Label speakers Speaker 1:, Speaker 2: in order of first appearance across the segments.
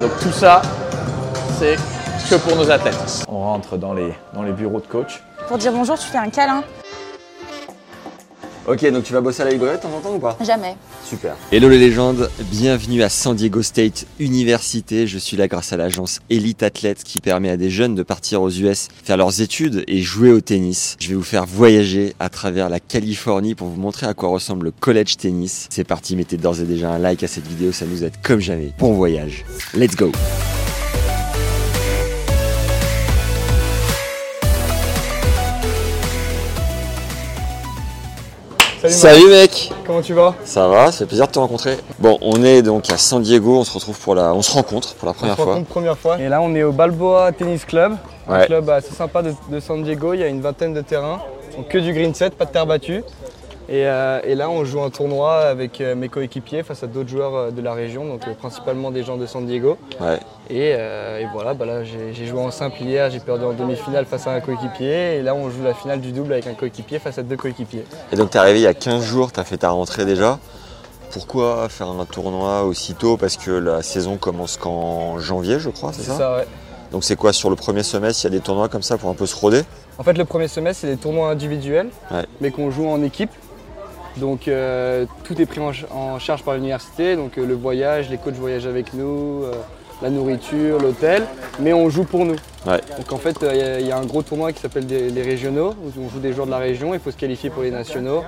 Speaker 1: Donc tout ça, c'est que pour nos athlètes. On rentre dans les, dans les bureaux de coach.
Speaker 2: Pour dire bonjour, tu fais un câlin
Speaker 1: Ok, donc tu vas bosser à la librairie de temps en temps ou pas
Speaker 2: Jamais.
Speaker 1: Super.
Speaker 3: Hello les légendes, bienvenue à San Diego State Université. Je suis là grâce à l'agence Elite Athlète qui permet à des jeunes de partir aux US, faire leurs études et jouer au tennis. Je vais vous faire voyager à travers la Californie pour vous montrer à quoi ressemble le college tennis. C'est parti, mettez d'ores et déjà un like à cette vidéo, ça nous aide comme jamais. Bon voyage, let's go
Speaker 1: Salut,
Speaker 3: Salut mec
Speaker 1: comment tu vas
Speaker 3: Ça va, ça fait plaisir de te rencontrer. Bon, on est donc à San Diego, on se retrouve pour la... On se rencontre pour la première fois.
Speaker 1: première fois.
Speaker 4: Et là, on est au Balboa Tennis Club, un
Speaker 3: Ouais.
Speaker 4: club assez sympa de, de San Diego. Il y a une vingtaine de terrains, donc que du green set, pas de terre battue. Et, euh, et là, on joue un tournoi avec euh, mes coéquipiers face à d'autres joueurs euh, de la région, donc euh, principalement des gens de San Diego.
Speaker 3: Ouais.
Speaker 4: Et, euh, et voilà, bah là, j'ai j'ai joué en simple hier, j'ai perdu en demi-finale face à un coéquipier. Et là, on joue la finale du double avec un coéquipier face à deux coéquipiers.
Speaker 3: Et donc t'es arrivé il y a 15 jours, t'as fait ta rentrée déjà. Pourquoi faire un tournoi aussitôt Parce que la saison commence qu'en janvier, je crois, c'est
Speaker 4: C'est
Speaker 3: ça,
Speaker 4: ça, ouais.
Speaker 3: Donc c'est quoi sur le premier semestre Il y a des tournois comme ça pour un peu se roder
Speaker 4: En fait, le premier semestre, c'est des tournois individuels,
Speaker 3: Ouais.
Speaker 4: mais qu'on joue en équipe. Donc, euh, tout est pris en, ch- en charge par l'université. Donc, euh, le voyage, les coachs voyagent avec nous, euh, la nourriture, l'hôtel, mais on joue pour nous.
Speaker 3: Ouais.
Speaker 4: Donc, en fait, il y, a un gros tournoi qui s'appelle des- les régionaux, où on joue des joueurs de la région. Il faut se qualifier pour les nationaux.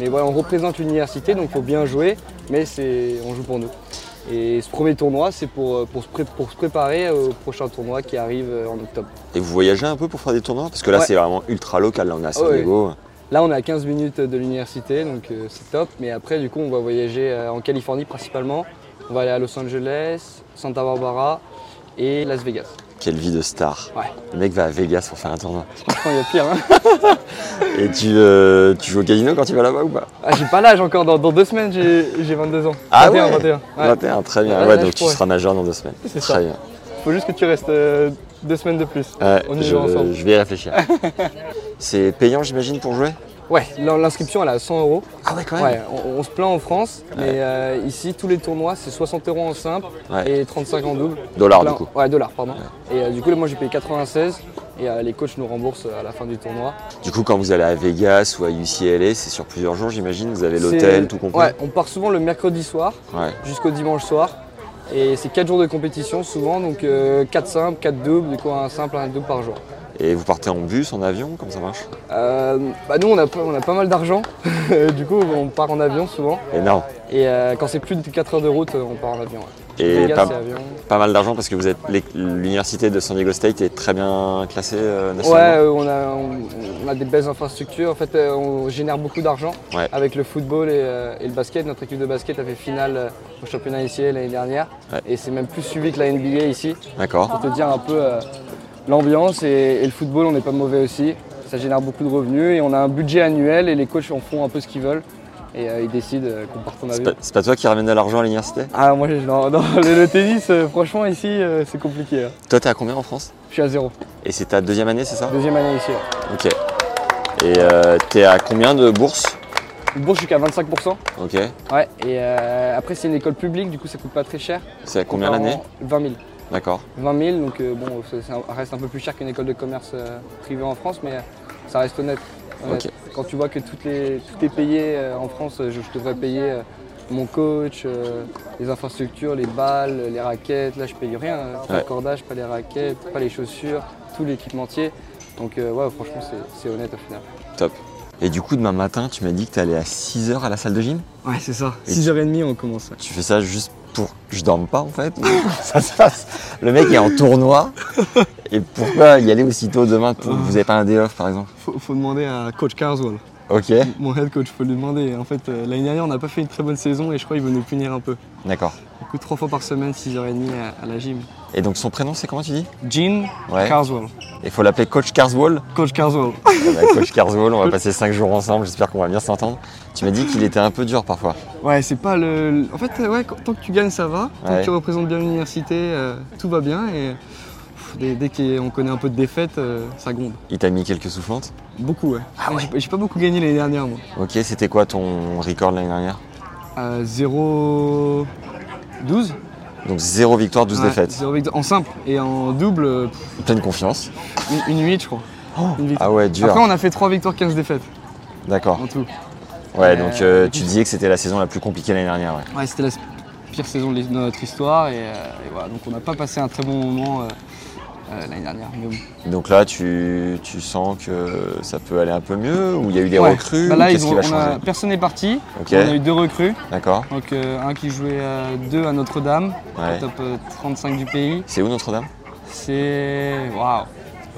Speaker 4: Mais voilà, on représente l'université, donc il faut bien jouer, mais c'est, on joue pour nous. Et ce premier tournoi, c'est pour, euh, pour, se pré- pour se préparer au prochain tournoi qui arrive euh, en octobre.
Speaker 3: Et vous voyagez un peu pour faire des tournois Parce que là
Speaker 4: Ouais.
Speaker 3: c'est vraiment ultra local, là on est à San
Speaker 4: Ah ouais.
Speaker 3: Diego.
Speaker 4: Là, on est à 15 minutes de l'université, donc euh, c'est top. Mais après, du coup, on va voyager euh, en Californie principalement. On va aller à Los Angeles, Santa Barbara et Las Vegas.
Speaker 3: Quelle vie de star
Speaker 4: Ouais.
Speaker 3: Le mec va à Vegas pour faire un tournoi.
Speaker 4: Franchement, il y a pire. Hein
Speaker 3: Et tu, euh, tu joues au casino quand tu vas là-bas ou pas
Speaker 4: ah, j'ai pas l'âge encore. Dans, dans deux semaines, j'ai j'ai 22 ans.
Speaker 3: Ah
Speaker 4: 21,
Speaker 3: ouais
Speaker 4: 21. Ouais.
Speaker 3: 21, très bien.
Speaker 4: Ouais,
Speaker 3: Ouais,
Speaker 4: là,
Speaker 3: donc
Speaker 4: je
Speaker 3: tu
Speaker 4: pourrais.
Speaker 3: seras majeur dans deux semaines.
Speaker 4: C'est
Speaker 3: très
Speaker 4: ça.
Speaker 3: bien.
Speaker 4: Faut juste que tu restes euh, deux semaines de plus.
Speaker 3: Ouais,
Speaker 4: On y va
Speaker 3: je,
Speaker 4: ensemble.
Speaker 3: je vais y réfléchir. c'est payant j'imagine pour jouer
Speaker 4: Ouais, l'in- l'inscription, elle est à 100 euros.
Speaker 3: Ah ouais quand
Speaker 4: Ouais, on, on se plaint en France, mais euh, ici, tous les tournois, c'est 60 euros en simple
Speaker 3: Ouais.
Speaker 4: et 35 en double.
Speaker 3: Dollars du
Speaker 4: Plein-
Speaker 3: coup.
Speaker 4: Ouais, dollars, pardon. Et euh, du coup, là, moi j'ai payé 96 et euh, les coachs nous remboursent euh, à la fin du tournoi.
Speaker 3: Du coup, quand vous allez à Vegas ou à UCLA, c'est sur plusieurs jours, j'imagine. Vous avez
Speaker 4: C'est-
Speaker 3: l'hôtel, tout compris.
Speaker 4: Ouais, on part souvent le mercredi soir
Speaker 3: Ouais.
Speaker 4: jusqu'au dimanche soir. Et c'est 4 jours de compétition souvent, donc 4 simples, 4 doubles, du coup un simple, un double par jour.
Speaker 3: Et vous partez en bus, en avion, comment ça marche
Speaker 4: Euh, bah nous on a, pas- on a pas mal d'argent, du coup on part en avion souvent.
Speaker 3: Énorme.
Speaker 4: Et euh, quand c'est plus de 4 heures de route, euh, on part en avion. ouais.
Speaker 3: Et
Speaker 4: Vegas,
Speaker 3: pas,
Speaker 4: c'est avion.
Speaker 3: pas mal d'argent parce que vous êtes l'é- l'université de San Diego State est très bien classée euh,
Speaker 4: Ouais,
Speaker 3: nationalement.
Speaker 4: euh, on a, on, on a des belles infrastructures. En fait, euh, on génère beaucoup d'argent
Speaker 3: Ouais.
Speaker 4: avec le football et, euh, et le basket. Notre équipe de basket a fait finale euh, au championnat ici l'année dernière.
Speaker 3: Ouais.
Speaker 4: Et c'est même plus suivi que la NBA ici.
Speaker 3: D'accord.
Speaker 4: Pour te dire un peu euh, l'ambiance et, et le football, on n'est pas mauvais aussi. Ça génère beaucoup de revenus et on a un budget annuel et les coachs en font un peu ce qu'ils veulent. Et euh, ils décident euh, qu'on parte en
Speaker 3: C'est
Speaker 4: avion.
Speaker 3: pas, c'est pas toi qui ramène de l'argent à l'université
Speaker 4: Ah, moi, j'ai- non, non, le, le tennis, euh, franchement, ici, euh, c'est compliqué. hein.
Speaker 3: Toi, t'es à combien en France
Speaker 4: Je suis à zéro.
Speaker 3: Et c'est ta deuxième année, c'est ça
Speaker 4: Deuxième année ici. ouais.
Speaker 3: Ok. Et euh, t'es à combien de bourses
Speaker 4: Une bourse, je suis qu'à 25%.
Speaker 3: Ok.
Speaker 4: Ouais, et euh, après, c'est une école publique, du coup, ça coûte pas très cher.
Speaker 3: C'est à combien
Speaker 4: Par an,
Speaker 3: l'année
Speaker 4: 20 000.
Speaker 3: D'accord.
Speaker 4: 20 000, donc euh, bon, ça, ça reste un peu plus cher qu'une école de commerce euh, privée en France, mais euh, ça reste honnête. honnête.
Speaker 3: Ok.
Speaker 4: Quand tu vois que tout est, tout est payé euh, en France, euh, je, je devrais payer euh, mon coach, euh, les infrastructures, les balles, les raquettes. Là, je paye rien. euh, Pas
Speaker 3: Ouais.
Speaker 4: le cordage, pas les raquettes, pas les chaussures, tout l'équipementier. Donc, euh, ouais, franchement, c'est- c'est honnête au final.
Speaker 3: Et du coup, demain matin, tu m'as dit que t'allais à 6h à la salle de gym
Speaker 4: Ouais, c'est ça.
Speaker 3: Et
Speaker 4: 6h30, on commence.
Speaker 3: Tu fais ça juste pour que je dorme pas en fait Ça se passe. Le mec est en tournoi.
Speaker 4: Ah.
Speaker 3: Et pourquoi y aller aussitôt demain pour- Vous avez pas un day off par exemple
Speaker 4: Faut, demander à coach Carswell.
Speaker 3: Ok,
Speaker 4: Mon head coach, faut lui demander. En fait, euh, l'année dernière, on n'a pas fait une très bonne saison et je crois qu'il veut nous punir un peu.
Speaker 3: d'accord.
Speaker 4: Du coup, trois fois par semaine, 6h30 à, à la gym.
Speaker 3: Et donc son prénom, c'est comment tu dis
Speaker 4: Jean
Speaker 3: Ouais.
Speaker 4: Carswell.
Speaker 3: Il faut l'appeler Coach Carswall.
Speaker 4: Coach Carswell.
Speaker 3: Ah bah, Coach Carswall, on va passer 5 jours ensemble, j'espère qu'on va bien s'entendre. Tu m'as dit qu'il était un peu dur parfois.
Speaker 4: Ouais, c'est pas le. En fait, euh, ouais, quand- tant que tu gagnes, ça va. Tant
Speaker 3: Ouais.
Speaker 4: que tu représentes bien l'université, euh, tout va bien. Et pff, dès, dès qu'on connaît un peu de défaite, euh, ça gronde.
Speaker 3: Il t'a mis quelques soufflantes.
Speaker 4: Beaucoup, ouais.
Speaker 3: Ah
Speaker 4: J'ai pas- J'ai pas beaucoup gagné l'année dernière, moi.
Speaker 3: Ok, c'était quoi ton record l'année dernière
Speaker 4: Euh, 0. 12
Speaker 3: Donc 0 victoire, 12
Speaker 4: Ouais,
Speaker 3: défaites.
Speaker 4: zéro victoire. En simple et en double, euh, pff,
Speaker 3: Pleine confiance.
Speaker 4: une, une 8, je crois. Une victoire.
Speaker 3: Ah ouais, dur.
Speaker 4: Après, on a fait 3 victoires, 15 défaites
Speaker 3: D'accord.
Speaker 4: en tout.
Speaker 3: Ouais, donc
Speaker 4: Euh,
Speaker 3: euh, tu disais que c'était la saison la plus compliquée l'année dernière. Ouais.
Speaker 4: Ouais, c'était la s- pire saison de l'hi- de notre histoire. Et, euh, et voilà, donc on n'a pas passé un très bon moment euh, euh, l'année dernière. mais bon.
Speaker 3: Donc là, tu, tu sens que ça peut aller un peu mieux Ou il y a eu des
Speaker 4: Ouais.
Speaker 3: recrues
Speaker 4: Bah
Speaker 3: ou
Speaker 4: là,
Speaker 3: Qu'est-ce
Speaker 4: ils ont-
Speaker 3: qui va
Speaker 4: on a-
Speaker 3: changer
Speaker 4: personne n'est parti.
Speaker 3: Ok,
Speaker 4: On a eu deux recrues.
Speaker 3: d'accord.
Speaker 4: Donc euh, un qui jouait euh, deux à Notre-Dame,
Speaker 3: Ouais.
Speaker 4: top euh, 35 du pays.
Speaker 3: C'est où Notre-Dame
Speaker 4: C'est. Waouh!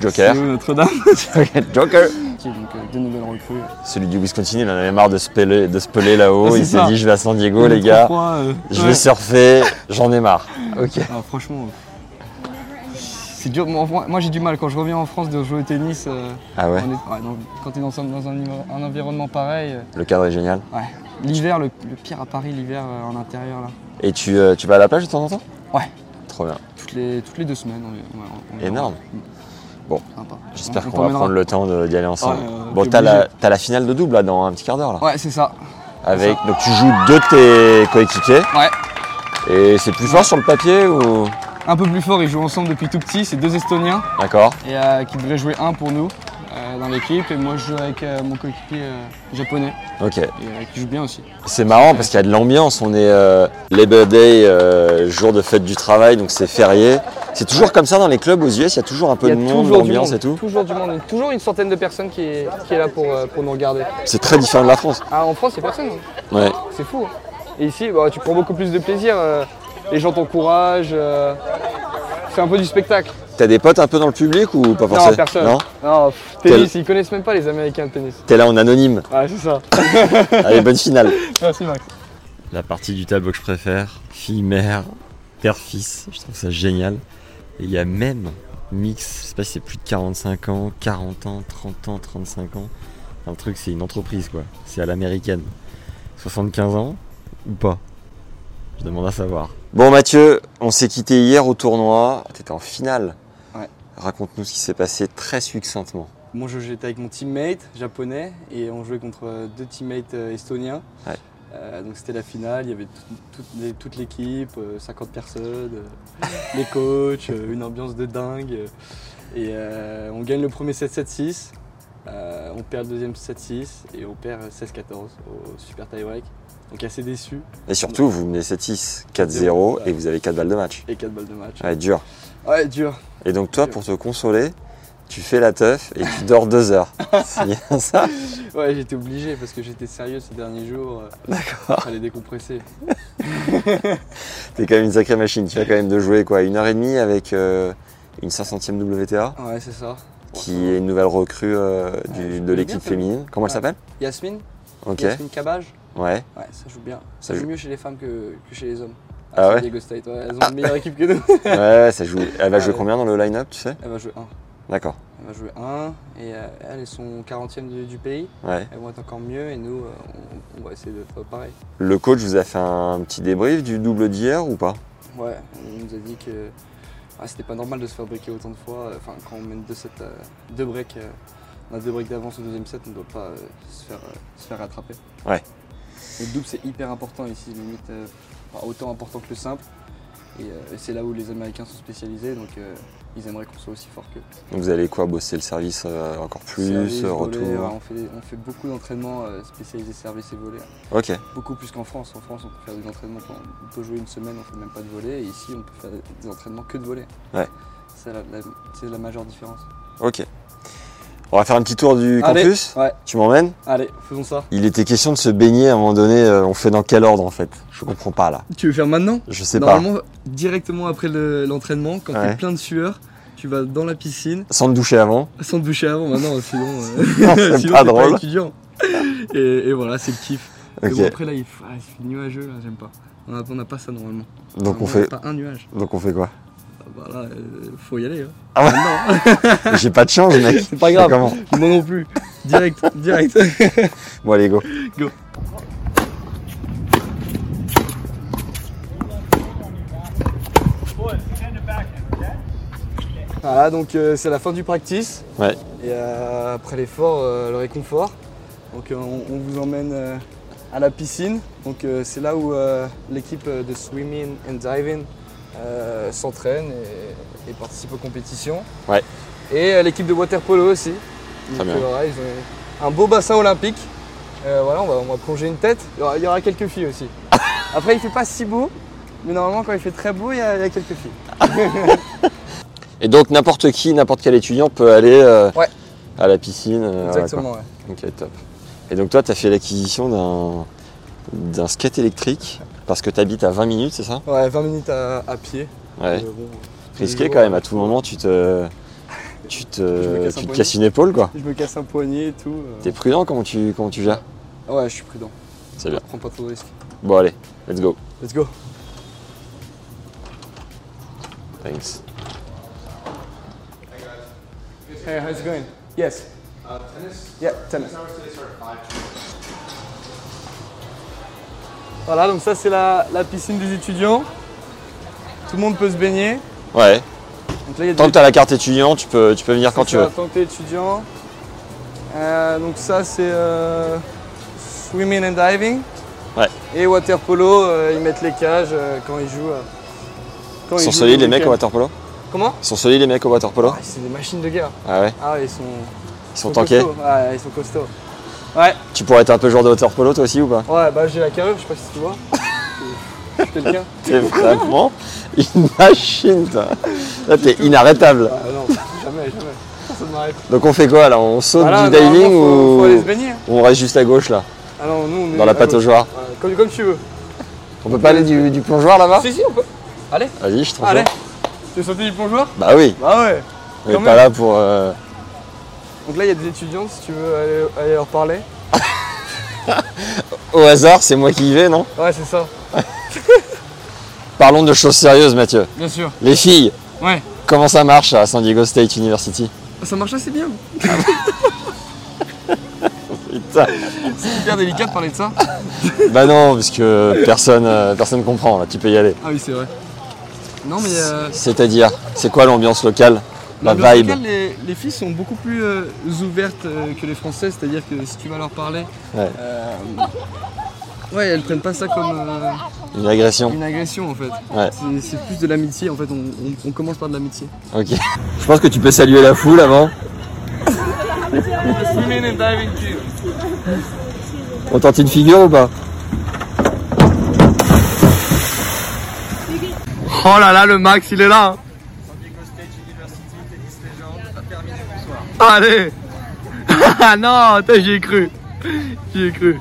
Speaker 3: Joker.
Speaker 4: C'est où Notre-Dame.
Speaker 3: Joker
Speaker 4: Ok, donc euh, deux nouvelles recrues.
Speaker 3: Celui du Wisconsin, il en avait marre de se peler, de se peler là-haut.
Speaker 4: Ah, c'est
Speaker 3: il s'est
Speaker 4: ça.
Speaker 3: dit, je vais à San Diego, les gars.
Speaker 4: Trois, euh,
Speaker 3: Je
Speaker 4: ouais.
Speaker 3: vais surfer, j'en ai marre. Ok.
Speaker 4: Ah, franchement. euh, C'est dur. Moi, moi- moi, j'ai du mal quand je reviens en France de jouer au tennis. euh,
Speaker 3: Ah ouais,
Speaker 4: on est- ouais, dans- quand tu es dans, un, dans un niveau- un environnement pareil. euh,
Speaker 3: le cadre est génial.
Speaker 4: ouais. L'hiver, le, le pire à Paris, l'hiver euh, en intérieur là.
Speaker 3: Et tu, euh, tu vas à la plage de temps en temps
Speaker 4: Ouais.
Speaker 3: Trop bien,
Speaker 4: Toutes les, toutes les deux semaines. on est- Euh, on- on est-
Speaker 3: énorme.
Speaker 4: Sympa.
Speaker 3: J'espère
Speaker 4: On-
Speaker 3: qu'on
Speaker 4: on
Speaker 3: va
Speaker 4: t'emmènera.
Speaker 3: prendre le temps de- d'y aller ensemble.
Speaker 4: Ouais, euh,
Speaker 3: bon,
Speaker 4: t'es
Speaker 3: t'as la,
Speaker 4: obligé.
Speaker 3: t'as la finale de double là dans un petit quart d'heure là.
Speaker 4: Ouais, c'est ça.
Speaker 3: Avec, donc tu joues deux de tes coéquipiers
Speaker 4: Ouais.
Speaker 3: et c'est plus fort sur le papier ou
Speaker 4: Un peu plus fort, ils jouent ensemble depuis tout petit. C'est deux Estoniens
Speaker 3: D'accord.
Speaker 4: et, euh, qui devraient jouer un pour nous euh, dans l'équipe. Et moi, je joue avec euh, mon coéquipier euh, japonais
Speaker 3: Ok.
Speaker 4: et, euh, qui joue bien aussi.
Speaker 3: C'est marrant parce qu'il y a de l'ambiance. On est euh, Labor Day, euh, jour de fête du travail, donc c'est férié. C'est toujours comme ça dans les clubs aux US. Il y a toujours un peu de monde, d'ambiance et tout.
Speaker 4: Toujours du monde. Toujours une centaine de personnes qui est, qui est là pour, euh, pour nous regarder.
Speaker 3: C'est très différent de la France.
Speaker 4: Ah, en France, c'est personne. hein.
Speaker 3: Ouais.
Speaker 4: C'est fou. hein. Et ici, bah, tu prends beaucoup plus de plaisir. euh, les gens t'encouragent. euh, c'est un peu du spectacle.
Speaker 3: T'as des potes un peu dans le public ou pas forcément
Speaker 4: Non, personne.
Speaker 3: Non
Speaker 4: Non, pff, tennis, ils connaissent même pas les Américains de tennis.
Speaker 3: T'es là en anonyme.
Speaker 4: Ouais, c'est ça.
Speaker 3: Allez, bonne finale.
Speaker 4: Merci, Max.
Speaker 3: La partie du tableau que je préfère, fille-mère, père-fils, je trouve ça génial. Et il y a même mix, je sais pas si c'est plus de 45 ans, 40 ans, 30 ans, 35 ans. Un truc, c'est une entreprise quoi, c'est à l'américaine. 75 ans ou pas Je demande à savoir. Bon Mathieu, on s'est quitté hier au tournoi, t'étais en finale.
Speaker 4: Ouais.
Speaker 3: Raconte-nous ce qui s'est passé très succinctement.
Speaker 4: Moi, je- j'étais avec mon teammate japonais et on jouait contre euh, deux teammates euh, estoniens.
Speaker 3: Ouais.
Speaker 4: Euh, donc c'était la finale, il y avait tout- tout- les- toute l'équipe, euh, 50 personnes, euh, les coachs, euh, une ambiance de dingue. euh, et euh, on gagne le premier 7-7-6, euh, on perd le deuxième 7-6 et on perd euh, 16-14 au Super Tie Break. Donc assez déçu
Speaker 3: Et surtout, vous menez 7-6, 4-0 et vous avez 4 balles de match.
Speaker 4: et 4 balles de match.
Speaker 3: Ouais, dur.
Speaker 4: Ouais, dur.
Speaker 3: Et donc toi, pour te consoler, tu fais la teuf et tu dors deux heures. C'est bien ça
Speaker 4: Ouais, j'étais obligé parce que j'étais sérieux ces derniers jours. D'accord. Fallait décompresser.
Speaker 3: T'es quand même une sacrée machine. Tu as quand même de jouer quoi, une heure et demie avec euh, une 500e WTA,
Speaker 4: Ouais, c'est ça.
Speaker 3: qui est une nouvelle recrue euh, du-
Speaker 4: Ouais, je
Speaker 3: de
Speaker 4: connais
Speaker 3: l'équipe
Speaker 4: bien, ça.
Speaker 3: féminine. Comment elle
Speaker 4: Ouais.
Speaker 3: s'appelle
Speaker 4: Yasmine
Speaker 3: Ok.
Speaker 4: Yasmine Cabage
Speaker 3: Ouais.
Speaker 4: Ouais, ça joue bien.
Speaker 3: Ça
Speaker 4: Ça, joue
Speaker 3: joue.
Speaker 4: mieux chez les femmes que, que chez les hommes.
Speaker 3: Ah
Speaker 4: À San
Speaker 3: ouais
Speaker 4: Diego State, ouais, elles ont une meilleure équipe que nous. Ah
Speaker 3: ouais, ouais, ça joue. Elle va jouer
Speaker 4: Ouais.
Speaker 3: combien dans le line-up, tu sais
Speaker 4: Elle va jouer 1.
Speaker 3: D'accord.
Speaker 4: Elle va jouer 1 et euh, elles, elles sont 40e du, du pays.
Speaker 3: Ouais.
Speaker 4: Elles vont être encore mieux et nous, euh, on, on va essayer d'être pareil.
Speaker 3: Le coach vous a fait un petit débrief du double d'hier ou pas
Speaker 4: Ouais, on nous a dit que ah, c'était pas normal de se fabriquer autant de fois. euh, Enfin, quand on mène 2 sets, 2 breaks, euh, on a 2 breaks d'avance au deuxième set, on ne doit pas euh, se, faire, euh, se faire rattraper.
Speaker 3: Ouais.
Speaker 4: Le double, c'est hyper important ici, limite euh, enfin, autant important que le simple. Et, euh, et c'est là où les Américains sont spécialisés, donc euh, ils aimeraient qu'on soit aussi fort qu'eux.
Speaker 3: Vous allez quoi Bosser le service euh, encore plus
Speaker 4: Service,
Speaker 3: euh,
Speaker 4: volet,
Speaker 3: Retour
Speaker 4: ouais, on, fait, on fait beaucoup d'entraînements euh, spécialisés service et volet.
Speaker 3: Ok.
Speaker 4: Beaucoup plus qu'en France. En France, on peut faire des entraînements, pendant- on peut jouer une semaine, on fait même pas de volet. Et ici, on peut faire des entraînements que de volet.
Speaker 3: Ouais.
Speaker 4: C'est la, la- c'est la majeure différence.
Speaker 3: Ok. On va faire un petit tour du campus.
Speaker 4: Allez, ouais,
Speaker 3: Tu m'emmènes
Speaker 4: allez, faisons ça.
Speaker 3: Il était question de se baigner à un moment donné, euh, on fait dans quel ordre en fait Je comprends pas là.
Speaker 4: Tu veux faire maintenant
Speaker 3: Je sais pas.
Speaker 4: Normalement, directement après le- l'entraînement, quand
Speaker 3: Ouais.
Speaker 4: t'es plein de sueur, tu vas dans la piscine
Speaker 3: Sans te doucher avant.
Speaker 4: sans te doucher avant. Maintenant, sinon, euh,
Speaker 3: C'est
Speaker 4: sinon
Speaker 3: pas
Speaker 4: t'es
Speaker 3: drôle.
Speaker 4: étudiant. et, et voilà, c'est le kiff. Mais
Speaker 5: Ok.
Speaker 4: bon, après, là, il, f- ah, il fait nuageux, là, j'aime pas. On n'a on n'a pas ça normalement. Ah,
Speaker 5: Donc on
Speaker 4: Normalement,
Speaker 5: fait,
Speaker 4: Pas un nuage.
Speaker 5: donc on fait quoi
Speaker 4: Ah, Bah là, euh, faut y aller. hein.
Speaker 5: Ah ouais.
Speaker 4: Maintenant.
Speaker 5: J'ai pas de change, mec.
Speaker 4: C'est pas
Speaker 5: Je fais
Speaker 4: grave.
Speaker 5: comment
Speaker 4: Moi non plus. Direct, direct.
Speaker 5: Bon, allez, go.
Speaker 4: Go. Voilà, donc euh, c'est la fin du practice.
Speaker 3: Ouais.
Speaker 4: Et euh, après l'effort, euh, le réconfort. Donc euh, on, on vous emmène euh, à la piscine. Donc euh, c'est là où euh, l'équipe euh, de swimming and diving euh, s'entraîne et, et participe aux compétitions.
Speaker 3: Ouais.
Speaker 4: Et euh, l'équipe de water polo aussi.
Speaker 3: Très bien.
Speaker 4: euh, voilà, ils ont un beau bassin olympique. Euh, voilà, on va, on va plonger une tête. Il y, aura, il y aura quelques filles aussi. Après, il fait pas si beau, mais normalement, quand il fait très beau, il y a, il y a quelques filles.
Speaker 3: Et donc n'importe qui, n'importe quel étudiant peut aller euh,
Speaker 4: Ouais.
Speaker 3: à la piscine. euh, voilà,
Speaker 4: Exactement, ouais.
Speaker 3: quoi. ok, top. Et donc toi, tu as fait l'acquisition d'un d'un skate électrique parce que tu habites à 20 minutes, c'est ça
Speaker 4: Ouais, 20 minutes à, à pied.
Speaker 3: Ouais.
Speaker 4: Euh, bon, tous les
Speaker 3: Risqué
Speaker 4: jours,
Speaker 3: quand même, à tout moment, tu te, tu
Speaker 4: Je me
Speaker 3: te,
Speaker 4: casse un
Speaker 3: tu te
Speaker 4: poignet.
Speaker 3: casses une épaule, quoi.
Speaker 4: Je me casse un poignet et tout. euh.
Speaker 3: T'es prudent comment tu, comment tu gères
Speaker 4: Ouais, je suis prudent.
Speaker 3: C'est bien.
Speaker 4: Je prends pas trop de risques.
Speaker 3: Bon, allez, let's go.
Speaker 4: Let's go.
Speaker 3: Thanks.
Speaker 4: Hey, how's it going? Yes. tennis? Yeah, tennis. Voilà, donc ça c'est la, la piscine des étudiants. Tout le monde peut se baigner.
Speaker 3: Ouais,
Speaker 4: Donc là, il y a
Speaker 3: tant que t'as la carte étudiant, tu peux, tu peux venir quand tu veux.
Speaker 4: Tant que t'es étudiant. Euh, donc ça c'est euh, swimming and diving.
Speaker 3: Ouais.
Speaker 4: Et water polo, euh, ils mettent les cages euh, quand ils jouent. euh, quand
Speaker 3: Ils sont
Speaker 4: jouent
Speaker 3: solides
Speaker 4: le
Speaker 3: les mecs au
Speaker 4: week-end.
Speaker 3: waterpolo
Speaker 4: Comment
Speaker 3: Ils sont solides les mecs au waterpolo
Speaker 4: Ah, C'est des machines de guerre.
Speaker 3: Ah ouais,
Speaker 4: Ah ouais, ils sont,
Speaker 3: ils sont tankés.
Speaker 4: costauds. Ouais, ils sont costauds. Ouais.
Speaker 3: Tu pourrais être un peu joueur de waterpolo toi aussi ou pas
Speaker 4: Ouais, bah j'ai la carrure, je sais pas si tu vois. Je suis quelqu'un.
Speaker 3: T'es vraiment une machine, toi. Là, t'es inarrêtable.
Speaker 4: Ah non, jamais, jamais. Personne m'arrête.
Speaker 3: Donc, on fait quoi là On saute
Speaker 4: Voilà,
Speaker 3: du diving
Speaker 4: normalement, faut, faut
Speaker 3: ou...
Speaker 4: aller se baigner. hein.
Speaker 3: ou on reste juste à gauche là,
Speaker 4: Ah non, nous on est
Speaker 3: dans la
Speaker 4: à
Speaker 3: pâte aux
Speaker 4: gauche.
Speaker 3: joueurs
Speaker 4: Voilà, Comme, comme tu veux.
Speaker 3: On peut pas aller du, du plongeoir là-bas
Speaker 4: Si, si, on peut. Allez,
Speaker 3: Vas-y, je t'en
Speaker 4: allez.
Speaker 3: prie.
Speaker 4: Tu veux sauter du plongeoir
Speaker 3: Bah oui,
Speaker 4: Bah ouais.
Speaker 3: on est
Speaker 4: Quand
Speaker 3: pas
Speaker 4: même.
Speaker 3: là pour. euh,
Speaker 4: Donc là, il y a des étudiants, si tu veux aller, aller leur parler.
Speaker 3: Au hasard, c'est moi qui y vais, non
Speaker 4: Ouais, c'est ça.
Speaker 3: Parlons de choses sérieuses, Mathieu.
Speaker 4: Bien sûr.
Speaker 3: Les filles,
Speaker 4: Ouais.
Speaker 3: comment ça marche à San Diego State University
Speaker 4: Ça marche assez bien.
Speaker 3: Putain.
Speaker 4: C'est hyper délicat de parler de ça.
Speaker 3: Bah non, parce que personne, euh, personne comprend, là, tu peux y aller.
Speaker 4: Ah oui, c'est vrai. Non, mais. euh,
Speaker 3: C'est-à-dire, c'est quoi l'ambiance locale La
Speaker 4: l'ambiance
Speaker 3: vibe
Speaker 4: locale, les, les filles sont beaucoup plus euh, ouvertes euh, que les Français, c'est-à-dire que si tu vas leur parler.
Speaker 3: Ouais.
Speaker 4: euh, ouais, elles prennent pas ça comme euh,
Speaker 3: Une agression
Speaker 4: une agression en fait.
Speaker 3: Ouais.
Speaker 4: C'est- C'est plus de l'amitié en fait, on, on- on commence par de l'amitié.
Speaker 3: Ok. Je pense que tu peux saluer la foule avant. On tente une figure ou pas
Speaker 4: Oh là là, le Max il est là hein. Allez Ah non, putain, j'y ai cru J'y ai cru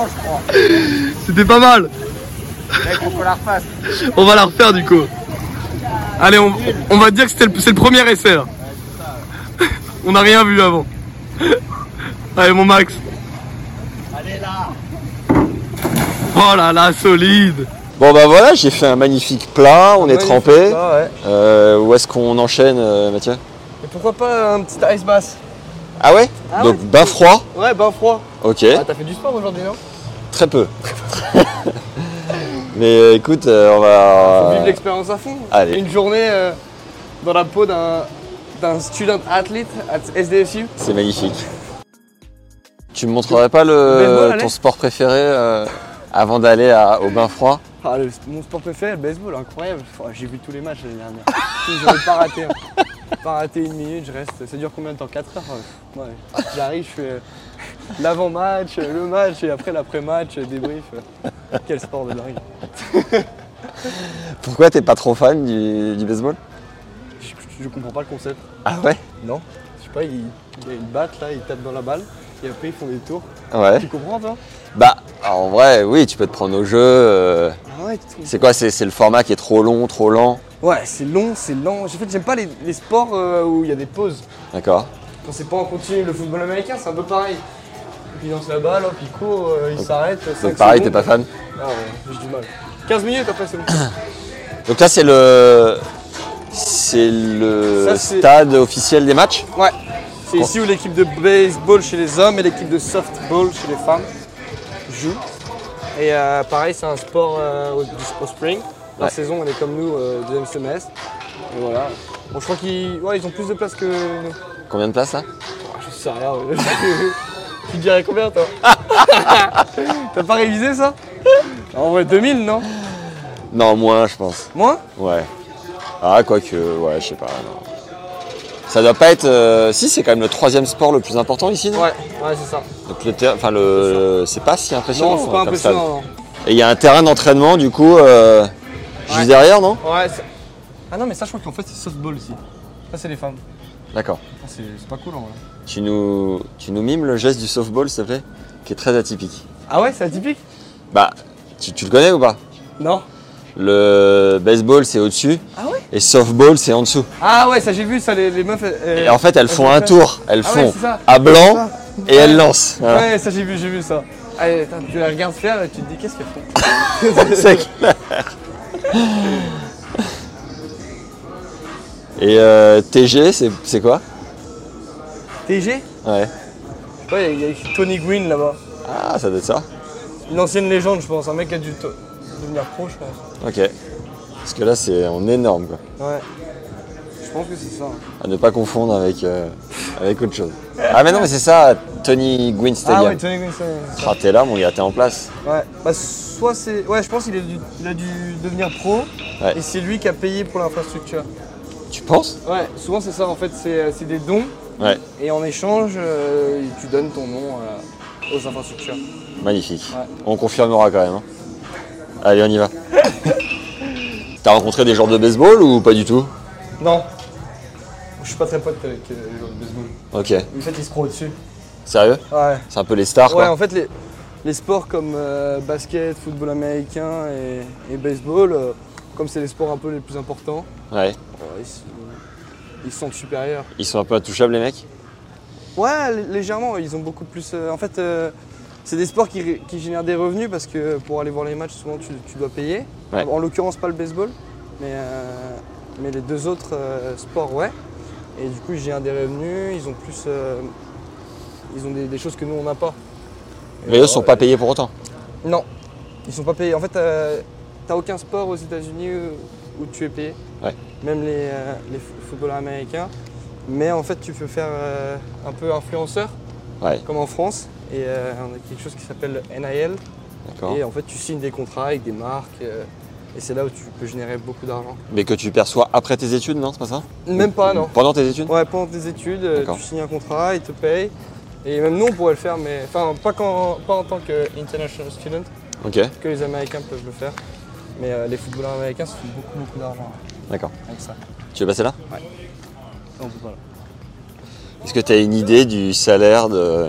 Speaker 4: C'est le pire plongeon de San Diego depuis 10 ans, je crois C'était pas mal on va la refaire du coup Allez, on, on va dire que c'était le- c'est le premier essai là On n'a rien vu avant Allez mon Max. Allez là. Oh là là, solide.
Speaker 3: Bon bah voilà, j'ai fait un magnifique plat, on est trempé.
Speaker 4: ouais.
Speaker 3: Euh, où est-ce qu'on enchaîne, euh, Mathieu
Speaker 4: Et pourquoi pas un petit ice bath
Speaker 3: Ah ouais
Speaker 4: Ah
Speaker 3: Donc
Speaker 4: ouais.
Speaker 3: bain froid,
Speaker 4: Ouais, bain froid.
Speaker 3: ok, Euh,
Speaker 4: Ah, t'as fait du sport aujourd'hui, non
Speaker 3: très peu. Mais euh, écoute, euh, on va...
Speaker 4: Vive l'expérience à fond.
Speaker 3: Allez.
Speaker 4: Une journée euh, dans la peau d'un d'un student athlete à SDSU.
Speaker 3: C'est magnifique. Tu me montrerais pas le,
Speaker 4: Baseball, allez.
Speaker 3: ton sport préféré euh, avant d'aller à- au bain froid
Speaker 4: Ah, le- mon sport préféré, le baseball, incroyable. Enfin, J'ai vu tous les matchs l'année dernière. J'aurais pas raté. hein. Pas raté une minute, je reste. Ça dure combien de temps 4 heures Ouais. J'arrive, je fais euh, l'avant-match, euh, le match et après l'après-match, euh, débrief. euh. Quel sport de dingue.
Speaker 3: Pourquoi t'es pas trop fan du, du baseball
Speaker 4: Je, je comprends pas le concept.
Speaker 3: Ah ouais
Speaker 4: Non Je sais pas, ils, ils battent là, ils tapent dans la balle et après ils font des tours.
Speaker 3: Ouais.
Speaker 4: Tu comprends toi
Speaker 3: Bah Ah, en vrai, oui, tu peux te prendre au jeu. euh,
Speaker 4: Ah ouais, tu-
Speaker 3: C'est quoi C'est c'est le format qui est trop long, trop lent
Speaker 4: ouais c'est long, c'est lent. En fait, j'aime pas les, les sports euh, où il y a des pauses.
Speaker 3: D'accord.
Speaker 4: Quand c'est pas en continu, le football américain, c'est un peu pareil. Il lance la balle, hop, il court, euh, il s'arrête.
Speaker 3: Donc
Speaker 4: cinq
Speaker 3: pareil, t'es pas
Speaker 4: secondes.
Speaker 3: fan
Speaker 4: Ah ouais, j'ai du mal. 15 minutes après, c'est bon.
Speaker 3: Donc là, c'est le. C'est le
Speaker 4: Ça, c'est-
Speaker 3: stade officiel des matchs
Speaker 4: Ouais. C'est ici où l'équipe de baseball chez les hommes et l'équipe de softball chez les femmes jouent. Et euh, pareil, c'est un sport euh, au, du- au spring. La
Speaker 3: Ouais.
Speaker 4: saison, elle est comme nous, euh, deuxième semestre. Et voilà. Bon, je crois qu'ils ouais, ils ont plus de place que nous.
Speaker 3: Combien de places là
Speaker 4: Ah, je sais rien. ouais. tu dirais combien, toi T'as pas révisé ça En vrai, 2000, non
Speaker 3: Non, moins, je pense.
Speaker 4: Moins
Speaker 3: Ouais. Ah, quoique, ouais, je sais pas. non. Ça doit pas être. euh, Si, c'est quand même le troisième sport le plus important ici, non
Speaker 4: Ouais, ouais, c'est ça.
Speaker 3: Donc le terrain. Enfin, le. C'est pas si impressionnant.
Speaker 4: Non, c'est pas
Speaker 3: comme stade.
Speaker 4: impressionnant.
Speaker 3: Et il y a un terrain d'entraînement, du coup, euh, juste
Speaker 4: Ouais.
Speaker 3: derrière, non
Speaker 4: non. Ouais, c'est- ah non, mais ça, je crois qu'en fait, c'est softball ici. Ça, c'est les femmes.
Speaker 3: D'accord.
Speaker 4: Ah, C'est c'est pas cool en vrai.
Speaker 3: Tu nous, tu nous mimes le geste du softball, s'il te plaît, qui est très atypique.
Speaker 4: Ah ouais, c'est atypique
Speaker 3: Bah, tu, tu le connais ou pas
Speaker 4: Non.
Speaker 3: Le baseball, c'est au-dessus.
Speaker 4: Ah ouais
Speaker 3: Et softball, c'est en dessous.
Speaker 4: Ah ouais, ça j'ai vu, ça les, les meufs. euh,
Speaker 3: Et en fait, elles font un tour. Elles
Speaker 4: Ah ouais,
Speaker 3: font
Speaker 4: c'est ça.
Speaker 3: à blanc
Speaker 4: Ça.
Speaker 3: et elles lancent. Voilà.
Speaker 4: Ouais, ça j'ai vu, j'ai vu ça. Allez, attends, tu la regardes faire et tu te dis qu'est-ce qu'elles font
Speaker 3: C'est clair. Et euh, TG, c'est c'est quoi
Speaker 4: TG
Speaker 3: Ouais.
Speaker 4: Ouais, il y a écrit Tony Gwynn là-bas.
Speaker 3: Ah, ça doit être ça.
Speaker 4: Une ancienne légende, je pense. Un mec qui a dû to- devenir pro, je pense.
Speaker 3: Ok. Parce que là, c'est en énorme, quoi.
Speaker 4: Ouais. Je pense que c'est ça.
Speaker 3: À ne pas confondre avec, euh, avec autre chose. Ah, mais non, mais c'est ça, Tony Gwynn
Speaker 4: Ah
Speaker 3: Stadium.
Speaker 4: ouais, Tony Gwynn, c'est ça.
Speaker 3: Ah, t'es là, mon gars, t'es en place.
Speaker 4: Ouais. Bah, soit c'est. Ouais, je pense qu'il a, dû- il a dû devenir pro
Speaker 3: Ouais.
Speaker 4: et c'est lui qui a payé pour l'infrastructure.
Speaker 3: Tu penses
Speaker 4: Ouais, souvent c'est ça en fait, c'est c'est des dons
Speaker 3: Ouais.
Speaker 4: et en échange, euh, tu donnes ton nom euh, aux infrastructures.
Speaker 3: Magnifique.
Speaker 4: Ouais.
Speaker 3: On confirmera quand même. hein. Allez, on y va. T'as rencontré des joueurs de baseball ou pas du tout
Speaker 4: Non. Je suis pas très pote avec euh, les joueurs de baseball.
Speaker 3: Ok.
Speaker 4: En fait, ils se croient au-dessus.
Speaker 3: Sérieux
Speaker 4: Ouais.
Speaker 3: C'est un peu les stars,
Speaker 4: Ouais,
Speaker 3: quoi.
Speaker 4: en fait, les, les sports comme euh, basket, football américain et, et baseball, euh, comme c'est les sports un peu les plus importants,
Speaker 3: Ouais.
Speaker 4: euh, ils, se, ils se sentent supérieurs.
Speaker 3: Ils sont un peu intouchables, les mecs
Speaker 4: Ouais, lé- légèrement, ils ont beaucoup plus. euh, en fait, euh, c'est des sports qui, ré- qui génèrent des revenus parce que pour aller voir les matchs, souvent tu, tu dois payer.
Speaker 3: Ouais.
Speaker 4: En l'occurrence, pas le baseball, mais, euh, mais les deux autres euh, sports, ouais. Et du coup, ils génèrent des revenus, ils ont plus. euh, ils ont des, des choses que nous, on n'a pas.
Speaker 3: Mais eux sont pas payés pour autant.
Speaker 4: Non, ils sont pas payés. En fait, euh, t'as aucun sport aux États-Unis où, où tu es payé.
Speaker 3: Ouais.
Speaker 4: Même les, euh, les fo- footballeurs américains. Mais en fait, tu peux faire euh, un peu influenceur,
Speaker 3: Ouais.
Speaker 4: comme en France. Et euh, on a quelque chose qui s'appelle NIL.
Speaker 3: D'accord.
Speaker 4: Et en fait, tu signes des contrats avec des marques. euh, et c'est là où tu peux générer beaucoup d'argent.
Speaker 3: Mais que tu perçois après tes études, non C'est pas ça
Speaker 4: Même pas, non.
Speaker 3: Pendant tes études
Speaker 4: Ouais, pendant tes études, euh,
Speaker 3: D'accord.
Speaker 4: tu signes un contrat, ils te payent. Et même nous, on pourrait le faire, mais enfin, pas, quand, pas en tant que international student.
Speaker 3: Ok.
Speaker 4: que les Américains peuvent le faire. Mais euh, les footballeurs américains se font beaucoup beaucoup d'argent hein,
Speaker 3: D'accord.
Speaker 4: avec ça.
Speaker 3: Tu veux passer là
Speaker 4: On peut pas.
Speaker 3: Est-ce que tu as une idée du salaire de,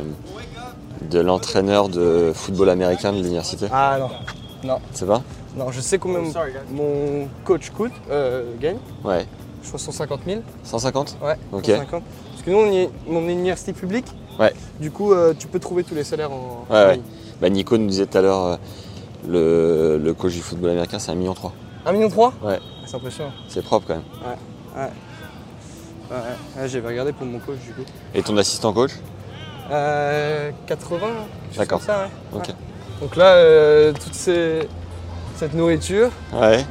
Speaker 3: de l'entraîneur de football américain de l'université
Speaker 4: Ah non.
Speaker 3: C'est pas
Speaker 4: Non, je sais combien mon coach coûte, euh, gagne.
Speaker 3: Ouais.
Speaker 4: Je crois 150 000.
Speaker 3: 150
Speaker 4: Ouais,
Speaker 3: Ok.
Speaker 4: 150. Parce que nous, on est, on est une université publique.
Speaker 3: Ouais.
Speaker 4: Du coup, euh, tu peux trouver tous les salaires en.
Speaker 3: Ouais, ouais.
Speaker 4: ligne.
Speaker 3: Bah, Nico nous disait tout à l'heure, euh, le, le coach du football américain, c'est 1,3 million.
Speaker 4: 1,3 million Ah,
Speaker 3: Ouais.
Speaker 4: C'est impressionnant.
Speaker 3: C'est propre quand même.
Speaker 4: Ouais, ouais. Ouais, j'avais regardé pour mon coach du coup.
Speaker 3: Et ton assistant coach
Speaker 4: Euh, 80, hein, quelque chose
Speaker 3: D'accord.
Speaker 4: comme ça, ouais.
Speaker 3: Ok.
Speaker 4: Ouais. Donc là, euh, toute ces- cette nourriture,
Speaker 3: Ouais.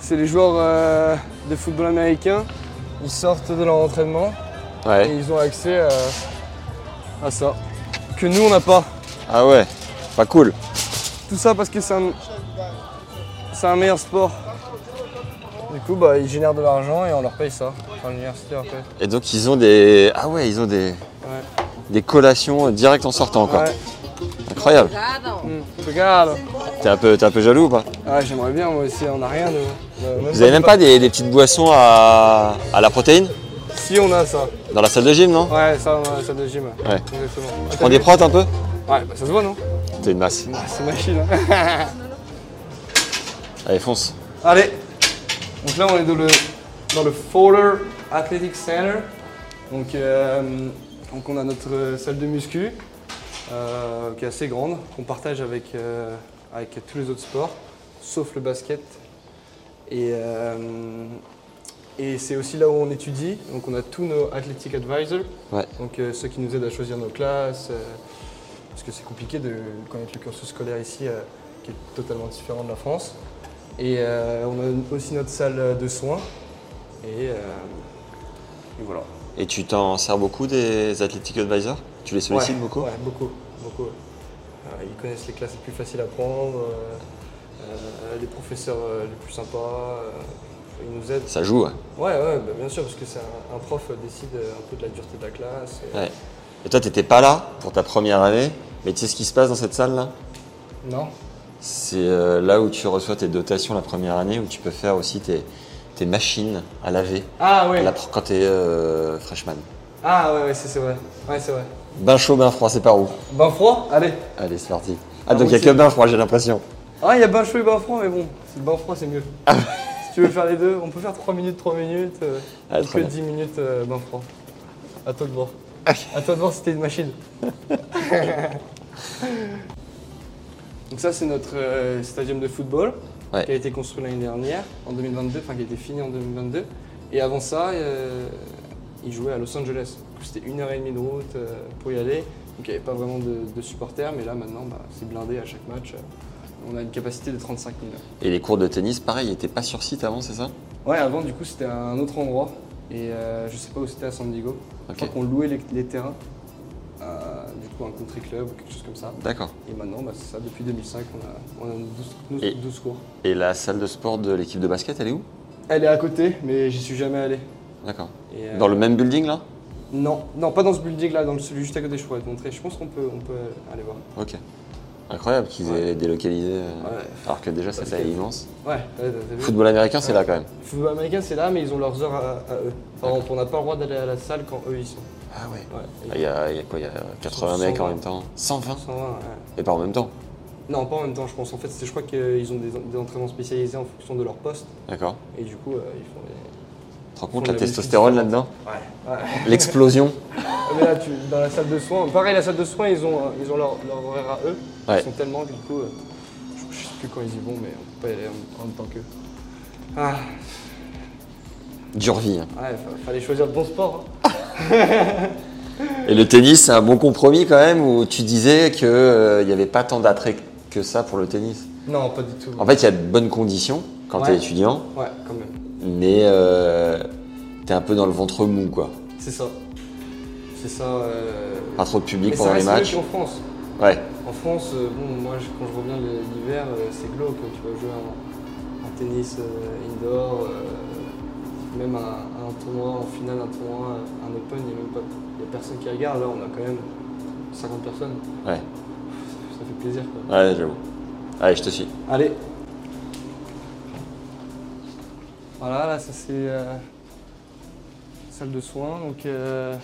Speaker 4: C'est les joueurs euh, de football américain. Ils sortent de leur entraînement et
Speaker 3: Ouais.
Speaker 4: ils ont accès euh, à ça. Que nous, on n'a pas.
Speaker 3: Ah ouais. Pas cool.
Speaker 4: Tout ça parce que c'est un, c'est un meilleur sport. Du coup, bah, ils génèrent de l'argent et on leur paye ça. Enfin, l'université après.
Speaker 3: Et donc ils ont des. Ah ouais, ils ont des. Des collations euh, direct en sortant quoi.
Speaker 4: Ouais.
Speaker 3: Incroyable.
Speaker 4: Mm. Regarde.
Speaker 3: T'es un, peu- t'es un peu jaloux ou pas
Speaker 4: Ah, J'aimerais bien, moi aussi. On n'a rien, nous. Euh,
Speaker 3: Vous avez même pas des, des petites boissons à, à la protéine
Speaker 4: Si, on a ça.
Speaker 3: Dans la salle de gym non
Speaker 4: Ouais, ça, on a ça de gym.
Speaker 3: Ouais.
Speaker 4: Exactement.
Speaker 3: Tu prends des protes un peu
Speaker 4: Ouais, bah, ça se voit, non
Speaker 3: T'es une masse.
Speaker 4: Ah, c'est machine. hein.
Speaker 3: Allez, fonce.
Speaker 4: Allez Donc là, on est dans le, dans le Fowler Athletic Center. Donc, euh, donc on a notre salle de muscu euh, qui est assez grande, qu'on partage avec, euh, avec tous les autres sports, sauf le basket. Et, euh, et c'est aussi là où on étudie. Donc on a tous nos athletic advisors,
Speaker 3: Ouais.
Speaker 4: donc euh, ceux qui nous aident à choisir nos classes. euh, parce que c'est compliqué de connaître le cursus scolaire ici, euh, qui est totalement différent de la France. Et euh, on a aussi notre salle de soins. Et, euh, et voilà.
Speaker 3: Et tu t'en sers beaucoup des Athletic Advisors Tu les sollicites
Speaker 4: Ouais,
Speaker 3: beaucoup
Speaker 4: Ouais, beaucoup. beaucoup. Euh, ils connaissent les classes les plus faciles à prendre, euh, euh, les professeurs euh, les plus sympas. euh, ils nous aident.
Speaker 3: Ça joue, ouais.
Speaker 4: Ouais, ouais, bah, bien sûr, parce que c'est un, un prof euh, décide euh, un peu de la dureté de la classe. et-
Speaker 3: Ouais. Et toi, t'étais pas là pour ta première année, mais tu sais ce qui se passe dans cette salle-là
Speaker 4: Non
Speaker 3: C'est euh, là où tu reçois tes dotations la première année, où tu peux faire aussi tes, tes machines à laver
Speaker 4: Ah ouais.
Speaker 3: la pr- quand t'es euh, freshman.
Speaker 4: Ah ouais, ouais, c'est c'est vrai. Ouais, c'est vrai.
Speaker 3: Bain chaud, bain froid, c'est par où
Speaker 4: Bain Ben, froid Allez.
Speaker 3: Allez, c'est parti.
Speaker 4: Ah,
Speaker 3: Ah, donc il
Speaker 4: oui,
Speaker 3: a que
Speaker 4: c'est-
Speaker 3: bain froid, j'ai l'impression.
Speaker 4: Ah, il y a bain chaud et bain froid, mais bon, si le bain froid, c'est mieux.
Speaker 3: bah.
Speaker 4: si tu veux faire les deux, on peut faire 3 minutes, 3 minutes. euh,
Speaker 3: Ah,
Speaker 4: ou
Speaker 3: très
Speaker 4: que
Speaker 3: bien.
Speaker 4: 10 minutes, euh, bain froid. À toi de voir. à toi de voir si t'es une machine. Donc ça, c'est notre euh, stadium de football
Speaker 3: Ouais.
Speaker 4: qui a été construit l'année dernière, en 2022, enfin qui a été fini en 2022. Et avant ça, euh, ils jouaient à Los Angeles. Du coup, C'était une heure et demie de route euh, pour y aller. Donc il n'y avait pas vraiment de, de supporters, mais là maintenant, bah, c'est blindé à chaque match. On a une capacité de 35 000.
Speaker 3: Et les cours de tennis, pareil, ils étaient pas sur site avant, c'est ça
Speaker 4: Ouais, avant, du coup, c'était un autre endroit. Et euh, je sais pas où c'était à San Diego. Je
Speaker 3: Ok.
Speaker 4: crois qu'on louait les, les terrains. à, du coup, un country club ou quelque chose comme ça.
Speaker 3: D'accord.
Speaker 4: Et maintenant, bah, c'est ça, depuis 2005, on a, on a 12, 12
Speaker 3: Et-
Speaker 4: 12 cours.
Speaker 3: Et la salle de sport de l'équipe de basket, elle est où
Speaker 4: Elle est à côté, mais j'y suis jamais allé.
Speaker 3: D'accord.
Speaker 4: Et, euh,
Speaker 3: Dans le même building, là
Speaker 4: Non, non, pas dans ce building là, dans le- celui juste à côté, je pourrais te montrer. Je pense qu'on peut, on peut aller voir.
Speaker 3: Ok. Incroyable qu'ils aient délocalisé, euh,
Speaker 4: Ouais.
Speaker 3: alors que déjà, ça,
Speaker 4: Parce
Speaker 3: c'est
Speaker 4: que-
Speaker 3: immense.
Speaker 4: Ouais, ouais, t'as- t'as vu
Speaker 3: Football américain, c'est là quand même.
Speaker 4: Le football américain, c'est là, mais ils ont leurs heures à, à eux. Par exemple, on n'a pas le droit d'aller à la salle quand eux ils sont.
Speaker 3: Ah ouais.
Speaker 4: Ouais.
Speaker 3: Il y, a il y a quoi Il y a 80 mecs en même temps 120
Speaker 4: 120, ouais.
Speaker 3: Et pas en même temps.
Speaker 4: Non, pas en même temps, je pense. En fait, c'est- je crois qu'ils ont des, des entraînements spécialisés en fonction de leur poste.
Speaker 3: D'accord.
Speaker 4: Et du coup, euh, ils font les.
Speaker 3: Tu te rends compte
Speaker 4: Faut
Speaker 3: la
Speaker 4: la
Speaker 3: testostérone là-dedans
Speaker 4: Ouais.
Speaker 3: L'explosion
Speaker 4: Ah, Mais là, tu, dans la salle de soins, pareil, la salle de soins, ils ont, euh, ils ont leur, leur horaire à eux.
Speaker 3: Ouais.
Speaker 4: Ils sont tellement, que, du coup, euh, je, je sais plus quand ils y vont, mais on peut pas y aller en, en même temps qu'eux. Ah,
Speaker 3: Dure vie. hein.
Speaker 4: ouais, fa- fallait choisir le bon sport. hein.
Speaker 3: Et le tennis, c'est un bon compromis quand même où tu disais qu'il n'y avait pas tant d'attrait que ça pour le tennis.
Speaker 4: Non, pas du tout.
Speaker 3: En fait, il y a de bonnes conditions quand
Speaker 4: Ouais.
Speaker 3: t'es étudiant,
Speaker 4: Ouais, quand même.
Speaker 3: mais euh, t'es un peu dans le ventre mou quoi.
Speaker 4: C'est ça. C'est ça. euh,
Speaker 3: Pas trop de public
Speaker 4: Mais ça
Speaker 3: pendant les
Speaker 4: reste mieux
Speaker 3: matchs.
Speaker 4: qu'en France.
Speaker 3: Ouais.
Speaker 4: En France, euh, bon, moi je- quand je reviens de l'hiver, euh, c'est glauque. Tu vas jouer un, un tennis euh, indoor, euh, même un, un tournoi, en finale, un tournoi, euh, un open, il n'y a même pas y a personne qui regarde. Là, on a quand même 50 personnes.
Speaker 3: Ouais.
Speaker 4: Ça fait plaisir. quoi.
Speaker 3: Ouais, j'avoue. Allez, je te suis.
Speaker 4: Allez. Voilà, là, ça c'est euh, salle de soins. Donc, euh,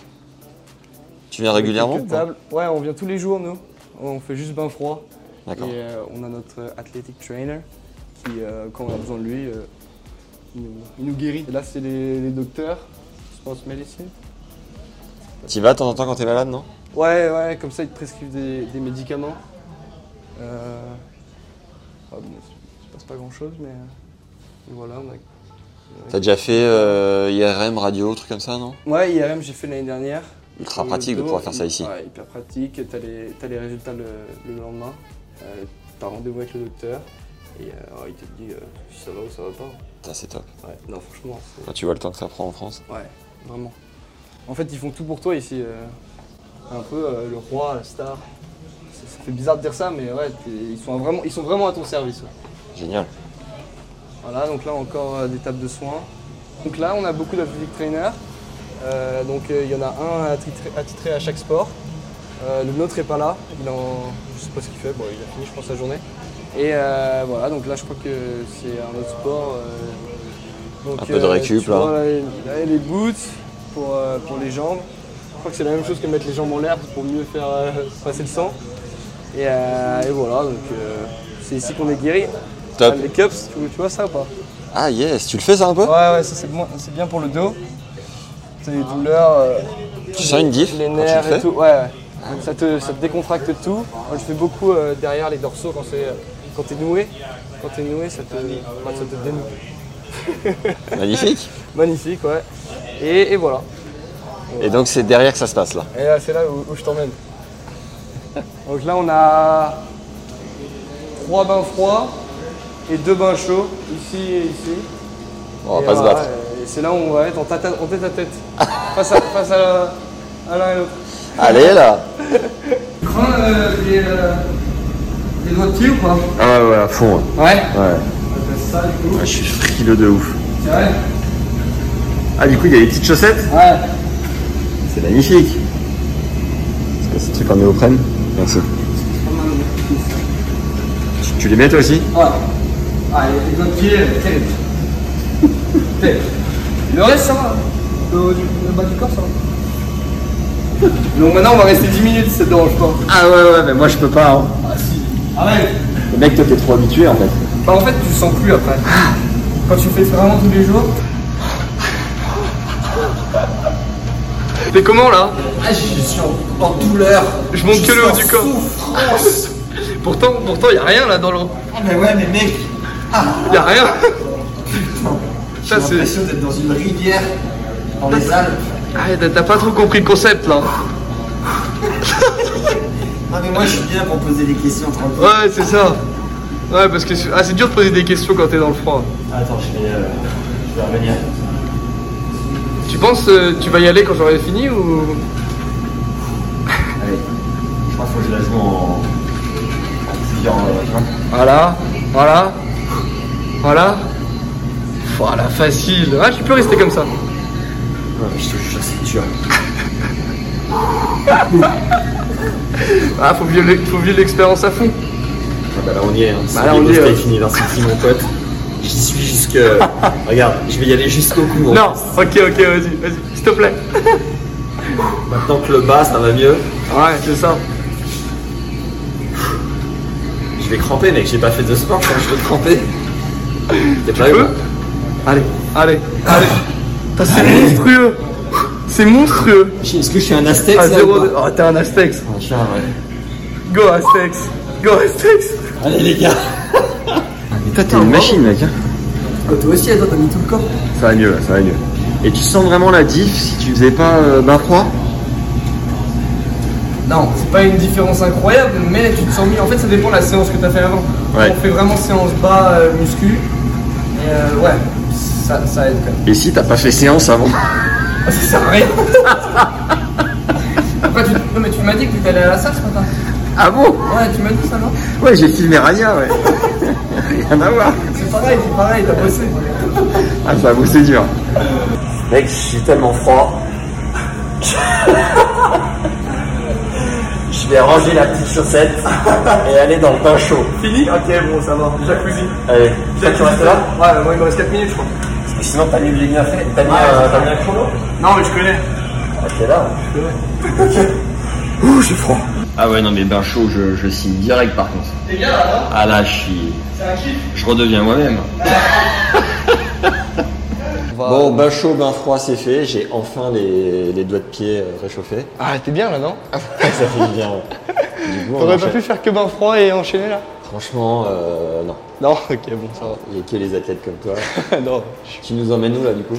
Speaker 3: Tu viens régulièrement
Speaker 4: Quelques
Speaker 3: ou pas
Speaker 4: tables. Ouais, on vient tous les jours, nous. On fait juste bain froid.
Speaker 3: D'accord.
Speaker 4: Et euh, on a notre euh, athletic trainer qui, euh, quand on a besoin de lui, euh, il, nous, il nous guérit. Et là, c'est les, les docteurs, sports medicine.
Speaker 3: T'y vas de temps en temps quand t'es malade, non
Speaker 4: Ouais, ouais, comme ça, ils te prescrivent des, des médicaments. Euh... ah bon, il se passe pas grand-chose, mais euh, voilà. on a-
Speaker 3: T'as déjà fait euh, IRM, radio, truc comme ça, non
Speaker 4: Ouais, IRM, j'ai fait l'année dernière.
Speaker 3: Ultra
Speaker 4: Le
Speaker 3: pratique de
Speaker 4: dos,
Speaker 3: pouvoir faire ça
Speaker 4: hy-
Speaker 3: ici.
Speaker 4: Ouais, hyper pratique. T'as les, t'as les résultats le, le lendemain. Euh, T'as rendez-vous avec le docteur. Et euh, ouais, il te dit euh, si ça va ou ça va pas.
Speaker 3: Putain, c'est top.
Speaker 4: Ouais, non, franchement, c'est.
Speaker 3: Quand Ah, tu vois le temps que ça prend en France.
Speaker 4: Ouais, vraiment. En fait, ils font tout pour toi ici. euh, un peu euh, le roi, la star. Ça, ça fait bizarre de dire ça, mais ouais, t'es- ils sont, vraiment, ils sont vraiment à ton service. ouais.
Speaker 3: Génial.
Speaker 4: Voilà, donc là encore euh, des tables de soins. Donc là, on a beaucoup d'athletic trainers. Euh, donc euh, il y en a un attitré, attitré à chaque sport. Euh, le nôtre est pas là. Il en, je sais pas ce qu'il fait. Bon, il a fini, je pense, sa journée. Et euh, voilà, donc là, je crois que c'est un autre sport. euh, donc,
Speaker 3: Un peu de récup,
Speaker 4: tu
Speaker 3: là.
Speaker 4: vois, il- là, il y a les boots pour, euh, pour les jambes. Je crois que c'est la même chose que mettre les jambes en l'air pour mieux faire euh, passer le sang. Et, euh, et voilà, donc euh, c'est ici qu'on est guéri. Ah,
Speaker 3: Top.
Speaker 4: Les cups, tu, tu vois ça ou pas
Speaker 3: Ah yes, tu le fais ça un peu
Speaker 4: Ouais, ouais, ça c'est bon- c'est bien pour le dos. T'as des douleurs. euh,
Speaker 3: Tu sens une diff
Speaker 4: Les
Speaker 3: quand tu le
Speaker 4: nerfs
Speaker 3: fais
Speaker 4: et tout, ouais. ouais. Donc ça te, ça te décontracte tout. Moi, je fais beaucoup euh, derrière les dorsaux quand c'est euh, quand t'es noué. Quand t'es noué, ça te, enfin, ça te dénoue.
Speaker 3: Magnifique.
Speaker 4: Magnifique, ouais. Et, et voilà.
Speaker 3: Et donc c'est derrière que ça se passe là.
Speaker 4: Et là, c'est là où, où je t'emmène. Donc là, on a trois bains froids et deux bains chauds, ici et ici.
Speaker 3: On va
Speaker 4: Et
Speaker 3: pas se
Speaker 4: voilà,
Speaker 3: battre.
Speaker 4: et c'est là où on va être en, tête à- en tête à tête, face à, face à la- à l'un et l'autre.
Speaker 3: Allez là
Speaker 4: Prends euh, les, doigts de pied ou pas
Speaker 5: Ah ouais, ouais, à fond. ouais.
Speaker 4: Ouais.
Speaker 5: Ouais.
Speaker 4: Ça, du coup,
Speaker 5: Ouais, je suis frileux de ouf.
Speaker 4: c'est vrai
Speaker 5: Ah, du coup, il y a les petites chaussettes
Speaker 4: Ouais.
Speaker 5: C'est magnifique. C'est quoi ce truc en néoprène Merci. Tu, tu les mets toi aussi
Speaker 4: Ah, ah les doigts de pied, terrible. Terrible. Le reste, ça va. Le, du- le bas du corps, ça va. Donc maintenant, on va rester 10 minutes, ça te dérange pas.
Speaker 5: Ah ouais, ouais, mais moi je peux pas. hein.
Speaker 4: Ah si. Ah ouais
Speaker 5: Le mec, toi t'es trop habitué en fait.
Speaker 4: Bah en fait, tu le sens plus après. Quand tu fais vraiment tous les jours. Mais comment là Ah, je suis en, douleur. Je monte que le haut du corps. pourtant, pourtant, y a rien là dans l'eau.
Speaker 6: Ah mais ouais mais mec,
Speaker 4: Y a rien. Ça
Speaker 6: j'ai
Speaker 4: c'est.
Speaker 6: l'impression d'être dans une rivière dans les Alpes.
Speaker 4: Ah, t'as- t'as pas trop compris le concept là.
Speaker 6: Ah mais moi je suis bien pour poser des questions tranquilles.
Speaker 4: Ouais, c'est ça. Ouais, parce que c'est- ah, c'est dur de poser des questions quand t'es dans le froid.
Speaker 6: Attends, je vais, euh, je vais revenir.
Speaker 4: Tu penses euh, tu vas y aller quand j'aurai fini ou
Speaker 6: Allez, je crois qu'il faut que je la joue en, en plusieurs... euh, tu vois.
Speaker 4: Voilà, voilà, voilà. Voilà, facile. Ah, tu peux rester comme ça.
Speaker 6: Ouais, mais je te jure, c'est dur.
Speaker 4: Ah, faut vivre l'e- faut vivre l'expérience à fond.
Speaker 6: Ah, bah là on y est, hein.
Speaker 4: Bah, là, on y est, ouais.
Speaker 6: C'est fini, là c'est fini mon pote. J'y suis jusque... euh, Regarde, je vais y aller jusqu'au hein. cou. en
Speaker 4: Non, ok, ok, vas-y, vas-y, s'il te plaît.
Speaker 6: fait. Maintenant que le bas ça va mieux,
Speaker 4: Ouais, c'est ça.
Speaker 6: je vais cramper mec, j'ai pas fait de sport quand je veux cramper. T'es pas
Speaker 4: peux Allez, allez, allez. Putain, C'est monstrueux. C'est monstrueux.
Speaker 6: Est-ce que je suis un Aztec là,
Speaker 4: À
Speaker 6: ou
Speaker 4: zéro.
Speaker 6: pas
Speaker 4: de- Oh, t'es un Astex.
Speaker 6: Ah, tiens, ouais.
Speaker 4: Go Astex. Go Astex.
Speaker 6: Ah. Allez les gars
Speaker 5: Toi Ah, t'es une machine mec. hein.
Speaker 6: Toi aussi, attends, t'as mis tout le corps
Speaker 5: Ça va mieux, là, ça va mieux. Et tu sens vraiment la diff si tu faisais pas euh, bain froid
Speaker 4: Non, c'est pas une différence incroyable, mais tu te sens mieux. En fait, ça dépend de la séance que tu as fait avant.
Speaker 5: Ouais.
Speaker 4: On fait vraiment séance bas euh, muscu. Et euh, ouais, ça, ça aide quand même.
Speaker 5: Et si t'as pas fait séance avant
Speaker 4: Ah, ça sert à rien. Après, tu, non, mais tu m'as dit que tu allé à la salle ce matin.
Speaker 5: Ah bon
Speaker 4: Ouais, tu m'as dit ça, non
Speaker 5: Ouais, j'ai filmé Rania, ouais. Rien à voir.
Speaker 4: C'est pareil, c'est pareil, t'as bossé.
Speaker 5: Ah, ça vous c'est dur.
Speaker 3: Mec, je suis tellement froid. je vais ranger la petite chaussette et aller dans le bain chaud.
Speaker 4: Fini Ok, bon, ça va. Jacuzzi.
Speaker 3: Allez, toi tu restes là
Speaker 4: Ouais, moi, il me reste 4 minutes, je crois. Ah,
Speaker 3: Parce que sinon t'as mis le ligne à fait. T'as mis, euh, t'as mis un chrono
Speaker 4: Non, mais je connais.
Speaker 3: Ok, là.
Speaker 5: Ah ouais, non, mais bain chaud, je, je signe direct par contre.
Speaker 4: Les gars, là,
Speaker 5: Ah là, je suis.
Speaker 4: c'est un kiff.
Speaker 5: Je redeviens moi-même.
Speaker 3: Bon, bah, bain chaud, bain froid, c'est fait. J'ai enfin les, les doigts de pied euh, réchauffés.
Speaker 4: Ah, t'es bien là, non
Speaker 3: Ça fait du bien. bah, Du coup, on
Speaker 4: T'aurais pas
Speaker 3: enchaîne.
Speaker 4: pu faire que bain froid et enchaîner là
Speaker 3: Franchement, euh, non.
Speaker 4: Non, ok, bon, ça
Speaker 3: Il n'y a que les athlètes comme toi.
Speaker 4: va. non,
Speaker 3: Tu nous emmènes où là du coup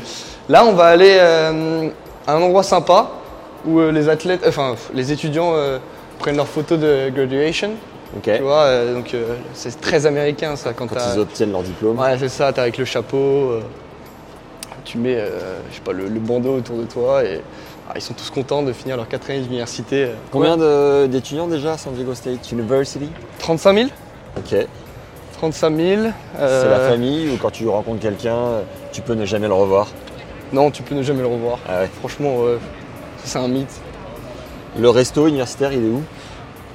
Speaker 4: Là, on va aller euh, à un endroit sympa où euh, les athlètes, enfin les étudiants euh, prennent leurs photos de graduation.
Speaker 3: Ok.
Speaker 4: Tu vois, euh, donc euh, c'est très américain ça quand,
Speaker 3: Quand
Speaker 4: t'as-
Speaker 3: ils obtiennent leur diplôme.
Speaker 4: Ouais, c'est ça. T'es avec le chapeau, euh, tu mets, euh, je sais pas, le, le bandeau autour de toi et ah, ils sont tous contents de finir leur quatrième université. euh.
Speaker 3: Combien de- d'étudiants déjà à San Diego State University
Speaker 4: 35 000
Speaker 3: Ok. C'est
Speaker 4: 35 000. euh,
Speaker 3: la famille ou quand tu rencontres quelqu'un, tu peux ne jamais le revoir.
Speaker 4: Non, tu peux ne jamais le revoir.
Speaker 3: Ah ouais.
Speaker 4: Franchement, ouais, ça, c'est un mythe.
Speaker 3: Le resto universitaire, il est où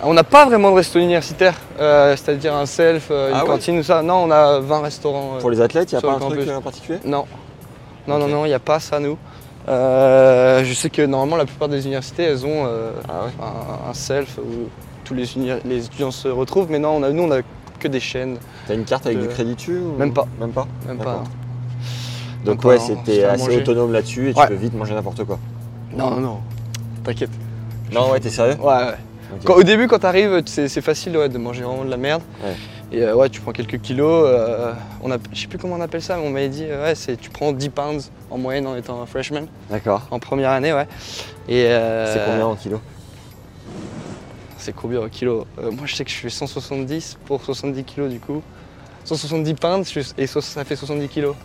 Speaker 4: On n'a pas vraiment de resto universitaire, euh, c'est-à-dire un self, euh, une
Speaker 3: Ah ouais
Speaker 4: cantine ou ça. Non, on a 20 restaurants. euh.
Speaker 3: Pour les athlètes, il n'y a
Speaker 4: Sur
Speaker 3: pas
Speaker 4: le
Speaker 3: un truc
Speaker 4: campus.
Speaker 3: euh, particulier
Speaker 4: Non. Non, non,
Speaker 3: Ok.
Speaker 4: non, il n'y a pas ça, nous. Euh, je sais que normalement, la plupart des universités, elles ont euh,
Speaker 3: Ah ouais
Speaker 4: un, un self ou tous les, uni- les étudiants se retrouvent. Mais non, on a, nous, on a que des chaînes.
Speaker 3: T'as une carte avec
Speaker 4: Euh,
Speaker 3: du crédit dessus ou-
Speaker 4: même pas.
Speaker 3: Même pas
Speaker 4: Même pas. hein.
Speaker 3: D'accord. Donc
Speaker 4: Même
Speaker 3: ouais,
Speaker 4: pas, on se
Speaker 3: c'était
Speaker 4: fait à
Speaker 3: assez
Speaker 4: manger.
Speaker 3: autonome là-dessus et tu
Speaker 4: Ouais.
Speaker 3: peux vite manger n'importe quoi.
Speaker 4: Non, non, non. T'inquiète.
Speaker 3: Non, ouais, t'es sérieux
Speaker 4: Ouais, ouais.
Speaker 3: Ok.
Speaker 4: Quand- au début, quand t'arrives, tu sais, c'est facile ouais, de manger vraiment de la merde.
Speaker 3: Ouais.
Speaker 4: Et euh, ouais, tu prends quelques kilos. euh, on a, je sais plus comment on appelle ça, mais on m'avait dit, euh, ouais, c'est, tu prends 10 pounds en moyenne en étant un freshman,
Speaker 3: D'accord.
Speaker 4: en première année, ouais. Et euh,
Speaker 3: C'est combien en kilos
Speaker 4: C'est combien au kilo Euh, Moi, je sais que je suis 170 pour 70 kilos du coup. 170 pounds je suis- et so- ça fait 70 kilos.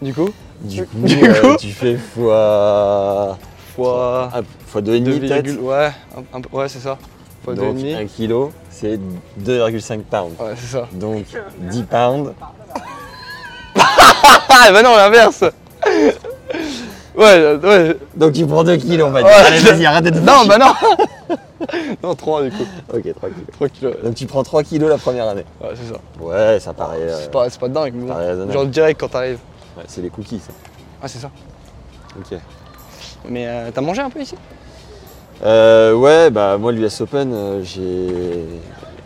Speaker 4: du coup,
Speaker 3: Du coup,
Speaker 4: Du
Speaker 3: euh,
Speaker 4: coup
Speaker 3: tu fais fois...
Speaker 4: fois
Speaker 3: ah, fois 2,5
Speaker 4: 2,1.
Speaker 3: peut-être
Speaker 4: Ouais, un- un- ouais, c'est ça. Fois
Speaker 3: Donc
Speaker 4: 2,5.
Speaker 3: 1 kilo, c'est 2,5 pounds.
Speaker 4: Ouais, c'est ça.
Speaker 3: Donc 10 pounds,
Speaker 4: Ah, bah non, l'inverse Ouais, euh, ouais.
Speaker 3: donc tu prends 2 kilos on va dire.
Speaker 4: Ouais.
Speaker 3: Allez vas-y arrête d'être
Speaker 4: Non,
Speaker 3: fâché.
Speaker 4: bah non Non, 3 du coup.
Speaker 3: Ok 3 kilos.
Speaker 4: 3 kilos.
Speaker 3: Donc tu prends 3 kilos la première année.
Speaker 4: Ouais, c'est ça.
Speaker 3: Ouais ça paraît... euh,
Speaker 4: C'est pas, c'est pas dingue, mais
Speaker 3: paraît
Speaker 4: bon.
Speaker 3: raisonnable.
Speaker 4: Genre direct quand t'arrives.
Speaker 3: ouais, c'est les cookies ça.
Speaker 4: Ah, c'est ça.
Speaker 3: Ok.
Speaker 4: Mais euh, t'as mangé un peu ici
Speaker 3: Euh, ouais, bah moi l'US Open, euh, j'ai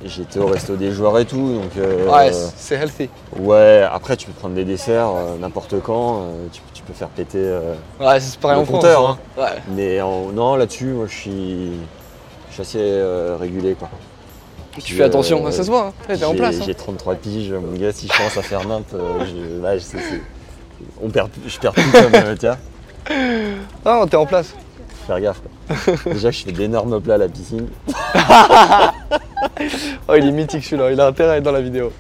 Speaker 3: j'étais au resto des joueurs et tout, donc euh,
Speaker 4: Ouais, c'est- c'est healthy.
Speaker 3: ouais. Après tu peux prendre des desserts euh, n'importe quand, euh, tu, tu peux faire péter. euh,
Speaker 4: Ouais, c'est pareil
Speaker 3: le
Speaker 4: en France.
Speaker 3: compteur, hein.
Speaker 4: Ouais.
Speaker 3: mais en- non là-dessus, moi je suis je suis assez euh, régulé quoi.
Speaker 4: Tu fais attention, ça se voit, hein. Ouais, t'es en
Speaker 3: J'ai-
Speaker 4: place. hein.
Speaker 3: J'ai 33 piges, mon gars. Si je commence à faire nimp, euh, je, là, je- c'est- c'est- on perd, plus- je perds tout comme euh, tiens.
Speaker 4: Ah, non, t'es en place.
Speaker 3: Faut Faire gaffe. Quoi. Déjà, je fais d'énormes plats à la piscine.
Speaker 4: Oh, il est mythique celui-là, il a intérêt à être dans la vidéo.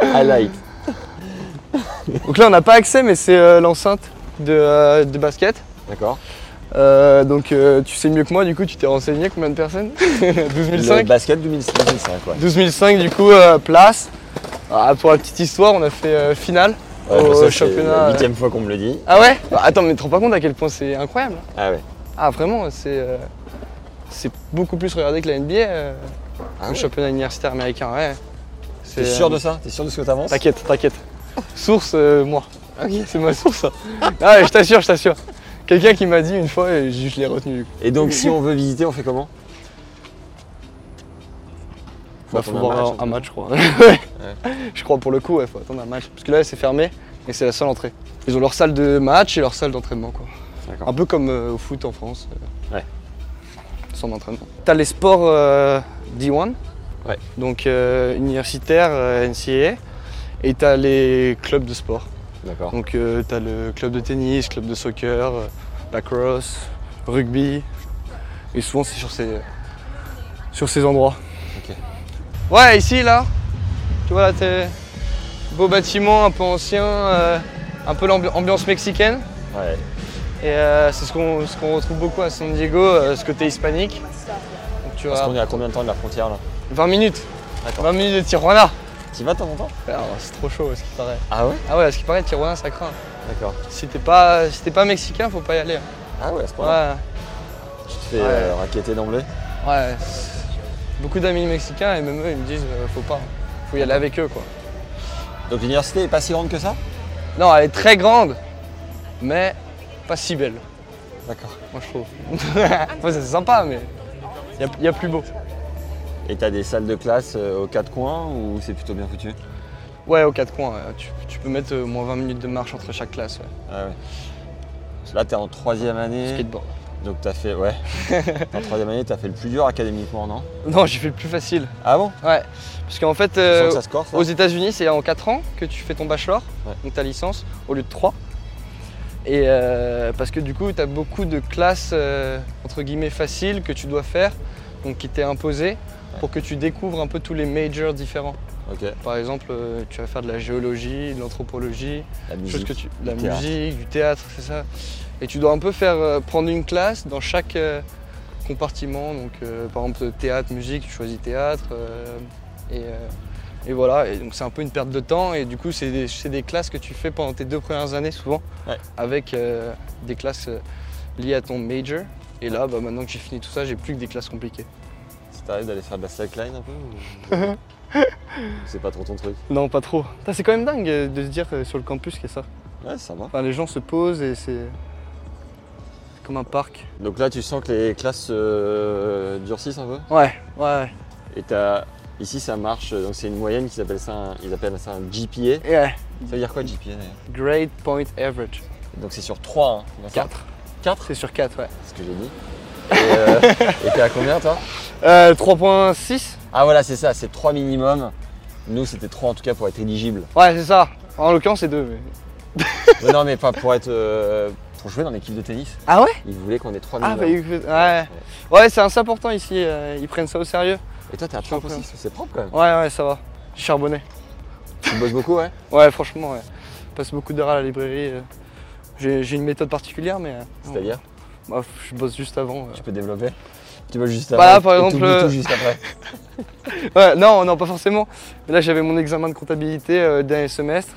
Speaker 3: Highlight.
Speaker 4: Donc là, on n'a pas accès, mais c'est euh, l'enceinte de, euh, de basket.
Speaker 3: D'accord.
Speaker 4: Euh, donc euh, tu sais mieux que moi, du coup, tu t'es renseigné combien de personnes 12
Speaker 3: Le
Speaker 4: 500
Speaker 3: basket 2005, ouais.
Speaker 4: 12 500, du coup, euh, place. Ah, pour la petite histoire, on a fait euh, finale
Speaker 3: Ouais,
Speaker 4: au
Speaker 3: bah ça, c'est
Speaker 4: championnat.
Speaker 3: La huitième fois qu'on me le dit.
Speaker 4: Ah ouais Bah, Attends, mais tu te rends pas compte à quel point c'est incroyable.
Speaker 3: Ah ouais.
Speaker 4: Ah, vraiment, c'est euh, c'est beaucoup plus regardé que la NBA, euh,
Speaker 3: Ah
Speaker 4: le
Speaker 3: ouais.
Speaker 4: championnat universitaire américain, ouais.
Speaker 3: T'es
Speaker 4: C'est,
Speaker 3: sûr
Speaker 4: euh,
Speaker 3: de ça T'es sûr de ce que t'avances
Speaker 4: T'inquiète, t'inquiète. Source, euh, moi. C'est ma source. hein. Ah ouais, je t'assure, je t'assure. Quelqu'un qui m'a dit une fois et je, je l'ai retenu. du coup.
Speaker 3: Et donc, si on veut visiter, on fait comment Faut
Speaker 4: Bah, faut
Speaker 3: attendre un
Speaker 4: voir un,
Speaker 3: match,
Speaker 4: un match, je crois. Ouais. Je crois pour le coup, ouais, faut attendre un match. Parce que là, c'est fermé et c'est la seule entrée. Ils ont leur salle de match et leur salle d'entraînement, quoi.
Speaker 3: D'accord.
Speaker 4: Un peu comme euh, au foot en France. euh,
Speaker 3: Ouais.
Speaker 4: Sans entraînement. T'as les sports euh, D1.
Speaker 3: Ouais.
Speaker 4: Donc euh, universitaire, euh, NCAA. Et t'as les clubs de sport.
Speaker 3: D'accord.
Speaker 4: Donc tu as le club de tennis, club de soccer, euh, lacrosse, rugby. Et souvent c'est sur ces, euh, sur ces endroits.
Speaker 3: Ok.
Speaker 4: Ouais, ici là, tu vois là, t'es beau bâtiment, un peu ancien, euh, un peu l'ambi- ambiance mexicaine.
Speaker 3: Ouais.
Speaker 4: Et euh, c'est ce qu'on ce qu'on retrouve beaucoup à San Diego, euh, ce côté hispanique. Donc, tu
Speaker 3: Parce
Speaker 4: vois,
Speaker 3: qu'on est à combien de temps de la frontière là
Speaker 4: 20 minutes.
Speaker 3: D'accord.
Speaker 4: 20 minutes de Tijuana.
Speaker 3: T'y vas de temps en temps
Speaker 4: Alors, c'est trop chaud à ce qui paraît.
Speaker 3: Ah ouais
Speaker 4: Ah ouais, à ce qui paraît, Tijuana ça craint.
Speaker 3: D'accord.
Speaker 4: Si t'es pas, si t'es pas mexicain, faut pas y aller. hein.
Speaker 3: Ah ouais, à ce point-là.
Speaker 4: Ouais,
Speaker 3: Tu te fais euh, raqueter d'emblée
Speaker 4: ouais. c'est- Beaucoup d'amis mexicains et même eux ils me disent euh, faut pas, faut y aller avec eux quoi.
Speaker 3: Donc, l'université est pas si grande que ça
Speaker 4: Non, elle est très grande, mais pas si belle,
Speaker 3: D'accord.
Speaker 4: moi je trouve. Enfin, c'est sympa, mais il y, a plus beau.
Speaker 3: Et t'as des salles de classe euh, aux quatre coins ou c'est plutôt bien foutu
Speaker 4: Ouais, aux quatre coins, ouais. tu, tu peux mettre euh, au moins 20 minutes de marche entre chaque classe, ouais.
Speaker 3: Ah ouais. Là, t'es en troisième année.
Speaker 4: skateboard.
Speaker 3: Donc, t'as fait. Ouais. T'es en troisième année, t'as fait le plus dur académiquement, non
Speaker 4: Non, j'ai fait le plus facile,
Speaker 3: Ah bon
Speaker 4: ouais. Parce qu'en fait,
Speaker 3: Tu
Speaker 4: euh,
Speaker 3: sens que ça se corse hein là
Speaker 4: Aux États-Unis, c'est en 4 ans que tu fais ton bachelor,
Speaker 3: Ouais.
Speaker 4: donc ta licence, au lieu de 3. Et euh, parce que du coup, tu as beaucoup de classes euh, entre guillemets faciles que tu dois faire, donc qui t'est imposé pour que tu découvres un peu tous les majors différents.
Speaker 3: Ok.
Speaker 4: Par exemple, euh, tu vas faire de la géologie, de l'anthropologie,
Speaker 3: La
Speaker 4: chose
Speaker 3: musique.
Speaker 4: que tu, de la
Speaker 3: du théâtre.
Speaker 4: musique, du théâtre, c'est ça. Et tu dois un peu faire euh, prendre une classe dans chaque euh, compartiment. Donc, euh, par exemple, théâtre, musique, tu choisis théâtre. euh, et, euh, et voilà. Et donc, c'est un peu une perte de temps. Et du coup, c'est des, c'est des classes que tu fais pendant tes deux premières années, souvent,
Speaker 3: Ouais.
Speaker 4: avec euh, des classes euh, liées à ton major. Et là, bah, maintenant que j'ai fini tout ça, j'ai plus que des classes compliquées.
Speaker 3: Ça t'arrive d'aller faire de la slackline un peu ou... C'est pas trop ton truc.
Speaker 4: Non, pas trop. Putain, C'est quand même dingue euh, de se dire euh, sur le campus qu'il y a ça.
Speaker 3: Ouais, ça va.
Speaker 4: Enfin, les gens se posent et c'est. comme un parc.
Speaker 3: Donc là, tu sens que les classes euh, durcissent un peu
Speaker 4: Ouais, ouais, ouais.
Speaker 3: Et t'as- Ici, ça marche, euh, donc c'est une moyenne qui s'appelle ça, un- ils appellent ça un GPA.
Speaker 4: Yeah.
Speaker 3: Ça veut dire quoi GPA d'ailleurs
Speaker 4: Grade point average.
Speaker 3: Donc c'est sur 3, hein, d'accord
Speaker 4: 4. 4 C'est sur 4, ouais.
Speaker 3: C'est ce que j'ai dit. Et euh, et t'es à combien toi
Speaker 4: Euh, 3.6
Speaker 3: Ah voilà, c'est ça, c'est 3 minimum. Nous, c'était 3 en tout cas pour être éligible.
Speaker 4: Ouais, c'est ça. En l'occurrence, c'est 2.
Speaker 3: Mais non, mais pas pour être. euh, pour jouer dans l'équipe de tennis,
Speaker 4: Ah ouais
Speaker 3: ils voulaient qu'on ait 3
Speaker 4: Ah,
Speaker 3: minimum.
Speaker 4: bah, ils- ouais. Ouais, c'est assez important ici. euh, Ils prennent ça au sérieux.
Speaker 3: Et toi, t'es à 3.6, c'est propre quand même.
Speaker 4: Ouais, ouais, ça va. J'ai charbonné.
Speaker 3: Tu bosses beaucoup, ouais
Speaker 4: Ouais, franchement, ouais. Je passe beaucoup d'heures à la librairie. euh. J'ai j'ai une méthode particulière, mais. euh,
Speaker 3: C'est-à-dire
Speaker 4: bah, Je bosse juste avant. euh.
Speaker 3: Tu peux développer Tu bosses juste
Speaker 4: Bah,
Speaker 3: avant
Speaker 4: par
Speaker 3: et
Speaker 4: exemple,
Speaker 3: t'oublies
Speaker 4: euh,
Speaker 3: tout juste après.
Speaker 4: Ouais, non, non, pas forcément. Mais là, j'avais mon examen de comptabilité euh, dernier semestre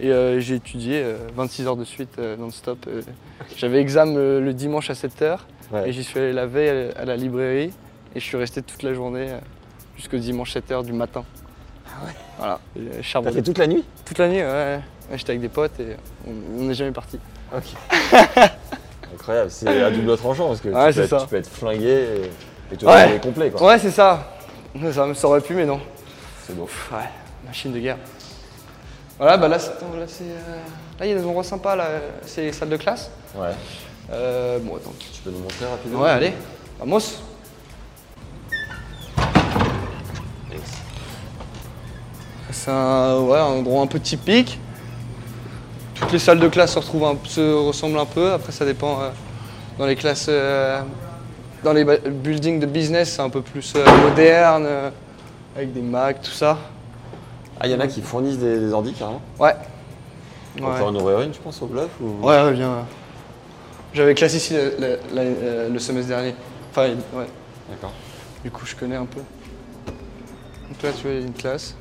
Speaker 4: et euh, j'ai étudié euh, 26 heures de suite euh, non-stop. euh. J'avais examen euh, le dimanche à 7h
Speaker 3: Ouais.
Speaker 4: et j'y suis allé la veille euh, à la librairie et je suis resté toute la journée euh, jusqu'au dimanche 7h du matin. Voilà, Et, euh,
Speaker 3: Ah T'as
Speaker 4: charbonné
Speaker 3: fait toute la nuit
Speaker 4: toute la nuit. ouais, ouais. Ouais, J'étais avec des potes et on on n'est jamais parti.
Speaker 3: Ok. Incroyable, c'est à double tranchant parce que
Speaker 4: Ouais,
Speaker 3: tu, peux
Speaker 4: c'est
Speaker 3: être,
Speaker 4: ça.
Speaker 3: tu peux être flingué et, et te
Speaker 4: Ouais.
Speaker 3: retrouver complet quoi.
Speaker 4: Ouais, c'est ça. ça. Ça aurait pu, mais non.
Speaker 3: C'est beau.
Speaker 4: Pff, ouais, machine de guerre. Voilà, bah là, c'est- attends, là, c'est, euh, là, il y a des endroits sympas, là, c'est les salles de classe.
Speaker 3: Ouais.
Speaker 4: Euh, bon, attends.
Speaker 3: Tu peux nous montrer rapidement
Speaker 4: Ouais, allez, vamos. C'est un, ouais, un endroit un peu typique. Toutes les salles de classe se, retrouvent un- se ressemblent un peu. Après, ça dépend. euh, dans les classes, euh, dans les ba- buildings de business, c'est un peu plus euh, moderne, euh, avec des Macs, tout ça.
Speaker 3: Ah, il y en a qui fournissent des, des ordi carrément.
Speaker 4: Ouais.
Speaker 3: On peut en ouvrir une, je pense, au bluff ou...
Speaker 4: Ouais, ouais, bien. ouais. J'avais classe ici le, le- la- euh, le semestre dernier. Enfin, ouais.
Speaker 3: D'accord.
Speaker 4: Du coup, je connais un peu. Donc là, tu vois, il y a une classe.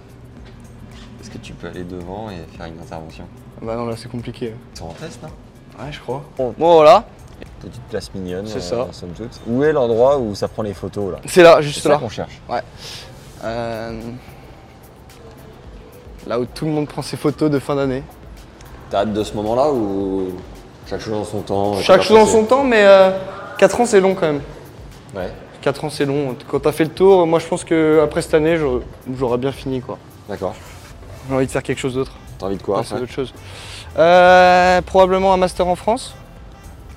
Speaker 3: Est-ce que tu peux aller devant et faire une intervention
Speaker 4: Ah Bah non, là, c'est compliqué.
Speaker 3: Ils sont en test là Oh.
Speaker 4: Ouais, je crois.
Speaker 3: Bon.
Speaker 4: Bon, voilà.
Speaker 3: Petite place mignonne,
Speaker 4: C'est ça.
Speaker 3: en somme toute. Où est l'endroit où ça prend les photos là
Speaker 4: C'est là,
Speaker 3: C'est
Speaker 4: juste
Speaker 3: ça
Speaker 4: là.
Speaker 3: qu'on cherche.
Speaker 4: Euh, Là où tout le monde prend ses photos de fin d'année.
Speaker 3: T'as hâte de ce moment-là ou chaque chose en son temps
Speaker 4: Chaque chose en son
Speaker 3: passé
Speaker 4: temps, mais 4 ans, c'est long quand même.
Speaker 3: Ouais,
Speaker 4: 4 ans, c'est long. Quand t'as fait le tour, moi, je pense que après cette année, j'aurais- j'aurais bien fini, quoi.
Speaker 3: d'accord.
Speaker 4: J'ai envie de faire quelque chose d'autre.
Speaker 3: T'as envie de quoi
Speaker 4: Ouais, c'est
Speaker 3: après
Speaker 4: autre chose. Euh, probablement un master en France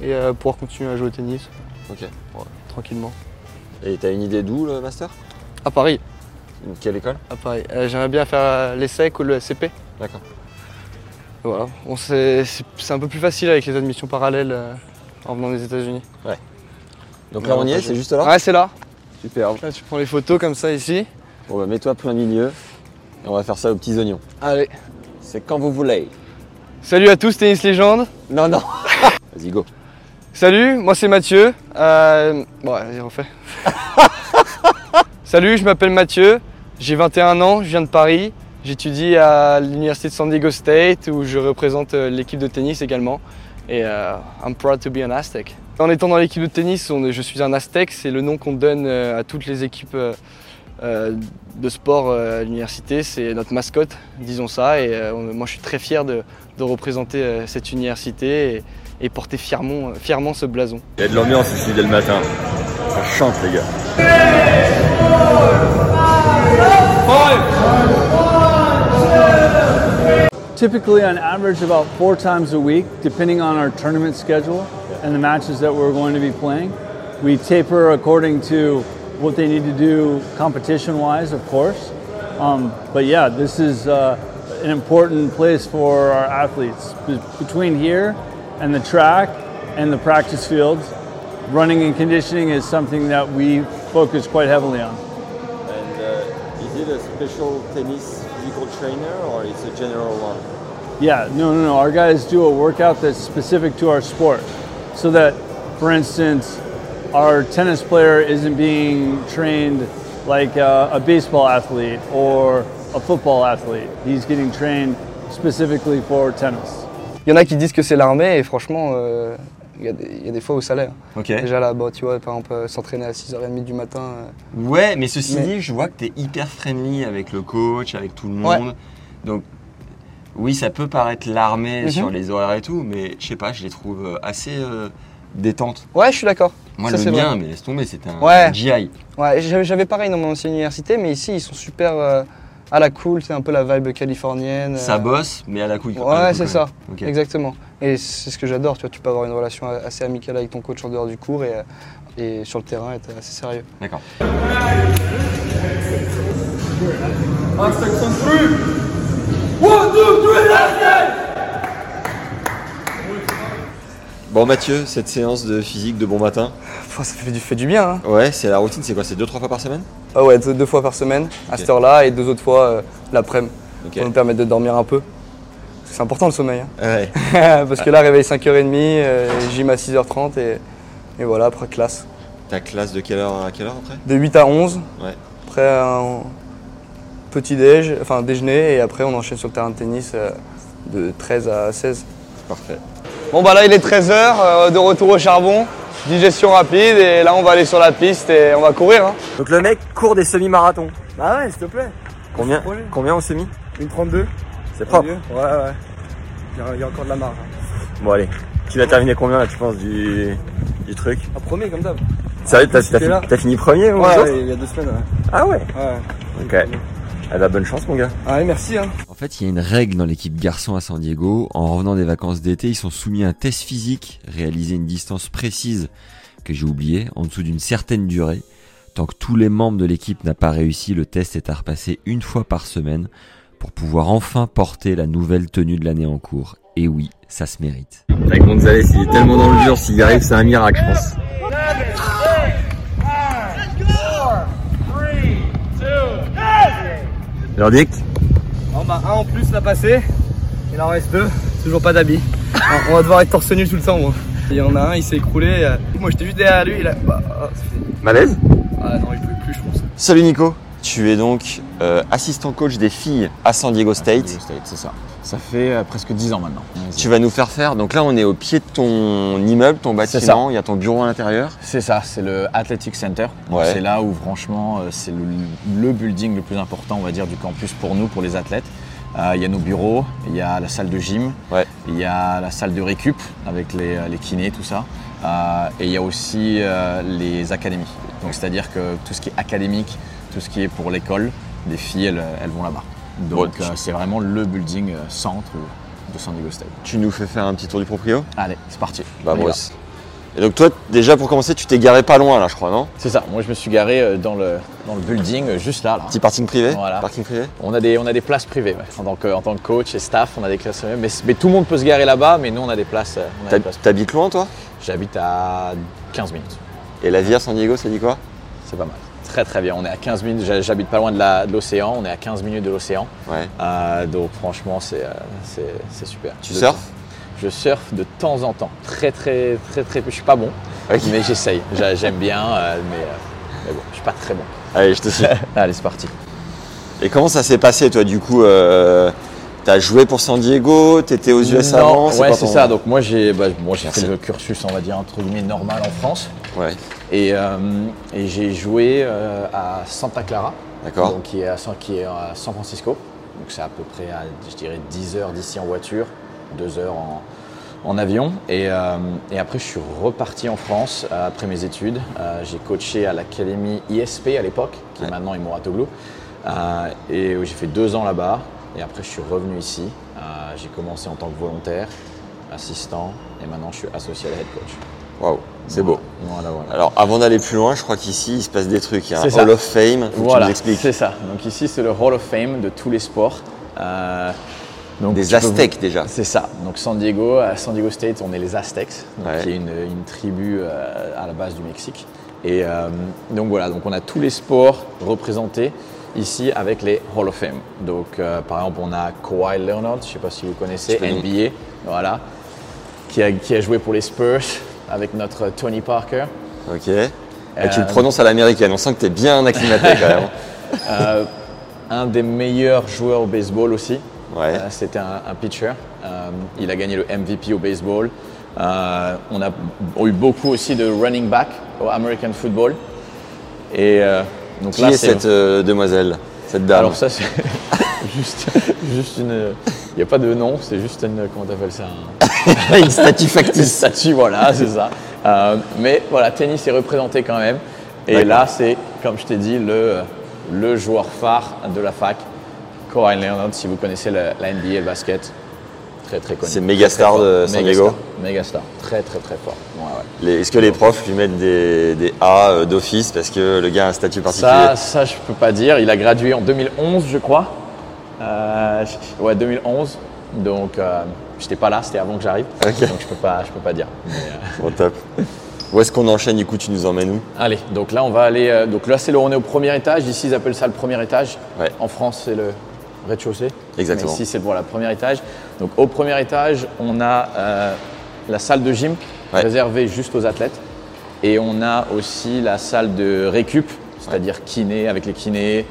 Speaker 4: et euh, pouvoir continuer à jouer au tennis
Speaker 3: Ok.
Speaker 4: tranquillement.
Speaker 3: Et t'as une idée d'où le master
Speaker 4: À Paris,
Speaker 3: Quelle école
Speaker 4: à Paris. Euh, J'aimerais bien faire euh, l'ESSEC ou le SCP.
Speaker 3: D'accord.
Speaker 4: Voilà. Bon, c'est c'est- c'est un peu plus facile avec les admissions parallèles euh, en venant des États-Unis.
Speaker 3: Donc là on y est,
Speaker 4: Avantageux.
Speaker 3: c'est juste là
Speaker 4: Ouais, c'est là.
Speaker 3: Superbe.
Speaker 4: Là, tu prends les photos comme ça ici.
Speaker 3: Bon bah mets-toi plein milieu et on va faire ça aux petits oignons.
Speaker 4: Allez.
Speaker 3: C'est quand vous voulez.
Speaker 4: Salut à tous, Tennis Légende.
Speaker 3: Non, non Vas-y, go.
Speaker 4: Salut, moi c'est Mathieu. Euh... Bon, vas-y, refais. Salut, je m'appelle Mathieu, j'ai 21 ans, je viens de Paris. J'étudie à l'université de San Diego State où je représente euh, l'équipe de tennis également. Et euh, I'm proud to be an Aztec. En étant dans l'équipe de tennis, on est- je suis un Aztec, c'est le nom qu'on donne euh, à toutes les équipes euh, euh, de sport euh, à l'université. C'est notre mascotte, disons ça. Et euh, on- moi je suis très fier de, de représenter euh, cette université. Et, et porter fièrement, fièrement ce blason.
Speaker 6: Il y a de l'ambiance ici dès le matin. Ça chante les gars.
Speaker 7: Typically, on average, about four times a week, depending on our tournament schedule and the matches that we're going to be playing. We taper according to what they need to do competition wise, of course. Um, but yeah, this is uh, an important place for our athletes. Be- between here and the track and the practice fields, running and conditioning is something that we focus quite heavily on.
Speaker 3: And euh, is it a special tennis physical trainer or it's a general one
Speaker 7: Yeah, no, no, no. Our guys do a workout that's specific to our sport. So that, for instance, our tennis player isn't being trained like uh, a baseball athlete or a football athlete. He's getting trained specifically for tennis.
Speaker 4: Il y en a qui disent que c'est l'armée et franchement, euh, il y, a des- il y a des fois où ça l'est. hein.
Speaker 3: Ok.
Speaker 4: Déjà là, bah, tu vois, par exemple, euh, s'entraîner à 6h30 du matin. euh,
Speaker 3: Ouais, mais ceci
Speaker 4: Mais-
Speaker 3: dit, je vois que t'es hyper friendly avec le coach, avec tout le
Speaker 4: Ouais.
Speaker 3: monde. Donc, Oui, ça peut paraître
Speaker 4: Mhm.
Speaker 3: l'armée sur les horaires et tout, mais je sais pas, je les trouve euh, assez euh, détentes.
Speaker 4: Ouais, je suis d'accord.
Speaker 3: Moi,
Speaker 4: Ça,
Speaker 3: le
Speaker 4: c'est
Speaker 3: mien,
Speaker 4: vrai.
Speaker 3: mais laisse tomber, c'était un
Speaker 4: Ouais.
Speaker 3: GI.
Speaker 4: Ouais, j'avais j'avais pareil dans mon ancienne université, mais ici, ils sont super euh, à la cool, c'est un peu la vibe californienne.
Speaker 3: Ça
Speaker 4: euh,
Speaker 3: bosse, mais à la couille. à la
Speaker 4: Ouais,
Speaker 3: couille
Speaker 4: c'est
Speaker 3: quand
Speaker 4: ça,
Speaker 3: même. Ok.
Speaker 4: exactement. Et c'est ce que j'adore, tu vois, tu peux avoir une relation assez amicale avec ton coach en dehors du cours et, euh, et sur le terrain, être assez sérieux.
Speaker 3: D'accord. Bon Mathieu, cette séance de physique de bon matin,
Speaker 4: Pff, ça fait du, fait du bien, hein
Speaker 3: ouais, c'est la routine, c'est quoi C'est deux trois fois par semaine
Speaker 4: Ah ouais, deux, deux fois par semaine, à
Speaker 3: Ok.
Speaker 4: cette heure-là, et deux autres fois euh, l'après-midi,
Speaker 3: Ok. Ah
Speaker 4: pour nous permettre de dormir un peu. Parce que C'est important le sommeil, hein.
Speaker 3: Ouais.
Speaker 4: parce que là, réveil 5h30, euh, gym à 6h30, et, et voilà, après classe.
Speaker 3: Ta classe de quelle heure à quelle heure après
Speaker 4: De 8 à 11,
Speaker 3: Ouais.
Speaker 4: après un petit déj, enfin déjeuner, et après on enchaîne sur le terrain de tennis euh, de 13 à 16.
Speaker 3: Parfait.
Speaker 4: Bon bah là il est 13h, de retour au charbon, digestion rapide et là on va aller sur la piste et on va courir. hein.
Speaker 3: Donc le mec court des semi-marathons.
Speaker 4: Bah ouais s'il te plaît,
Speaker 3: Combien
Speaker 4: C'est le projet.
Speaker 3: Combien au semi
Speaker 4: une 32.
Speaker 3: C'est propre.
Speaker 4: Ouais ouais. Il y, a encore de la marge. hein.
Speaker 3: Bon allez, tu l'as terminé combien là tu penses du, du truc
Speaker 4: Un premier comme d'hab.
Speaker 3: Sérieux, t'as,
Speaker 4: Si
Speaker 3: t'as
Speaker 4: t'es
Speaker 3: fi-
Speaker 4: là.
Speaker 3: t'as fini premier ou
Speaker 4: Ouais,
Speaker 3: autre
Speaker 4: ouais, il y a deux semaines. Ouais.
Speaker 3: Ah ouais
Speaker 4: ouais.
Speaker 3: Ok. Ah bah bonne chance mon gars.
Speaker 4: Allez merci. Hein.
Speaker 3: En fait, il y a une règle dans l'équipe garçon à San Diego. En revenant des vacances d'été, ils sont soumis à un test physique, réaliser une distance précise que j'ai oubliée, en dessous d'une certaine durée. Tant que tous les membres de l'équipe n'ont pas réussi, le test est à repasser une fois par semaine pour pouvoir enfin porter la nouvelle tenue de l'année en cours. Et oui, ça se mérite.
Speaker 5: Avec Gonzalez, il est tellement dans le dur, s'il y arrive, c'est un miracle, je pense. Nordic
Speaker 4: On bah un en plus l'a passé. Il en reste deux. Toujours pas d'habit. on va devoir être torse nu tout le temps. Moi. Il y en a un, il s'est écroulé. euh, Moi j'étais juste derrière lui. Il a... bah, ah, c'est fini.
Speaker 5: Malaise
Speaker 4: ah non il pouvait plus je pense.
Speaker 3: Salut Nico Tu es donc euh, assistant coach des filles à San Diego State.
Speaker 1: C'est ça. Ça fait euh, presque 10 ans maintenant.
Speaker 3: Tu vas nous faire faire, donc là on est au pied de ton immeuble, ton
Speaker 1: C'est
Speaker 3: bâtiment, il y a ton bureau à l'intérieur.
Speaker 1: C'est ça, c'est le Athletic Center.
Speaker 3: Ouais.
Speaker 1: C'est là où franchement euh, c'est le, le building le plus important on va dire du campus pour nous, pour les athlètes. Euh, Il y a nos bureaux, il y a la salle de gym,
Speaker 3: Ouais.
Speaker 1: il y a la salle de récup avec les, les kinés, tout ça. Euh, et il y a aussi euh, les académies. Donc c'est-à-dire que tout ce qui est académique, tout ce qui est pour l'école, les filles elles, elles vont là-bas.
Speaker 3: Bon,
Speaker 1: Donc
Speaker 3: tu-
Speaker 1: euh, c'est vraiment le building euh, centre de San Diego State.
Speaker 3: Tu nous fais faire un petit tour du proprio
Speaker 1: Allez, c'est parti.
Speaker 3: Bah
Speaker 1: On y va.
Speaker 3: Bruce. Et donc toi, déjà pour commencer, tu t'es garé pas loin là, je crois, non
Speaker 1: C'est ça, moi je me suis garé euh, dans le, dans le building euh, juste là. là.
Speaker 3: Petit parking privé
Speaker 1: Voilà.
Speaker 3: Parking privé
Speaker 1: On a des, on a des places privées ouais. en, tant que, en tant que coach et staff, on a des classes privées. Mais, mais tout le monde peut se garer là-bas, mais nous on a des places. euh, on a des
Speaker 3: T'hab-
Speaker 1: places privées.
Speaker 3: T'habites loin toi
Speaker 1: J'habite à 15 minutes,
Speaker 3: Et la vie à San Diego, ça dit quoi
Speaker 1: c'est pas mal. Très très bien, on est à 15 minutes, J'ha- j'habite pas loin de la- de l'océan, on est à 15 minutes de l'océan.
Speaker 3: Ouais.
Speaker 1: Euh, donc franchement c'est euh, c'est- c'est super.
Speaker 3: Tu
Speaker 1: De-
Speaker 3: surfes
Speaker 1: Je surfe de temps en temps, très très très très peu. Je suis pas bon,
Speaker 3: Ok.
Speaker 1: mais j'essaye. J'a- J'aime bien, euh, mais, euh, mais bon, je suis pas très bon.
Speaker 3: Allez, je te suis.
Speaker 1: Allez c'est parti.
Speaker 3: Et comment ça s'est passé toi du coup euh, T'as joué pour San Diego, t'étais aux US
Speaker 1: Non,
Speaker 3: avant
Speaker 1: Ouais,
Speaker 3: quoi
Speaker 1: c'est
Speaker 3: ton-
Speaker 1: ça. Donc moi j'ai bah, bon, j'ai fait
Speaker 3: Merci.
Speaker 1: le cursus, on va dire entre guillemets normal en France,
Speaker 3: Ouais,
Speaker 1: et, euh, et j'ai joué euh, à Santa Clara,
Speaker 3: d'accord.
Speaker 1: donc qui est à San, qui est à San Francisco. Donc c'est à peu près, à, je dirais, 10 heures d'ici en voiture, 2 heures en, en avion. Et, euh, et après, je suis reparti en France euh, après mes études. Euh, j'ai coaché à l'académie ISP à l'époque, qui
Speaker 3: Ouais.
Speaker 1: est maintenant Imoratoglou. Euh, et où j'ai fait deux ans là-bas. Et après, je suis revenu ici. Euh, j'ai commencé en tant que volontaire, assistant. Et maintenant, je suis associé à la head coach.
Speaker 3: Waouh, c'est beau.
Speaker 1: Voilà, voilà.
Speaker 3: Alors avant d'aller plus loin, je crois qu'ici il se passe des trucs. Il y a un
Speaker 1: C'est ça.
Speaker 3: Hall of Fame, faut
Speaker 1: Voilà,
Speaker 3: que tu nous expliques.
Speaker 1: c'est ça. Donc ici, c'est le Hall of Fame de tous les sports. Euh, donc tu
Speaker 3: Des
Speaker 1: peux-
Speaker 3: Aztèques déjà.
Speaker 1: C'est ça. Donc San Diego, à San Diego State, on est les Aztecs, donc
Speaker 3: Ouais.
Speaker 1: qui est une, une tribu euh, à la base du Mexique. Et euh, donc voilà, donc on a tous les sports représentés ici avec les Hall of Fame. Donc euh, par exemple, on a Kawhi Leonard, je ne sais pas si vous connaissez,
Speaker 3: Je connais.
Speaker 1: NBA, voilà, qui a, qui a joué pour les Spurs avec notre Tony Parker.
Speaker 3: Ok. Et tu le prononces à l'américaine, on sent que t'es bien acclimaté quand même.
Speaker 1: Euh, un des meilleurs joueurs au baseball aussi.
Speaker 3: Ouais.
Speaker 1: Euh, C'était un, un pitcher. Euh, il a gagné le MVP au baseball. Euh, on a eu beaucoup aussi de running back au American football. Et euh, donc
Speaker 3: Qui
Speaker 1: là,
Speaker 3: est
Speaker 1: c'est- Bah,
Speaker 3: cette euh, demoiselle Cette dame
Speaker 1: alors ça, c'est juste, juste une, Il n'y a pas de nom, c'est juste une. Comment t'appelles ça un-
Speaker 3: Une statue
Speaker 1: Une
Speaker 3: factice.
Speaker 1: statue, voilà, c'est ça. Euh, mais voilà, tennis est représenté quand même. Et
Speaker 3: D'accord.
Speaker 1: là, c'est, comme je t'ai dit, le, le joueur phare de la fac, Kawhi Leonard, si vous connaissez le- la, NBA et le basket. Très, très connu.
Speaker 5: C'est méga star
Speaker 1: fort.
Speaker 5: de San
Speaker 1: Méga
Speaker 5: Diego.
Speaker 1: star, Méga star. Très, très, très fort. Ouais, ouais.
Speaker 5: Les- Est-ce que les profs lui mettent des, des A euh, d'office parce que le gars a un statut particulier
Speaker 1: Ça, ça, je peux pas dire. Il a gradué en 2011, je crois. Euh, je- ouais, 2011. Donc, euh, j'étais pas là, c'était avant que j'arrive.
Speaker 5: Ok.
Speaker 1: Donc, je peux pas, je peux pas dire. Mais, euh,
Speaker 5: Bon, top. Où est-ce qu'on enchaîne Du coup, tu nous emmènes où
Speaker 1: Allez, donc là on va aller. euh, donc là c'est le, on est au premier étage. Ici ils appellent ça le premier étage.
Speaker 5: Ouais.
Speaker 1: En France c'est le rez-de-chaussée.
Speaker 5: Exactement.
Speaker 1: Mais ici c'est le voilà, premier étage. Donc au premier étage on a euh, la salle de gym
Speaker 5: Ouais.
Speaker 1: réservée juste aux athlètes et on a aussi la salle de récup, c'est-à-dire kiné avec les kinés,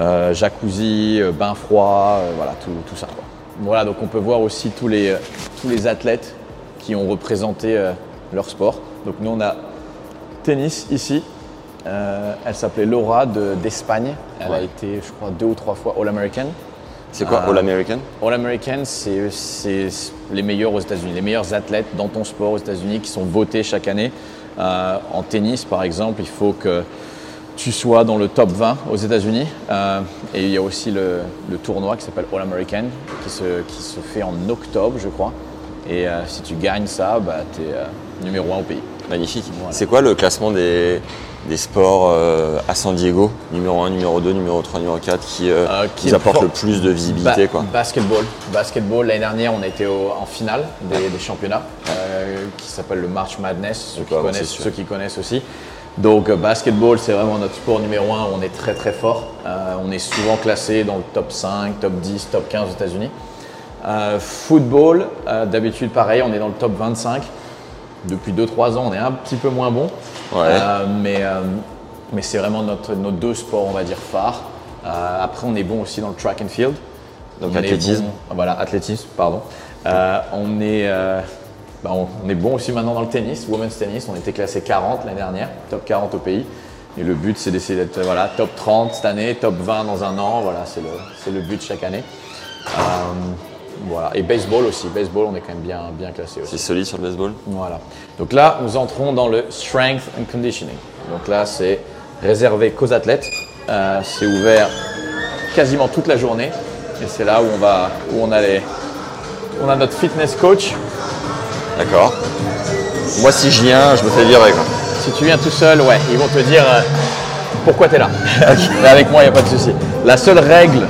Speaker 1: euh, jacuzzi, euh, bain froid, euh, voilà tout, tout ça. quoi. Voilà donc on peut voir aussi tous les euh, tous les athlètes qui ont représenté euh, leur sport. Donc nous on a tennis ici. Euh, elle s'appelait Laura de- d'Espagne. elle a
Speaker 5: Ouais.
Speaker 1: été, je crois, deux ou trois fois All-American.
Speaker 5: C'est quoi
Speaker 1: Ah.
Speaker 5: All American
Speaker 1: All-American, c'est c'est les meilleurs aux États-Unis, les meilleurs athlètes dans ton sport aux États-Unis qui sont votés chaque année. Euh, en tennis, par exemple, il faut que tu sois dans le top 20 aux États-Unis. Euh, et il y a aussi le, le tournoi qui s'appelle All-American qui se, qui se fait en octobre, je crois. Et euh, si tu gagnes ça, bah, tu es numéro un au pays.
Speaker 5: Magnifique.
Speaker 1: Voilà.
Speaker 5: C'est quoi le classement des, des sports euh, à San Diego Numéro 1, numéro 2, numéro 3, numéro 4 qui, euh,
Speaker 1: Euh, qui
Speaker 5: nous apporte
Speaker 1: pro- Bah.
Speaker 5: le plus de visibilité
Speaker 1: Ba-
Speaker 5: quoi.
Speaker 1: Basketball. Basketball, l'année dernière, on était au- en finale des, des championnats euh, qui s'appelle le March Madness, ceux qui,
Speaker 5: pas avancer
Speaker 1: connaissent,
Speaker 5: dessus.
Speaker 1: ceux qui connaissent aussi. Donc, euh, basketball, c'est vraiment notre sport numéro un. On est très très fort. Euh, on est souvent classé dans le top 5, top 10, top 15 aux États-Unis. Euh, football, euh, d'habitude, pareil, on est dans le top 25. Depuis 2-3 ans, on est un petit peu moins bon.
Speaker 5: Ouais.
Speaker 1: Euh, mais euh, mais c'est vraiment notre, nos deux sports, on va dire, phares. Euh, après, on est bon aussi dans le track and field.
Speaker 5: Donc,
Speaker 1: On est
Speaker 5: athlétisme.
Speaker 1: bon- ah, voilà, athlétisme, pardon. Euh, on, est, euh, bah, on, on est bon aussi maintenant dans le tennis, women's tennis. On était classé 40 l'année dernière, top 40 au pays. Et le but, c'est d'essayer d'être voilà, top 30 cette année, top 20 dans un an. Voilà, c'est le, c'est le but chaque année. Euh, voilà. Et baseball aussi. Baseball, on est quand même bien, bien classé aussi.
Speaker 5: C'est solide sur le baseball
Speaker 1: Voilà. Donc là, nous entrons dans le strength and conditioning. Donc là, c'est réservé qu'aux athlètes. Euh, c'est ouvert quasiment toute la journée. Et c'est là où on va, où on a les, on a notre fitness coach.
Speaker 5: D'accord. Moi, si je viens, je me fais virer. Quoi.
Speaker 1: Si tu viens tout seul, ouais, ils vont te dire euh, pourquoi tu es là. Mais avec moi, il n'y a pas de souci. La seule règle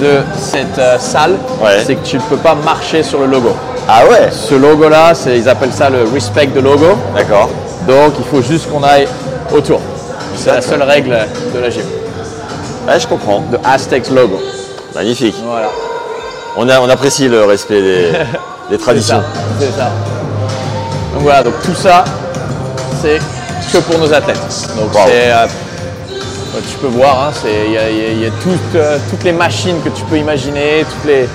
Speaker 1: de cette euh, salle,
Speaker 5: Ouais.
Speaker 1: c'est que tu ne peux pas marcher sur le logo.
Speaker 5: Ah ouais
Speaker 1: Ce logo-là, c'est- ils appellent ça le respect de logo.
Speaker 5: D'accord.
Speaker 1: Donc il faut juste qu'on aille autour. C'est la seule règle de la gym.
Speaker 5: Ouais, je comprends.
Speaker 1: De Aztecs logo.
Speaker 5: Magnifique.
Speaker 1: Voilà.
Speaker 5: On, a, on apprécie le respect des, des
Speaker 1: C'est
Speaker 5: traditions.
Speaker 1: ça. C'est ça. Donc voilà, donc tout ça, c'est que pour nos athlètes. Donc
Speaker 5: Wow.
Speaker 1: c'est. euh, tu peux voir, hein, c'est- il y a, il y a- il y a toutes, euh, toutes les machines que tu peux imaginer, toutes les.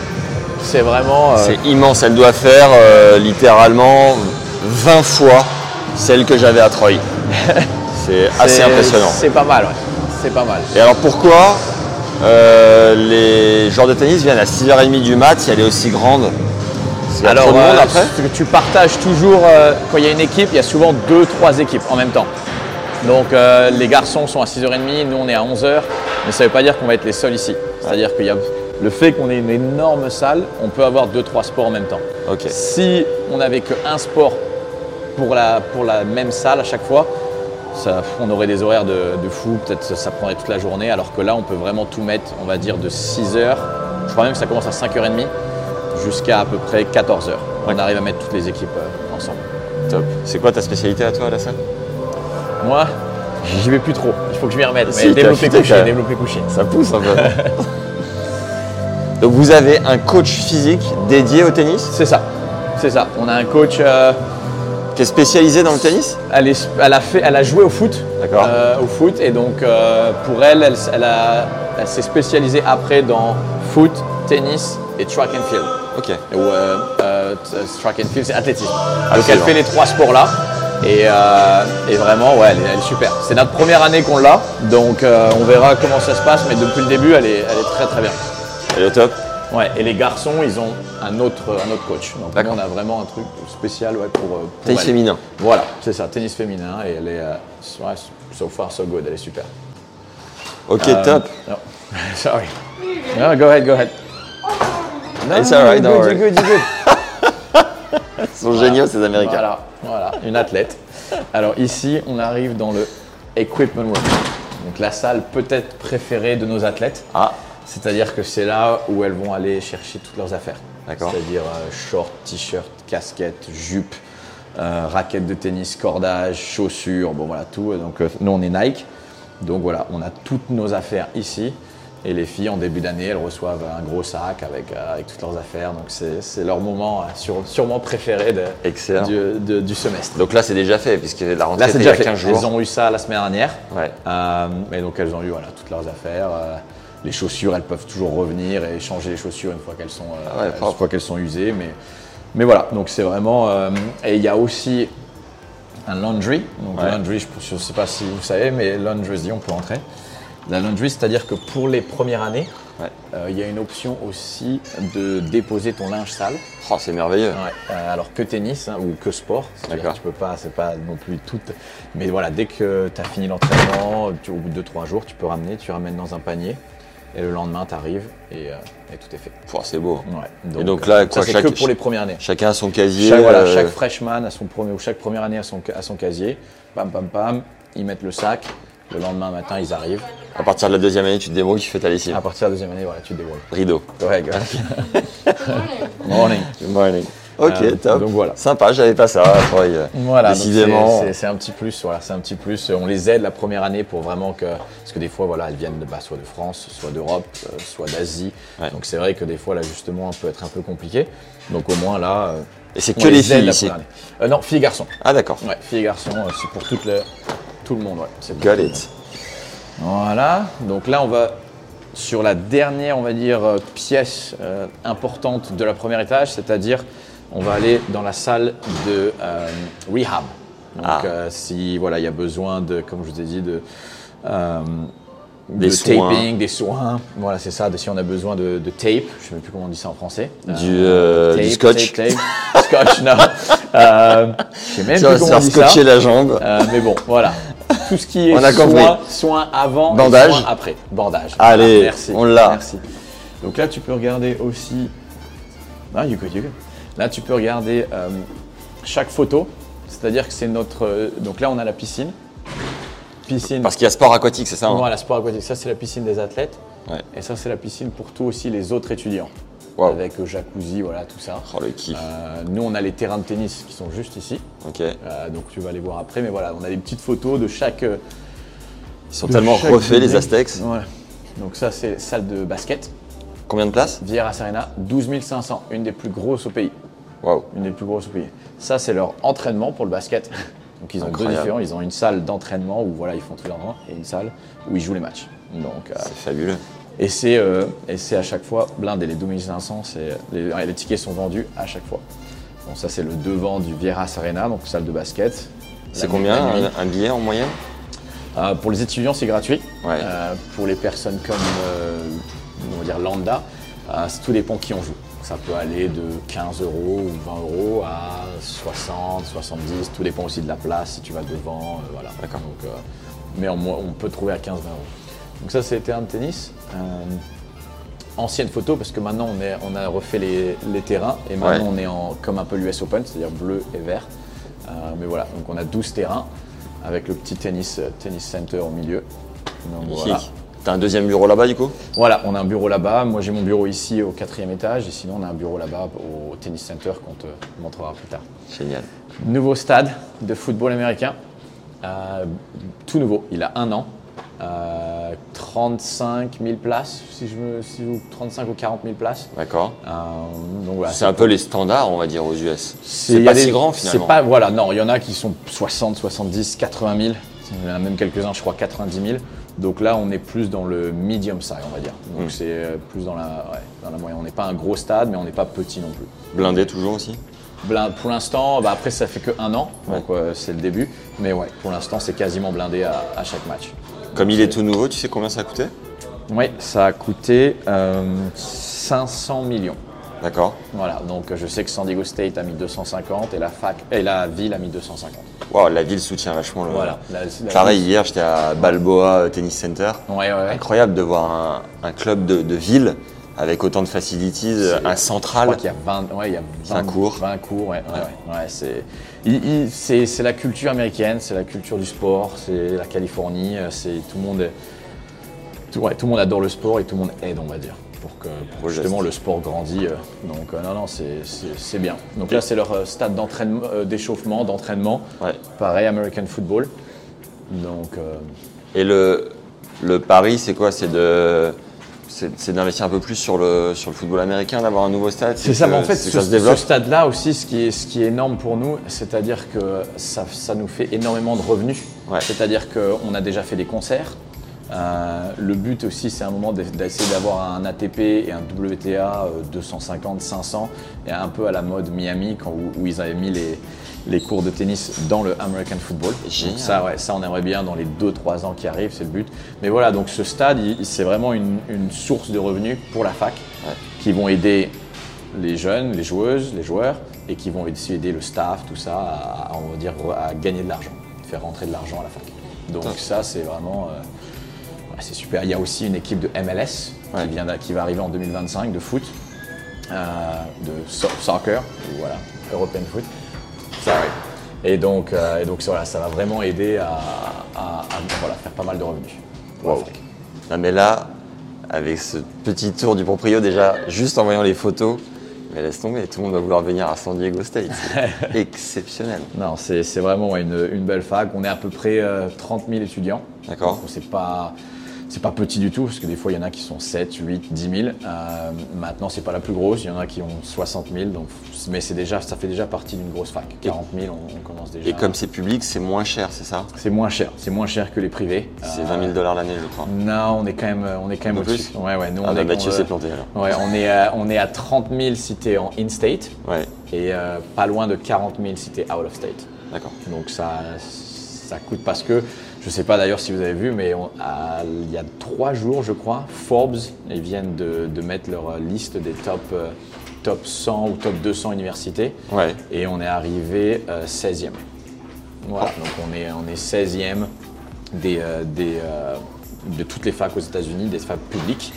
Speaker 1: C'est vraiment. euh,
Speaker 5: C'est immense. Elle doit faire euh, littéralement 20 fois celle que j'avais à Troy. C'est assez
Speaker 1: c'est-
Speaker 5: impressionnant.
Speaker 1: C'est pas mal, ouais. C'est pas mal.
Speaker 5: Et alors pourquoi euh, les joueurs de tennis viennent à 6h30 du mat si elle est aussi grande Parce qu'il y a
Speaker 1: Alors,
Speaker 5: trop de monde
Speaker 1: euh,
Speaker 5: après
Speaker 1: tu- tu partages toujours, euh, quand il y a une équipe, il y a souvent deux, trois équipes en même temps. Donc, euh, les garçons sont à 6h30, nous on est à 11h, mais ça ne veut pas dire qu'on va être les seuls ici. C'est-à-dire qu'il y a le fait qu'on ait une énorme salle, on peut avoir deux, trois sports en même temps.
Speaker 5: Ok.
Speaker 1: Si on n'avait qu'un sport pour la, pour la même salle à chaque fois, ça- on aurait des horaires de, de fou, peut-être ça, ça prendrait toute la journée, alors que là on peut vraiment tout mettre, on va dire de 6h, je crois même que ça commence à 5h30 jusqu'à à peu près 14h. On arrive à mettre toutes les équipes euh, ensemble.
Speaker 5: Top. C'est quoi ta spécialité à toi à la salle
Speaker 1: Moi, j'y vais plus trop, il faut que je m'y remette,
Speaker 5: Si,
Speaker 1: mais
Speaker 5: t'as
Speaker 1: développer
Speaker 5: affûté,
Speaker 1: couché,
Speaker 5: t'as-
Speaker 1: développer couché.
Speaker 5: Ça pousse un peu. Donc vous avez un coach physique dédié au tennis
Speaker 1: C'est ça, c'est ça. On a un coach. euh,
Speaker 5: qui est spécialisé dans le tennis
Speaker 1: elle, est- elle a fait, elle a joué au foot.
Speaker 5: D'accord.
Speaker 1: euh, au foot et donc euh, pour elle, elle, s- elle a- elle s'est spécialisée après dans foot, tennis et track and field.
Speaker 5: Ok.
Speaker 1: Ou euh, euh, t- euh, track and field, c'est athlétisme. donc elle
Speaker 5: Absolument.
Speaker 1: fait les trois sports là. Et, euh, et vraiment, ouais, elle est, elle est super. C'est notre première année qu'on l'a, donc euh, on verra comment ça se passe, mais depuis le début, elle est, elle est très très bien.
Speaker 5: Elle est au top.
Speaker 1: Ouais, et les garçons, ils ont un autre, un autre coach. Donc nous,
Speaker 5: D'accord.
Speaker 1: on a vraiment un truc spécial ouais, pour, euh, pour
Speaker 5: Tennis
Speaker 1: elle.
Speaker 5: féminin.
Speaker 1: Voilà, c'est ça, tennis féminin. Et elle est, euh, ouais, so far so good, elle est super.
Speaker 5: Ok, top.
Speaker 1: No. Euh, Sorry. No, go ahead, go ahead.
Speaker 5: It's alright, don't worry.
Speaker 1: Good, you good, you good.
Speaker 5: Ils sont géniaux ces Américains.
Speaker 1: Voilà, voilà, une athlète. Alors ici, on arrive dans le equipment room. Donc la salle peut-être préférée de nos athlètes.
Speaker 5: Ah,
Speaker 1: C'est-à-dire que c'est là où elles vont aller chercher toutes leurs affaires.
Speaker 5: D'accord.
Speaker 1: C'est-à-dire euh, short, t-shirt, casquette, jupe, euh, raquette de tennis, cordage, chaussures, bon voilà tout. Donc euh, nous on est Nike. Donc voilà, on a toutes nos affaires ici. Et les filles en début d'année, elles reçoivent un gros sac avec, euh, avec toutes leurs affaires. Donc c'est c'est leur moment euh, sur- sûrement préféré de-
Speaker 5: Excellent.
Speaker 1: du- de- du semestre.
Speaker 5: donc là c'est déjà fait puisque la rentrée
Speaker 1: Là,
Speaker 5: était
Speaker 1: c'est déjà
Speaker 5: il y a
Speaker 1: fait.
Speaker 5: 15 jours.
Speaker 1: Elles ont eu ça la semaine dernière.
Speaker 5: Ouais.
Speaker 1: Euh, et donc, elles ont eu voilà, toutes leurs affaires. euh, les chaussures, elles peuvent toujours revenir et changer les chaussures une fois qu'elles sont, euh,
Speaker 5: Ah ouais,
Speaker 1: une
Speaker 5: propre.
Speaker 1: fois qu'elles sont usées. Mais, mais voilà, donc c'est vraiment. euh, et il y a aussi un laundry. Donc,
Speaker 5: Ouais.
Speaker 1: laundry, je ne sais pas si vous savez, mais laundry, on peut entrer. La laundry, c'est-à-dire que pour les premières années,
Speaker 5: Ouais.
Speaker 1: euh, il y a une option aussi de déposer ton linge sale.
Speaker 5: Oh, c'est merveilleux.
Speaker 1: Ouais, euh, alors que tennis hein, ou que sport, c'est-à-dire
Speaker 5: D'accord.
Speaker 1: que tu peux pas, c'est pas non plus tout. Mais voilà, dès que tu as fini l'entraînement, tu- au bout de 2-3 jours, tu peux ramener, tu ramènes dans un panier et le lendemain, tu arrives et, euh, et tout est fait.
Speaker 5: Oh, c'est beau.
Speaker 1: Ouais,
Speaker 5: Et donc là,
Speaker 1: euh,
Speaker 5: quoi,
Speaker 1: ça, c'est
Speaker 5: chaque-
Speaker 1: que pour les premières années.
Speaker 5: Chacun a son casier.
Speaker 1: Chaque, voilà,
Speaker 5: euh,
Speaker 1: chaque freshman a son premier, ou chaque première année a son, a son casier, pam pam pam, ils mettent le sac, le lendemain matin, ils arrivent.
Speaker 5: À partir de la deuxième année, tu te débrouilles, tu fais ta lessive.
Speaker 1: À partir de la deuxième année, voilà, tu te débrouilles.
Speaker 5: Rideau.
Speaker 1: Ouais, gars. Morning.
Speaker 5: Ok,
Speaker 1: Euh,
Speaker 5: top.
Speaker 1: donc voilà.
Speaker 5: Sympa, j'avais pas ça. Troy.
Speaker 1: Voilà, donc
Speaker 5: Décidément.
Speaker 1: c'est- c'est c'est un petit plus, voilà, c'est un petit plus. On les aide la première année pour vraiment que, parce que des fois, voilà, elles viennent de, bah, soit de France, soit d'Europe, euh, soit d'Asie.
Speaker 5: Ouais.
Speaker 1: Donc c'est vrai que des fois, l'ajustement peut être un peu compliqué. Donc au moins là, euh,
Speaker 5: Et c'est
Speaker 1: on
Speaker 5: que les
Speaker 1: aide
Speaker 5: filles
Speaker 1: la
Speaker 5: ici.
Speaker 1: première année. Euh, non, filles et garçons.
Speaker 5: Ah d'accord.
Speaker 1: Ouais, filles et garçons, euh, c'est pour toute le- tout le monde. Ouais, c'est pour
Speaker 5: Got
Speaker 1: tout le
Speaker 5: it.
Speaker 1: voilà, donc là on va sur la dernière, on va dire, euh, pièce euh, importante de la première étage, c'est-à-dire on va aller dans la salle de euh, rehab. Donc
Speaker 5: Ah.
Speaker 1: euh, si voilà, il y a besoin de, comme je vous ai dit, de, euh,
Speaker 5: Des
Speaker 1: de
Speaker 5: soins.
Speaker 1: taping, des soins, voilà c'est ça, de- si on a besoin de, de tape, je ne sais même plus comment on dit ça en français. Euh,
Speaker 5: Du, euh,
Speaker 1: tape,
Speaker 5: du scotch.
Speaker 1: tape, tape. scotch, non. Euh, je ne sais même
Speaker 5: Tu vas
Speaker 1: plus
Speaker 5: se
Speaker 1: comment on
Speaker 5: faire
Speaker 1: dit ça.
Speaker 5: scotcher la jambe.
Speaker 1: Euh, mais bon, voilà. Tout ce qui est
Speaker 5: On a
Speaker 1: soin,
Speaker 5: compris.
Speaker 1: soin avant, et
Speaker 5: Bandage.
Speaker 1: soin après. Bandage.
Speaker 5: Allez,
Speaker 1: Voilà, merci.
Speaker 5: on l'a.
Speaker 1: Merci. Donc là, tu peux regarder aussi. Ah, you good, you good. Là, tu peux regarder euh, chaque photo. C'est-à-dire que c'est notre. euh, Donc là, on a la piscine. Piscine.
Speaker 5: Parce qu'il y a sport aquatique, c'est ça hein
Speaker 1: Voilà, sport aquatique. Ça, c'est la piscine des athlètes.
Speaker 5: Ouais.
Speaker 1: Et ça, c'est la piscine pour tous aussi les autres étudiants.
Speaker 5: Wow.
Speaker 1: Avec euh, jacuzzi, voilà, tout ça.
Speaker 5: Oh le kiff.
Speaker 1: Euh, nous, on a les terrains de tennis qui sont juste ici.
Speaker 5: Ok. Ils
Speaker 1: Euh, donc tu vas les voir après, mais voilà, on a des petites photos de chaque. euh,
Speaker 5: sont
Speaker 1: de
Speaker 5: tellement
Speaker 1: chaque
Speaker 5: refaits les
Speaker 1: building.
Speaker 5: Aztecs.
Speaker 1: Voilà. Donc ça c'est salle de basket,
Speaker 5: Combien de places
Speaker 1: Vieira Serena, 12 500, une des plus grosses au pays.
Speaker 5: Waouh.
Speaker 1: Une des plus grosses au pays. Ça c'est leur entraînement pour le basket. Donc ils ont
Speaker 5: Incroyable.
Speaker 1: deux différents, ils ont une salle d'entraînement où voilà ils font tout leur entraînement et une salle où ils jouent les matchs. Donc euh,
Speaker 5: C'est fabuleux.
Speaker 1: et c'est euh, et c'est à chaque fois blindé. Les 2500, c'est les, ouais, les tickets sont vendus à chaque fois. Bon ça c'est le devant du Vieira Serena, donc salle de basket.
Speaker 5: C'est
Speaker 1: La-
Speaker 5: combien
Speaker 1: la nuit.
Speaker 5: un, un billet en moyenne
Speaker 1: Euh, pour les étudiants, c'est gratuit.
Speaker 5: Ouais.
Speaker 1: Euh, pour les personnes comme, euh, on va dire, lambda, euh, c'est tout dépend qui en joue. Ça peut aller de 15 euros ou 20 euros à 60, 70. Tout dépend aussi de la place, si tu vas devant, euh, voilà.
Speaker 5: D'accord.
Speaker 1: Donc, euh, mais en moins, on peut trouver à 15-20 euros. Donc ça, c'est les terrains de tennis. Euh, ancienne photo, parce que maintenant, on, est- on a refait les, les terrains. Et maintenant,
Speaker 5: Ouais.
Speaker 1: on est en, comme un peu l'US Open, c'est-à-dire bleu et vert. Euh, mais voilà, donc on a 12 terrains avec le petit tennis, euh, tennis center au milieu. Donc voilà.
Speaker 5: Magnifique. T'as un deuxième bureau là-bas du coup
Speaker 1: Voilà, on a un bureau là-bas. Moi, j'ai mon bureau ici au quatrième étage. Et sinon, on a un bureau là-bas au tennis center qu'on te montrera plus tard.
Speaker 5: Génial.
Speaker 1: Nouveau stade de football américain. Euh, tout nouveau, il a un an. Euh, 35 000 places, si je me, si je- 35 ou 40 000 places.
Speaker 5: D'accord.
Speaker 1: Euh, donc voilà,
Speaker 5: C'est un peu les standards, on va dire, aux US. C'est
Speaker 1: il y
Speaker 5: pas
Speaker 1: a des-
Speaker 5: si grand finalement.
Speaker 1: C'est pas, voilà, non, il y en a qui sont 60, 70, 80 000. Il y en a même quelques-uns, je crois, 90 000. Donc là, on est plus dans le medium size, on va dire. Donc
Speaker 5: Mm.
Speaker 1: c'est euh, plus dans la, ouais, dans la moyenne. On n'est pas un gros stade, mais on n'est pas petit non plus.
Speaker 5: Blindé toujours aussi.
Speaker 1: Blin- pour l'instant, bah, après, ça fait que un an, donc euh, c'est le début. Mais ouais, pour l'instant, c'est quasiment blindé à, à chaque match.
Speaker 5: Comme il est tout nouveau, tu sais combien ça coûtait
Speaker 1: Oui, ça a coûté euh, 500 millions.
Speaker 5: D'accord.
Speaker 1: Voilà, donc je sais que San Diego State a mis 250 et la, fac, et la ville a mis 250.
Speaker 5: Wow, la ville soutient vachement le.
Speaker 1: Voilà. La- la-
Speaker 5: Pareil, hier j'étais à Balboa euh, Tennis Center.
Speaker 1: Ouais, ouais, ouais.
Speaker 5: Incroyable de voir un, un club de, de ville avec autant de facilities, un
Speaker 1: Je
Speaker 5: central.
Speaker 1: crois qu'il y a 20, ouais, il y a 20
Speaker 5: 20 cours.
Speaker 1: 20 cours, ouais. ouais, ouais. Ouais, c'est, il- il- c'est, c'est la culture américaine, c'est la culture du sport, c'est la Californie, euh, c'est tout le monde. est- tout, ouais, tout le monde adore le sport et tout le monde aide, on va dire, pour que pour que
Speaker 5: geste.
Speaker 1: justement le sport grandit. euh, Donc euh, non, non, c'est, c'est, c'est bien. Donc là, c'est leur euh, stade d'entraînement, euh, d'échauffement, d'entraînement.
Speaker 5: Ouais.
Speaker 1: Pareil, American football. Donc euh,
Speaker 5: Et le, le pari, c'est quoi C'est de. C'est c'est d'investir un peu plus sur le, sur le football américain, d'avoir un nouveau stade.
Speaker 1: C'est ça,
Speaker 5: que-
Speaker 1: mais en fait,
Speaker 5: c'est
Speaker 1: ce,
Speaker 5: que ça se développe.
Speaker 1: ce stade-là aussi, ce qui, est, ce qui est énorme pour nous, c'est-à-dire que ça, ça nous fait énormément de revenus.
Speaker 5: Ouais.
Speaker 1: C'est-à-dire qu'on a déjà fait des concerts. Euh, le but aussi, c'est un moment d'e- d'essayer d'avoir un ATP et un WTA euh, 250, 500, et un peu à la mode Miami, quand, où, où ils avaient mis les, les cours de tennis dans le American football.
Speaker 5: Génial.
Speaker 1: Donc ça, ouais, ça, on aimerait bien dans les 2-3 ans qui arrivent, c'est le but. Mais voilà, donc ce stade, il- c'est vraiment une, une source de revenus pour la fac, qui vont aider les jeunes, les joueuses, les joueurs, et qui vont aussi aider le staff, tout ça, à, à, on va dire, à gagner de l'argent, faire rentrer de l'argent à la fac. Donc ça, c'est vraiment... euh, ouais, c'est super. Il y a aussi une équipe de MLS
Speaker 5: Ouais.
Speaker 1: qui, vient d'a- qui va arriver en 2025 de foot, euh, de so- soccer, ou voilà, European foot. Sorry. Et donc, euh, et donc voilà, ça va vraiment aider à, à- à, voilà, faire pas mal de revenus. pour la
Speaker 5: Wow.
Speaker 1: fac.
Speaker 5: Non, mais là, avec ce petit tour du proprio, déjà, juste en voyant les photos, mais laisse tomber, tout le monde va vouloir venir à San Diego State. C'est exceptionnel.
Speaker 1: Non, c'est c'est vraiment ouais, une, une belle fac. On est à peu près euh, 30 000 étudiants.
Speaker 5: D'accord.
Speaker 1: Donc, C'est pas. C'est pas petit du tout, parce que des fois il y en a qui sont 7, 8, 10 000. Euh, maintenant, c'est pas la plus grosse, il y en a qui ont 60 000, donc, mais c'est déjà, ça fait déjà partie d'une grosse fac. 40 000, on, on commence déjà.
Speaker 5: Et comme c'est public, c'est moins cher, c'est ça
Speaker 1: C'est moins cher, c'est moins cher que les privés.
Speaker 5: C'est
Speaker 1: Euh,
Speaker 5: 20 000 dollars l'année, je crois.
Speaker 1: Non, on est quand même, on est quand même
Speaker 5: Un peu
Speaker 1: au-dessus.
Speaker 5: plus
Speaker 1: Ouais, ouais, nous,
Speaker 5: Ah
Speaker 1: on
Speaker 5: bah,
Speaker 1: est,
Speaker 5: Mathieu
Speaker 1: on, euh,
Speaker 5: s'est planté alors.
Speaker 1: Ouais, on est, à, on est à 30 000 si t'es en in-state
Speaker 5: Ouais,
Speaker 1: et euh, pas loin de 40 000 si t'es out of state.
Speaker 5: d'accord.
Speaker 1: Donc ça, ça coûte parce que, je sais pas d'ailleurs si vous avez vu, mais on- à- il y a trois jours, je crois, Forbes, ils viennent de, de mettre leur euh, liste des top, euh, top 100 ou top 200 universités.
Speaker 5: Ouais.
Speaker 1: Et on est arrivé euh, 16e. Voilà, donc on est, on est 16e des, euh, des, euh, de toutes les facs aux États-Unis, des facs publiques.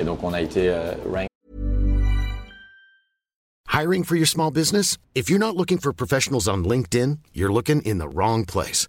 Speaker 1: Et donc on a été euh, rank-
Speaker 8: Hiring for your small business? If you're not looking for professionals on LinkedIn, you're looking in the wrong place.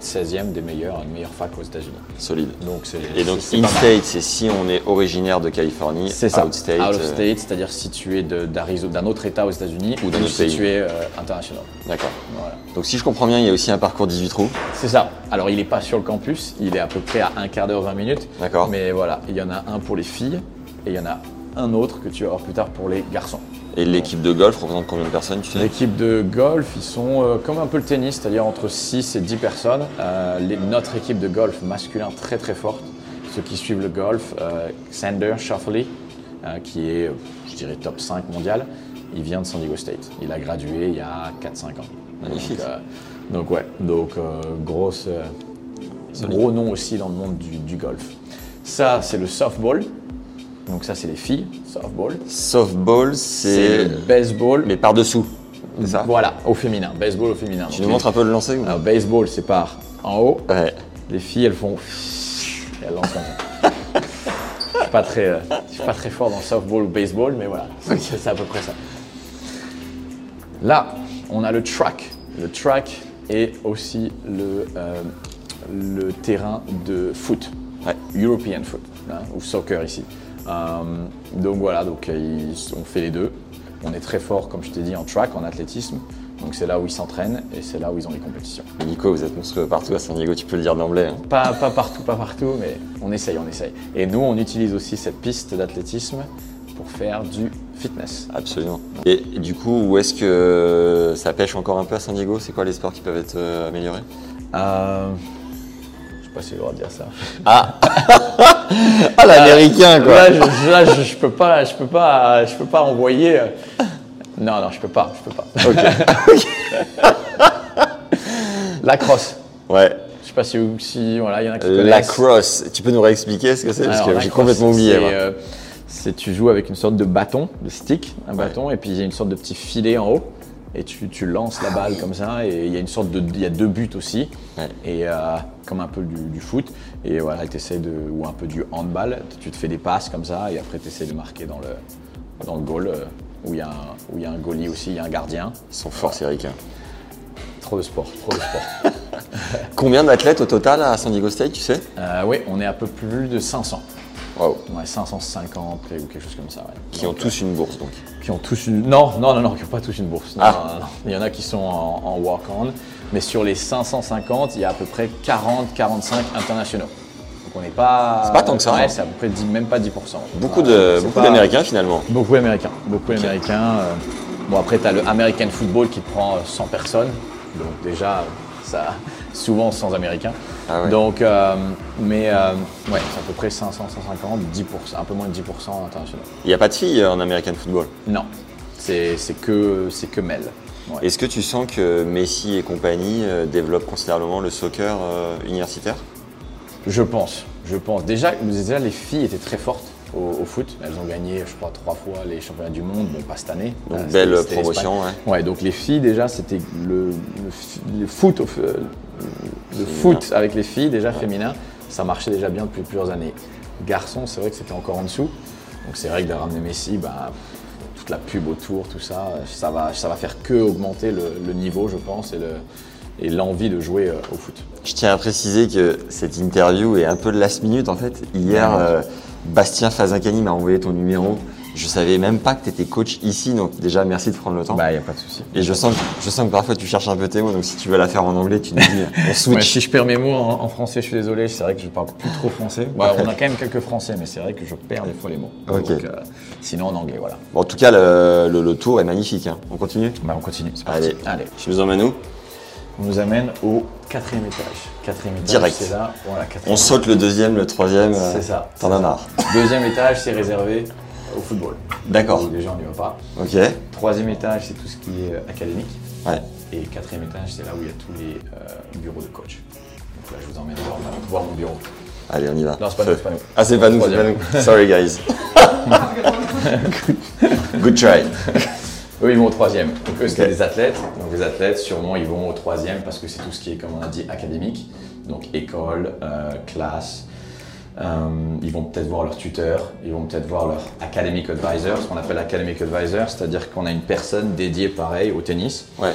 Speaker 1: 16e des meilleures, des meilleures facs aux États-Unis.
Speaker 5: Solide.
Speaker 1: Donc c'est
Speaker 5: Et donc,
Speaker 1: c'est- c'est pas mal.
Speaker 5: in-state, c'est si on est originaire de Californie.
Speaker 1: C'est ça.
Speaker 5: Out-state.
Speaker 1: Out
Speaker 5: euh,
Speaker 1: of state, c'est-à-dire si tu es de- d'Arizo- d'un autre État aux États-Unis
Speaker 5: Ou d'un autre
Speaker 1: si
Speaker 5: pays.
Speaker 1: tu es euh, international.
Speaker 5: D'accord.
Speaker 1: Voilà.
Speaker 5: Donc, si je comprends bien, il y a aussi un parcours 18 trous.
Speaker 1: C'est ça. Alors il n'est pas sur le campus, il est à peu près à un quart d'heure, 20 minutes.
Speaker 5: D'accord.
Speaker 1: Mais voilà, il y en a un pour les filles et il y en a un autre que tu vas avoir plus tard pour les garçons.
Speaker 5: Et l'équipe de golf représente combien de personnes, tu sais
Speaker 1: L'équipe de golf, ils sont euh, comme un peu le tennis, c'est-à-dire entre 6 et 10 personnes. Euh, les- notre équipe de golf masculin très très forte, ceux qui suivent le golf, euh, Xander Schauffele, euh, qui est, euh, je dirais, top 5 mondial, il vient de San Diego State. Il a gradué il y a 4-5 ans.
Speaker 5: Magnifique.
Speaker 1: Donc, euh, donc ouais, donc euh, grosse, euh, gros nom aussi dans le monde du, du golf. Ça, c'est le softball. Donc ça, c'est les filles, softball.
Speaker 5: Softball,
Speaker 1: C'est
Speaker 5: c'est.
Speaker 1: le baseball.
Speaker 5: Mais par-dessous. C'est ça
Speaker 1: Voilà, au féminin, baseball au féminin.
Speaker 5: Tu
Speaker 1: Donc,
Speaker 5: nous
Speaker 1: les-
Speaker 5: montres un peu le lancer ou
Speaker 1: Alors, baseball, c'est par en haut.
Speaker 5: Ouais.
Speaker 1: Les filles, elles font. et elles lancent comme ça. Je suis pas très, euh, je suis pas très fort dans softball ou baseball, mais voilà, c'est c'est à peu près ça. Là, on a le track. Le track est aussi le, euh, le terrain de foot.
Speaker 5: Ouais.
Speaker 1: European foot, hein, ou soccer ici. Euh, donc voilà, donc, euh, ils- on fait les deux. On est très fort, comme je t'ai dit, en track, en athlétisme. Donc c'est là où ils s'entraînent et c'est là où ils ont les compétitions.
Speaker 5: Nico, vous êtes monstrueux partout à San Diego, tu peux le dire d'emblée. hein.
Speaker 1: Pas, pas partout, pas partout, mais on essaye, on essaye. Et nous, on utilise aussi cette piste d'athlétisme pour faire du fitness.
Speaker 3: Absolument. Et du coup, où est-ce que ça pêche encore un peu à San Diego C'est quoi les sports qui peuvent être euh, améliorés
Speaker 1: Euh, je sais pas si j'ai le droit de dire ça.
Speaker 3: Ah, l'américain quoi
Speaker 1: Euh, Là, je, là, je, je peux pas, je peux pas, je peux pas envoyer. euh, Non, non, je peux pas, je peux pas. La crosse.
Speaker 3: Ouais.
Speaker 1: Je sais pas si, vous- si voilà, il y en a qui
Speaker 3: La
Speaker 1: connaissent.
Speaker 3: crosse. Tu peux nous réexpliquer ce que c'est Parce
Speaker 1: Alors,
Speaker 3: que
Speaker 1: la
Speaker 3: j'ai
Speaker 1: crosse,
Speaker 3: complètement oublié.
Speaker 1: c'est,
Speaker 3: moi.
Speaker 1: euh, C'est tu joues avec une sorte de bâton, de stick, un bâton, et puis il y a une sorte de petit filet en haut, et tu, tu lances la balle comme ça, et il y a une sorte de, il y a deux buts aussi,
Speaker 3: Ah Ouais.
Speaker 1: et euh, comme un peu du, du foot, et voilà, tu essaies de, ou un peu du handball, tu te fais des passes comme ça, et après tu essaies de marquer dans le, dans le goal, euh, où il y a un, où il y a un goalie aussi, il y a un gardien.
Speaker 3: Ils sont forts, ces Ricains.
Speaker 1: Trop de sport, trop de sport.
Speaker 3: Combien d'athlètes au total à San Diego State, tu sais
Speaker 1: Euh, oui, on est un peu plus de 500.
Speaker 3: Waouh.
Speaker 1: Ouais, 550 ou quelque chose comme ça. ouais. euh,
Speaker 3: Qui ont tous une bourse donc.
Speaker 1: qui ont tous une. Non, non, non, non, qui n'ont pas tous une bourse. Non,
Speaker 3: Ah.
Speaker 1: non, non. Il y en a qui sont en, en walk-on. Mais sur les 550, il y a à peu près 40-45 internationaux. Donc on n'est pas.
Speaker 3: C'est pas tant que ça,
Speaker 1: Ouais,
Speaker 3: hein.
Speaker 1: c'est à peu près 10 même pas 10%.
Speaker 3: Beaucoup
Speaker 1: Ouais,
Speaker 3: de
Speaker 1: Ah, c'est
Speaker 3: beaucoup
Speaker 1: pas-
Speaker 3: d'Américains finalement.
Speaker 1: Beaucoup d'Américains. Beaucoup d'Américains. euh, Bon, après, tu as le American football qui te prend euh, 100 personnes. Donc déjà, ça. Souvent sans Américains.
Speaker 3: Ah ouais.
Speaker 1: Donc, euh, mais euh, ouais, c'est à peu près 500, 150, 10%, un peu moins de 10% internationaux.
Speaker 3: Il n'y a pas de filles euh, en American football.
Speaker 1: Non, c'est c'est que c'est que Mel. Ouais.
Speaker 3: Est-ce que tu sens que Messi et compagnie euh, développent considérablement le soccer euh, universitaire
Speaker 1: Je pense, je pense. Déjà, déjà, les filles étaient très fortes au, au foot. Elles ont gagné, je crois, trois fois les championnats du monde, bon pas cette année.
Speaker 3: Donc,
Speaker 1: Euh,
Speaker 3: belle
Speaker 1: c'était- c'était
Speaker 3: promotion,
Speaker 1: l'Espagne. Ouais, donc les filles déjà, c'était le, le fi- le foot, au f- euh, le foot avec les filles déjà féminin, ça marchait déjà bien depuis plusieurs années. Garçons, c'est vrai que c'était encore en dessous. Donc c'est vrai que de ramener Messi, bah, toute la pub autour, tout ça, euh, ça va, ça va faire que augmenter le, le niveau, je pense, et le- et l'envie de jouer euh, au foot.
Speaker 3: Je tiens à préciser que cette interview est un peu de last minute en fait. Hier, euh, Bastien Fazincani m'a envoyé ton numéro. Je savais même pas que tu étais coach ici, donc déjà merci de prendre le temps.
Speaker 1: Bah, il a pas de souci.
Speaker 3: Et je sens, que, je sens que parfois tu cherches un peu tes mots, donc si tu veux la faire en anglais, tu nous dis euh, on
Speaker 1: Ouais,
Speaker 3: switch.
Speaker 1: si je perds mes mots en, en français, je suis désolé, c'est vrai que je parle plus trop français. Bah, on a quand même quelques français, mais c'est vrai que je perds des fois les mots.
Speaker 3: Ok.
Speaker 1: Donc, euh, sinon en anglais, voilà.
Speaker 3: Bon, en tout cas, le, le- le tour est magnifique. hein. On continue
Speaker 1: Bah, on continue, c'est parti.
Speaker 3: Allez, je nous emmène où
Speaker 1: On nous amène au quatrième étage. Quatrième étage,
Speaker 3: Direct.
Speaker 1: c'est là. Voilà, quatrième
Speaker 3: On saute le deuxième, le troisième. euh,
Speaker 1: C'est ça.
Speaker 3: T'en as marre.
Speaker 1: Deuxième étage, c'est réservé au football.
Speaker 3: D'accord.
Speaker 1: Où Déjà, on n'y va pas.
Speaker 3: Ok. Ouais.
Speaker 1: Troisième étage, c'est tout ce qui est euh, académique. Et quatrième étage, c'est là où il y a tous les euh, bureaux de coach. Donc là, je vous emmène voir, voir mon bureau.
Speaker 3: Allez, on y va.
Speaker 1: Non, c'est pas nous, c'est pas nous.
Speaker 3: Ah, c'est pas nous, c'est pas
Speaker 1: Troisième.
Speaker 3: nous. Sorry, guys. Good try.
Speaker 1: Eux, ils vont au troisième. Donc, eux, c'était
Speaker 3: Ok.
Speaker 1: des athlètes. Donc, les athlètes, sûrement, ils vont au troisième parce que c'est tout ce qui est, comme on a dit, académique. Donc, école, euh, classe. Euh, ils vont peut-être voir leur tuteur. Ils vont peut-être voir leur academic advisor, ce qu'on appelle academic advisor, c'est-à-dire qu'on a une personne dédiée, pareil, au tennis
Speaker 3: Ouais.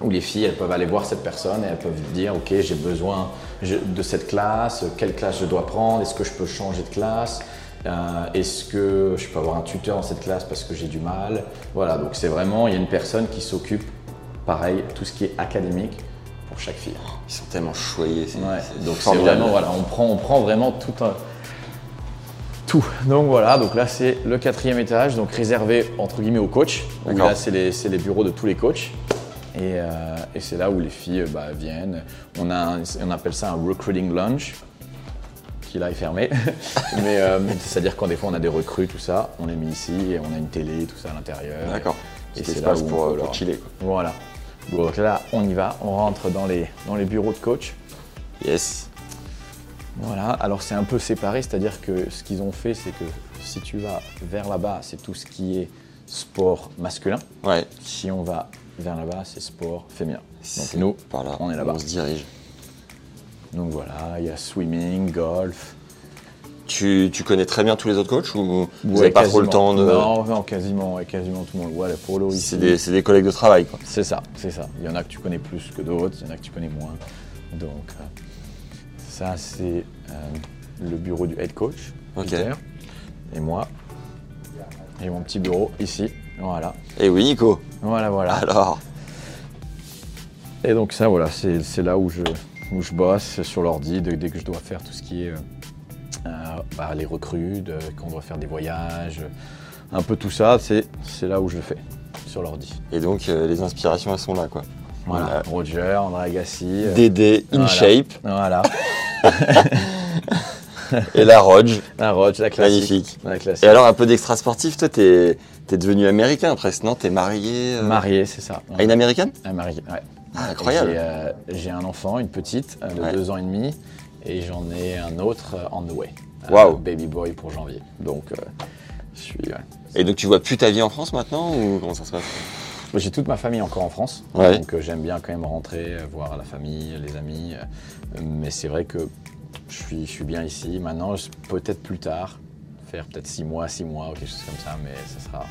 Speaker 1: où les filles elles peuvent aller voir cette personne et elles peuvent dire ok j'ai besoin je- de cette classe, quelle classe je dois prendre, est-ce que je peux changer de classe, Euh, est-ce que je peux avoir un tuteur dans cette classe parce que j'ai du mal, voilà donc c'est vraiment il y a une personne qui s'occupe pareil tout ce qui est académique pour chaque fille.
Speaker 3: Ils sont tellement choyés. c'est- c'est
Speaker 1: Donc c'est
Speaker 3: formidable.
Speaker 1: vraiment voilà on prend on prend vraiment tout un tout. Donc voilà, donc là c'est le quatrième étage, donc réservé entre guillemets aux coachs. Où
Speaker 3: D'accord.
Speaker 1: là c'est les, c'est les bureaux de tous les coachs. Et, euh, et c'est là où les filles euh, bah, viennent. On, a un- on appelle ça un recruiting lounge, qui là est fermé. Mais euh, c'est-à-dire quand des fois on a des recrues, tout ça, on les met ici et on a une télé, tout ça à l'intérieur.
Speaker 3: D'accord.
Speaker 1: Et
Speaker 3: Petit
Speaker 1: c'est là
Speaker 3: espace
Speaker 1: où on
Speaker 3: pour,
Speaker 1: peut
Speaker 3: euh, pour
Speaker 1: leur-
Speaker 3: chiller, quoi.
Speaker 1: Voilà. Bon, donc là on y va, on rentre dans les, dans les bureaux de coach.
Speaker 3: Yes.
Speaker 1: Voilà, alors c'est un peu séparé, c'est-à-dire que ce qu'ils ont fait, c'est que si tu vas vers là-bas, c'est tout ce qui est sport masculin.
Speaker 3: Ouais.
Speaker 1: Si on va vers là-bas, c'est sport féminin. Donc
Speaker 3: C'est
Speaker 1: nous,
Speaker 3: par là.
Speaker 1: on est là-bas.
Speaker 3: On se dirige.
Speaker 1: Donc voilà, il y a swimming, golf.
Speaker 3: Tu, tu connais très bien tous les autres coachs ou vous
Speaker 1: Ouais,
Speaker 3: n'avez pas trop le
Speaker 1: quasiment.
Speaker 3: temps de.
Speaker 1: Non, non, quasiment, ouais, quasiment tout le monde. Ouais, la polo ici.
Speaker 3: C'est des, c'est des collègues de travail, quoi.
Speaker 1: C'est ça, Ah, c'est ça. Il y en a que tu connais plus que d'autres, il y en a que tu connais moins. Donc, euh, ça, c'est euh, le bureau du head coach,
Speaker 3: Ok.
Speaker 1: Peter, et moi. Et mon petit bureau ici. Voilà,
Speaker 3: Eh oui, Nico.
Speaker 1: voilà, voilà.
Speaker 3: Alors,
Speaker 1: Et donc, ça, voilà, c'est c'est là où je, où je bosse sur l'ordi dès, dès que je dois faire tout ce qui est euh, euh, bah, les recrues, de- quand on doit faire des voyages. un peu tout ça, c'est c'est là où je le fais, sur l'ordi.
Speaker 3: Et donc, euh, les inspirations, elles sont là, quoi.
Speaker 1: Voilà, Roger, André Agassi, euh,
Speaker 3: Dédé, in
Speaker 1: voilà.
Speaker 3: shape,
Speaker 1: Voilà,
Speaker 3: et la Rodge.
Speaker 1: la Roger, la classique.
Speaker 3: Magnifique.
Speaker 1: La classique.
Speaker 3: Et alors, un peu d'extra sportif, toi, t'es es devenu américain presque, non T'es marié euh,
Speaker 1: Marié, c'est ça.
Speaker 3: à une américaine
Speaker 1: Américaine, ouais.
Speaker 3: Ah, incroyable.
Speaker 1: J'ai, euh, J'ai un enfant, une petite, euh, de
Speaker 3: Ouais.
Speaker 1: deux ans et demi, et j'en ai un autre euh, on the way. Un
Speaker 3: Waouh.
Speaker 1: Baby boy pour janvier. Donc, euh, je suis. ouais.
Speaker 3: Et donc, tu vois plus ta vie en France maintenant ou comment ça se passe
Speaker 1: Moi, J'ai toute ma famille encore en France,
Speaker 3: Ouais.
Speaker 1: donc euh, j'aime bien quand même rentrer, euh, voir la famille, les amis. euh, mais c'est vrai que je suis, je suis bien ici. Maintenant, je- peut-être plus tard, faire peut-être six mois, six mois ou quelque chose comme ça, mais ça sera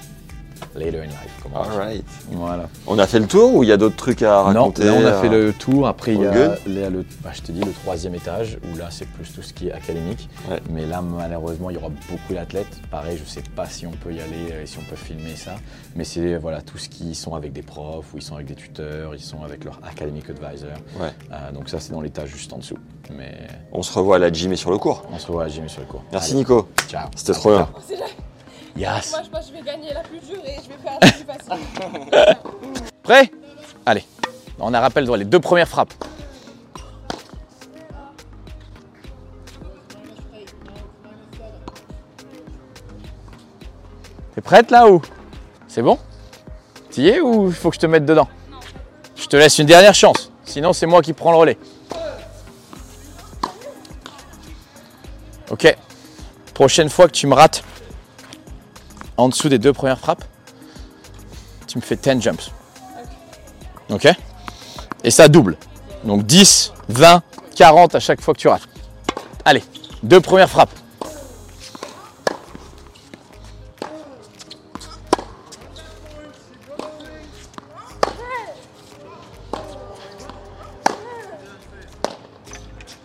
Speaker 1: later in life. Comme on dit.
Speaker 3: Alright.
Speaker 1: Voilà.
Speaker 3: On a fait le tour ou il y a d'autres trucs à raconter
Speaker 1: non, là on a
Speaker 3: euh,
Speaker 1: fait le tour. Après, il y
Speaker 3: all
Speaker 1: a
Speaker 3: good
Speaker 1: les- le, bah, je te dis, le troisième étage, où là, c'est plus tout ce qui est académique.
Speaker 3: Ouais.
Speaker 1: Mais là, malheureusement, il y aura beaucoup d'athlètes. Pareil, je sais pas si on peut y aller, euh, et si on peut filmer ça. Mais c'est voilà, tout ce qui ils sont avec des profs, ou ils sont avec des tuteurs, ils sont avec leur academic advisor.
Speaker 3: Ouais.
Speaker 1: Euh, donc ça, c'est dans l'étage juste en dessous. Mais
Speaker 3: On se revoit à la gym et sur le cours.
Speaker 1: on se revoit à la gym sur le cours.
Speaker 3: Merci
Speaker 1: Allez,
Speaker 3: Nico,
Speaker 1: Ciao.
Speaker 3: c'était trop bien.
Speaker 1: Yes.
Speaker 9: Moi, je pense que je vais gagner la plus dure et je vais faire la plus facile.
Speaker 1: Prêt Allez, on a rappel droit, les deux premières frappes. T'es prête là ou C'est bon T'y es ou il faut que je te mette dedans Je te laisse une dernière chance, sinon c'est moi qui prends le relais. Ok, prochaine fois que tu me rates en dessous des deux premières frappes, tu me fais 10 jumps. Ok Et ça double. Donc 10, 20, 40 à chaque fois que tu rates. Allez, deux premières frappes.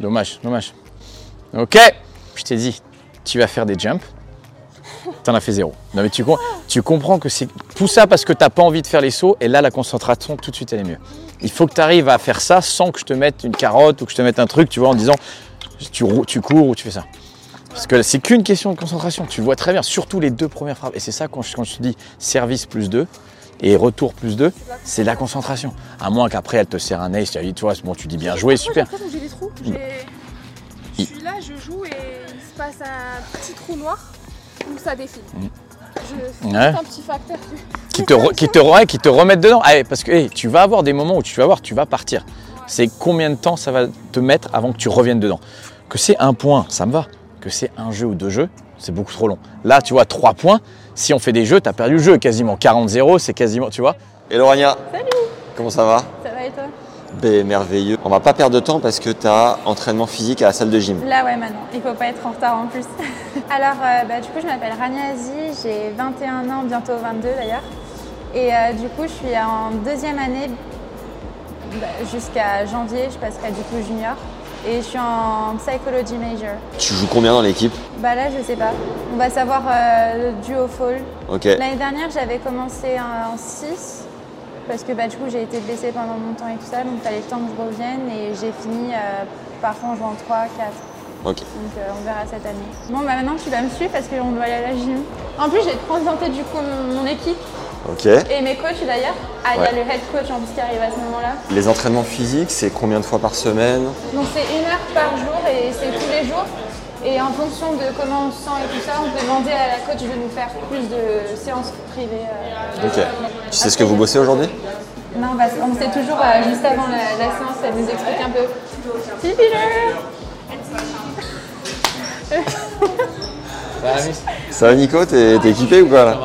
Speaker 1: Dommage, dommage. Ok, je t'ai dit, tu vas faire des jumps. T'en as fait zéro. Non mais tu, com- tu comprends que c'est tout ça parce que t'as pas envie de faire les sauts et là la concentration tout de suite elle est mieux. Il faut que tu arrives à faire ça sans que je te mette une carotte ou que je te mette un truc, tu vois, en disant tu, rou- tu cours ou tu fais ça. Parce que c'est qu'une question de concentration, tu le vois très bien, surtout les deux premières frappes. Et c'est ça quand je, quand je te dis service plus 2 et retour plus 2, c'est la concentration. À moins qu'après elle te serre un ace, tu as dit, tu vois, bon tu dis bien joué, super.
Speaker 9: Pourquoi j'ai l'impression que j'ai des trous. J'ai- Je suis là, je joue et il se passe un petit trou noir où ça défile. Je... C'est
Speaker 1: Ouais.
Speaker 9: juste un petit facteur. que-
Speaker 1: qui te, re- qui te, ouais, qui te remettent dedans. Allez, parce que hey, tu vas avoir des moments où tu vas voir, tu vas partir. C'est combien de temps ça va te mettre avant que tu reviennes dedans. Que c'est un point, ça me va. Que c'est un jeu ou deux jeux, c'est beaucoup trop long. Là, tu vois, trois points. Si on fait des jeux, t'as perdu le jeu quasiment. 40-0, c'est quasiment, tu vois.
Speaker 3: Et Laurania Salut Comment ça va
Speaker 2: Ça va et toi
Speaker 3: Ben merveilleux. On va pas perdre de temps parce que t'as entraînement physique à la salle de gym.
Speaker 2: Là, ouais, maintenant. Il faut pas être en retard en plus. Alors, euh, bah, du coup, je m'appelle Rania Aziz, j'ai 21 ans, bientôt 22 d'ailleurs. Et euh, du coup, je suis en deuxième année bah, jusqu'à janvier, je passerai du coup junior. Et je suis en psychology major.
Speaker 3: Tu joues combien dans l'équipe
Speaker 2: Bah là, je sais pas. On va savoir euh, du au fall.
Speaker 3: Ok.
Speaker 2: L'année dernière, j'avais commencé en 6 parce que bah, du coup, j'ai été blessée pendant mon temps et tout ça, donc il fallait le temps que je revienne et j'ai fini euh, par en jouant 3, 4. Donc
Speaker 3: Ok.
Speaker 2: euh, on verra cette année. Bon, bah maintenant, tu vas me suivre parce qu'on doit aller à la gym. En plus, j'ai présenté du coup mon, mon équipe
Speaker 3: Ok.
Speaker 2: et mes coachs d'ailleurs. Ah, il y a
Speaker 3: Ouais.
Speaker 2: le head coach en plus qui arrive à ce moment-là.
Speaker 3: Les entraînements physiques, c'est combien de fois par semaine
Speaker 2: Donc c'est une heure par jour et c'est tous les jours. Et en fonction de comment on se sent et tout ça, on peut demander à la coach de nous faire plus de séances privées. euh,
Speaker 3: Ok. Tu sais ce que vous bossez aujourd'hui
Speaker 2: Non, bah, on sait toujours euh, juste avant la, la séance, elle nous explique un peu. Petit Peter
Speaker 3: Ça va Nico T'es t'es équipé ou quoi là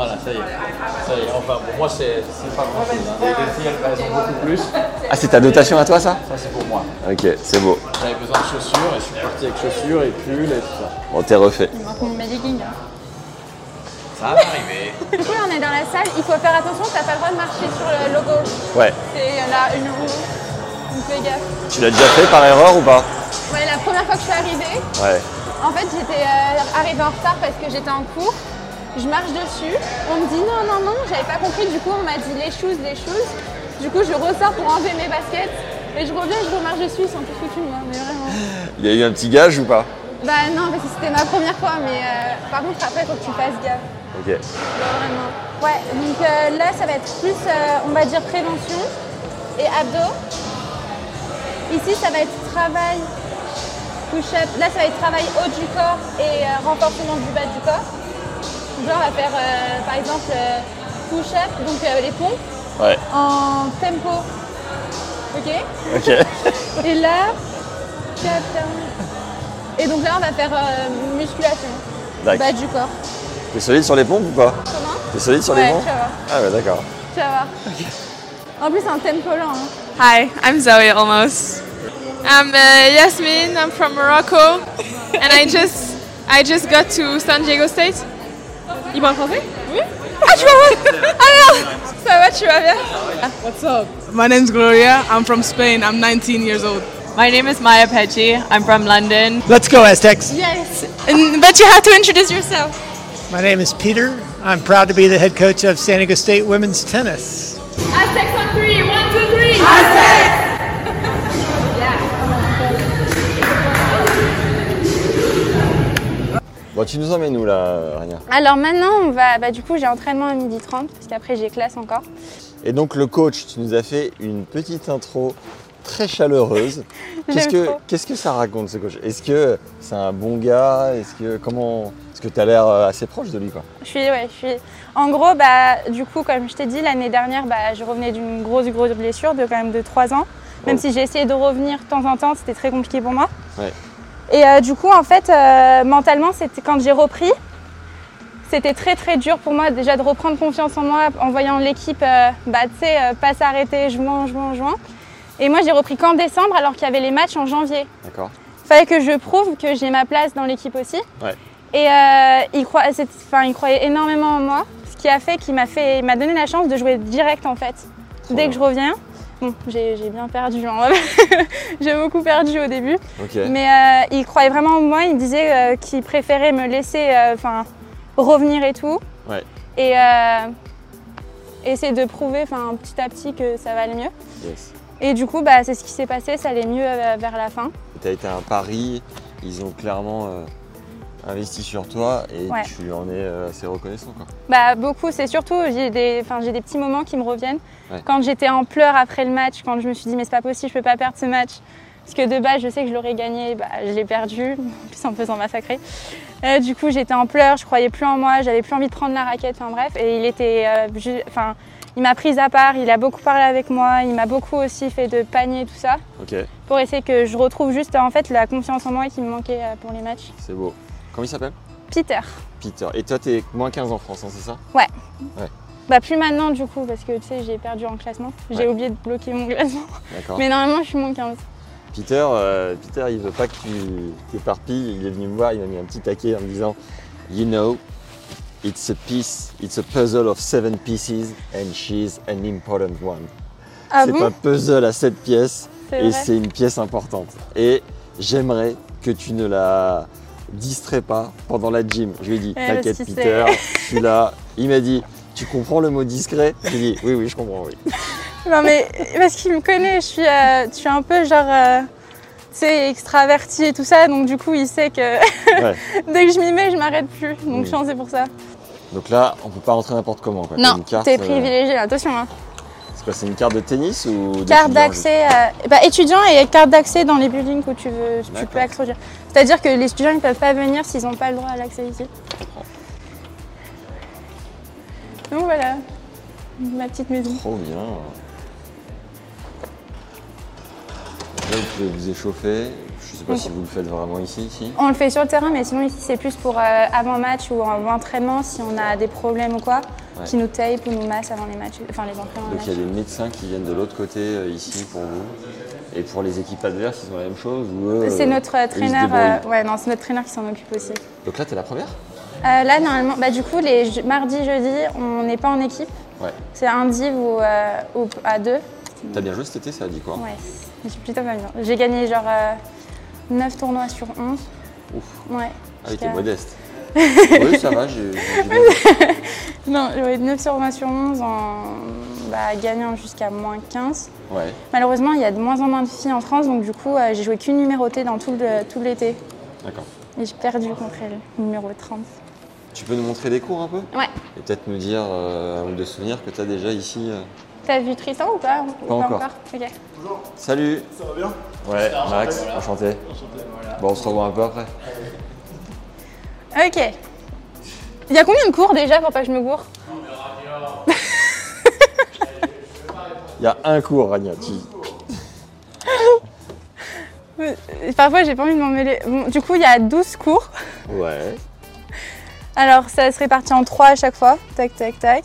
Speaker 1: pour moi, c'est pas grand chose. hein. Les filles, elles ont beaucoup plus.
Speaker 3: Ah, c'est ta dotation à toi ça
Speaker 1: Ça, c'est pour moi.
Speaker 3: Ok, c'est beau.
Speaker 1: J'avais besoin de chaussures et je suis parti avec chaussures et pulls et tout ça.
Speaker 3: On t'est refait.
Speaker 2: Il manque mon legging. hein.
Speaker 1: Ça va arriver.
Speaker 2: Du coup, là, on est dans la salle. Il faut faire attention, t'as pas le droit de marcher sur le logo.
Speaker 3: Ouais.
Speaker 2: C'est là une roue. Donc fais gaffe.
Speaker 3: Tu l'as déjà fait par erreur ou pas
Speaker 2: Ouais, la première fois que je suis arrivée,
Speaker 3: Ouais.
Speaker 2: En fait, j'étais euh, arrivée en retard parce que j'étais en cours. Je marche dessus. On me dit non, non, non. J'avais pas compris. Du coup, on m'a dit les choses, les choses. Du coup, je ressors pour enlever mes baskets. Et je reviens, je remarche dessus. Ils sont tous foutus, moi, mais vraiment.
Speaker 3: Il y a eu un petit gage ou pas
Speaker 2: Bah non, parce que c'était ma première fois. Mais euh, par contre, après, faut que tu fasses gaffe.
Speaker 3: Ok.
Speaker 9: Pas vraiment.
Speaker 2: Ouais, donc euh, là, ça va être plus, euh, on va dire, prévention et abdos. Ici, ça va être travail push-up. Là, ça va être travail haut du corps et euh, renforcement du bas du corps. Donc là, on va faire, euh, par exemple, euh, push-up, donc euh, les pompes,
Speaker 3: Ouais.
Speaker 2: en tempo. Ok
Speaker 3: Ok.
Speaker 2: Et là, quatre, et donc là, on va faire euh, musculation, bas
Speaker 3: D'accord.
Speaker 2: du corps.
Speaker 3: T'es solide sur les pompes ou pas
Speaker 2: Comment
Speaker 3: T'es solide sur les
Speaker 2: Ouais,
Speaker 3: pompes
Speaker 2: tu vas voir.
Speaker 3: Ah ouais, d'accord.
Speaker 2: Tu vas voir. En plus, c'est un tempo lent. hein.
Speaker 9: Hi, I'm Zoe almost. I'm uh, Yasmin. I'm from Morocco, and I just I just got to San Diego State. Il parle français? Oui. Ah, tu vas voir. Ah merde. Ça va, tu vas bien?
Speaker 10: What's up? My name's Gloria. I'm from Spain. I'm 19 years old.
Speaker 11: My name is Maya Pecci. I'm from London.
Speaker 12: Let's go, Aztecs.
Speaker 9: Yes. And, but you have to introduce yourself.
Speaker 12: My name is Peter. I'm proud to be the head coach of San Diego State women's tennis.
Speaker 9: Aztecs on three. One, two, three.
Speaker 3: Bon, tu nous emmènes où là, Rania
Speaker 2: Alors maintenant, on va, bah, du coup, j'ai entraînement à 12h30, parce qu'après, j'ai classe encore.
Speaker 3: Et donc le coach, tu nous as fait une petite intro très chaleureuse. Qu'est-ce
Speaker 2: J'aime
Speaker 3: que
Speaker 2: trop.
Speaker 3: qu'est-ce que ça raconte ce coach Est-ce que c'est un bon gars Est-ce que comment Est-ce que tu as l'air euh, assez proche de lui quoi
Speaker 2: Je suis, ouais, je suis. En gros, bah, du coup, comme je t'ai dit, l'année dernière, bah, je revenais d'une grosse, grosse blessure de quand même de 3 ans. Même
Speaker 3: Oh.
Speaker 2: si j'ai essayé de revenir de temps en temps, c'était très compliqué pour moi.
Speaker 3: Ouais.
Speaker 2: Et euh, du coup, en fait, euh, mentalement, c'était quand j'ai repris, c'était très, très dur pour moi déjà de reprendre confiance en moi en voyant l'équipe, euh, bah, tu sais, euh, pas s'arrêter, jouant, jouant, jouant. Et moi, j'ai repris qu'en décembre, alors qu'il y avait les matchs en janvier
Speaker 3: D'accord.
Speaker 2: fallait que je prouve que j'ai ma place dans l'équipe aussi.
Speaker 3: Ouais.
Speaker 2: Et euh, il, croit- c'est- enfin, il croyait énormément en moi, ce qui a fait qu'il m'a fait, il m'a donné la chance de jouer direct en fait. Dès que je reviens, bon, j'ai j'ai bien perdu, hein. j'ai beaucoup perdu au début,
Speaker 3: Ok.
Speaker 2: mais euh, il croyait vraiment en moi. Il disait euh, qu'il préférait me laisser, euh, enfin, revenir et tout,
Speaker 3: Ouais.
Speaker 2: et euh, essayer de prouver, enfin, petit à petit que ça va aller mieux.
Speaker 3: Yes.
Speaker 2: Et du coup, bah, c'est ce qui s'est passé. Ça allait mieux euh, vers la fin.
Speaker 3: T'as été un pari. Ils ont clairement euh, investi sur toi et
Speaker 2: Ouais.
Speaker 3: tu en es euh, assez reconnaissant quoi.
Speaker 2: Bah beaucoup, c'est surtout j'ai des, enfin j'ai des petits moments qui me reviennent.
Speaker 3: Ouais.
Speaker 2: Quand j'étais en pleurs après le match, quand je me suis dit mais c'est pas possible, je peux pas perdre ce match, parce que de base je sais que je l'aurais gagné, bah je l'ai perdu, en plus en me faisant massacrer. Euh, du coup j'étais en pleurs, je croyais plus en moi, j'avais plus envie de prendre la raquette, enfin bref. Et il était, euh, ju- enfin il m'a prise à part, il a beaucoup parlé avec moi, il m'a beaucoup aussi fait de panier tout ça,
Speaker 3: Ok.
Speaker 2: pour essayer que je retrouve juste en fait la confiance en moi qui me manquait euh, pour les matchs.
Speaker 3: C'est beau. Comment il s'appelle
Speaker 2: Peter.
Speaker 3: Peter. Et toi t'es moins 15 en France, hein, c'est ça
Speaker 2: Bah plus maintenant du coup parce que tu sais j'ai perdu en classement. J'ai
Speaker 3: Ouais.
Speaker 2: oublié de bloquer mon classement.
Speaker 3: D'accord.
Speaker 2: Mais normalement je suis mon 15.
Speaker 3: Peter, euh, Peter, il veut pas que tu t'éparpilles. Il est venu me voir, il m'a mis un petit taquet en me disant You know, it's a piece, it's a puzzle of seven pieces and she's an important one.
Speaker 2: Ah
Speaker 3: c'est
Speaker 2: bon
Speaker 3: un puzzle à sept pièces
Speaker 2: C'est
Speaker 3: et
Speaker 2: vrai
Speaker 3: c'est une pièce importante. Et j'aimerais que tu ne la distrais pas pendant la gym. Je lui ai dit
Speaker 2: Eh,
Speaker 3: T'inquiète,
Speaker 2: parce qu'il
Speaker 3: Peter, je suis là. Il m'a dit Tu comprends le mot discret Je lui ai dit Oui, oui, je comprends, oui.
Speaker 2: Non mais parce qu'il me connaît, je suis, euh, je suis un peu genre euh, tu sais extravertie et tout ça donc du coup il sait que
Speaker 3: Ouais.
Speaker 2: dès que je m'y mets je m'arrête plus. Donc
Speaker 3: Oui.
Speaker 2: je pense que c'est pour ça.
Speaker 3: Donc là, on peut pas rentrer n'importe comment. Quoi. T'as
Speaker 2: non,
Speaker 3: une carte,
Speaker 2: t'es
Speaker 3: euh,
Speaker 2: privilégié, attention. hein.
Speaker 3: C'est quoi, c'est une carte de tennis ou de
Speaker 2: Carte
Speaker 3: football
Speaker 2: d'accès, euh, bah, étudiant et carte d'accès dans les buildings où tu veux, tu peux
Speaker 3: D'accord.
Speaker 2: accéder. C'est-à-dire que les étudiants ne peuvent pas venir s'ils n'ont pas le droit à l'accès ici. Donc voilà, ma petite maison.
Speaker 3: Trop bien. Là, vous pouvez vous échauffer. Je sais pas si vous le faites vraiment ici. ici.
Speaker 2: On le fait sur le terrain, mais sinon ici c'est plus pour euh, avant match ou avant entraînement si on a des problèmes ou quoi,
Speaker 3: Ouais.
Speaker 2: qui nous tape ou nous masse avant les matchs, enfin les entraînements.
Speaker 3: Donc
Speaker 2: match.
Speaker 3: il y a des médecins qui viennent de l'autre côté euh, ici pour vous. Et pour les équipes adverses, ils ont la même chose ou eux,
Speaker 2: C'est
Speaker 3: euh,
Speaker 2: notre
Speaker 3: eux,
Speaker 2: euh,
Speaker 3: ils se
Speaker 2: traîneur,
Speaker 3: débrouillent.
Speaker 2: euh, ouais non c'est notre traîneur qui s'en occupe aussi.
Speaker 3: Donc là, t'es la première
Speaker 2: Euh, là normalement, bah du coup les je- mardis, jeudi, on n'est pas en équipe,
Speaker 3: Ouais.
Speaker 2: c'est un div ou, euh, ou à deux.
Speaker 3: T'as bien joué cet été, ça a dit quoi
Speaker 2: Ouais, je suis plutôt pas bien. J'ai gagné genre 9 tournois sur 11.
Speaker 3: Ouf.
Speaker 2: Ouais.
Speaker 3: Ah oui,
Speaker 2: jusqu'à-
Speaker 3: t'es modeste. oui, ça va, j'ai j'ai bien joué.
Speaker 2: Non, ouais, 9 tournois sur 11 en bah, gagnant jusqu'à moins 15.
Speaker 3: Ouais,
Speaker 2: Malheureusement, il y a de moins en moins de filles en France, donc du coup, euh, j'ai joué qu'une numérotée dans tout le- tout l'été.
Speaker 3: d'accord.
Speaker 2: Et j'ai perdu contre elle, numéro 30.
Speaker 3: Tu peux nous montrer des cours un peu
Speaker 2: Ouais.
Speaker 3: Et peut-être nous dire euh, un ou deux souvenirs que tu as déjà ici. euh.
Speaker 2: T'as vu Tristan ou pas Ou
Speaker 3: encore.
Speaker 2: Ok.
Speaker 3: Salut
Speaker 13: Ça va bien
Speaker 3: Ouais,
Speaker 13: Ah,
Speaker 3: Max,
Speaker 13: enchanté,
Speaker 3: enchanté.
Speaker 13: Enchanté, voilà.
Speaker 3: Bon, on se revoit un peu après.
Speaker 2: Ok. Il y a combien de cours déjà pour pas que je me gourre
Speaker 3: Il y a un cours, Rania. Tu...
Speaker 2: Euh, Parfois, j'ai pas envie de m'en mêler. Bon, du coup, il y a 12 cours.
Speaker 3: Ouais.
Speaker 2: Alors, ça se répartit en 3 à chaque fois. Tac, tac, tac.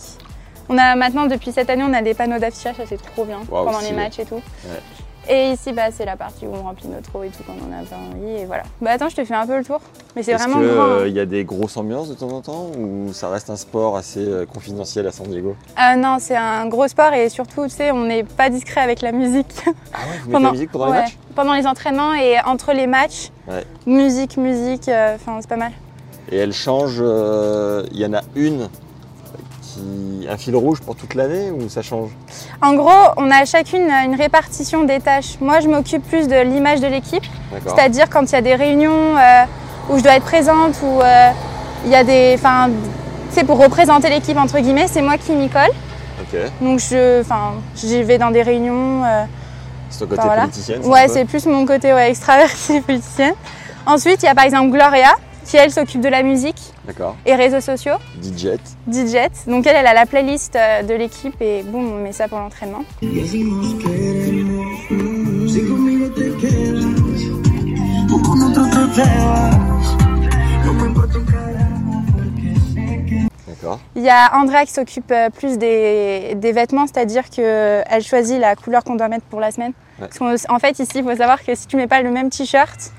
Speaker 2: On a maintenant, depuis cette année, on a des panneaux d'affichage, ça c'est trop bien
Speaker 12: Waouh,
Speaker 2: pendant les
Speaker 12: stylé.
Speaker 2: matchs et tout.
Speaker 3: Ouais.
Speaker 2: Et ici, bah, c'est la partie où on remplit nos trous et tout quand on en a pas envie. Et voilà. Bah attends, je te fais un peu le tour. Mais c'est
Speaker 3: Est-ce
Speaker 2: vraiment
Speaker 3: qu'il
Speaker 2: grand. hein.
Speaker 3: y a des grosses ambiances de temps en temps ou ça reste un sport assez euh, confidentiel à San Diego
Speaker 2: Ah non, c'est un gros sport et surtout, tu sais, on n'est pas discret avec la musique.
Speaker 3: Ah mettez la musique pendant les matchs
Speaker 2: Pendant les entraînements et entre les matchs,
Speaker 3: Ouais.
Speaker 2: musique, musique, euh, enfin, c'est pas mal.
Speaker 3: Et elle change, euh, il y en a une qui. un fil rouge pour toute l'année ou ça change
Speaker 2: En gros, on a chacune euh, une répartition des tâches. Moi, je m'occupe plus de l'image de l'équipe,
Speaker 3: D'accord.
Speaker 2: c'est-à-dire quand il y a des réunions euh, où je dois être présente, où euh, il y a des. Enfin, c'est pour représenter l'équipe, entre guillemets, c'est moi qui m'y colle.
Speaker 3: Ok.
Speaker 2: Donc, je, enfin, j'y vais dans des réunions. euh,
Speaker 3: C'est ton
Speaker 2: Enfin,
Speaker 3: côté
Speaker 2: voilà.
Speaker 3: politicienne ça, un
Speaker 2: Ouais,
Speaker 3: peu
Speaker 2: c'est plus mon côté ouais, extraverti politicienne. Ensuite, il y a par exemple Gloria, qui elle s'occupe de la musique
Speaker 3: D'accord.
Speaker 2: et réseaux sociaux,
Speaker 3: DJ.
Speaker 2: DJ. Donc elle, elle a la playlist euh, de l'équipe et boum, on met ça pour l'entraînement.
Speaker 12: Y así nos queremos. Si conmigo te quedas, o con otro te vas. No me importa un carajo porque sé que.
Speaker 3: D'accord.
Speaker 2: Il y a Andrea qui s'occupe euh, plus des, des vêtements, c'est-à-dire qu'elle choisit la couleur qu'on doit mettre pour la semaine.
Speaker 3: Ouais.
Speaker 2: Parce qu'en fait, ici, il faut savoir que si tu mets pas le même t-shirt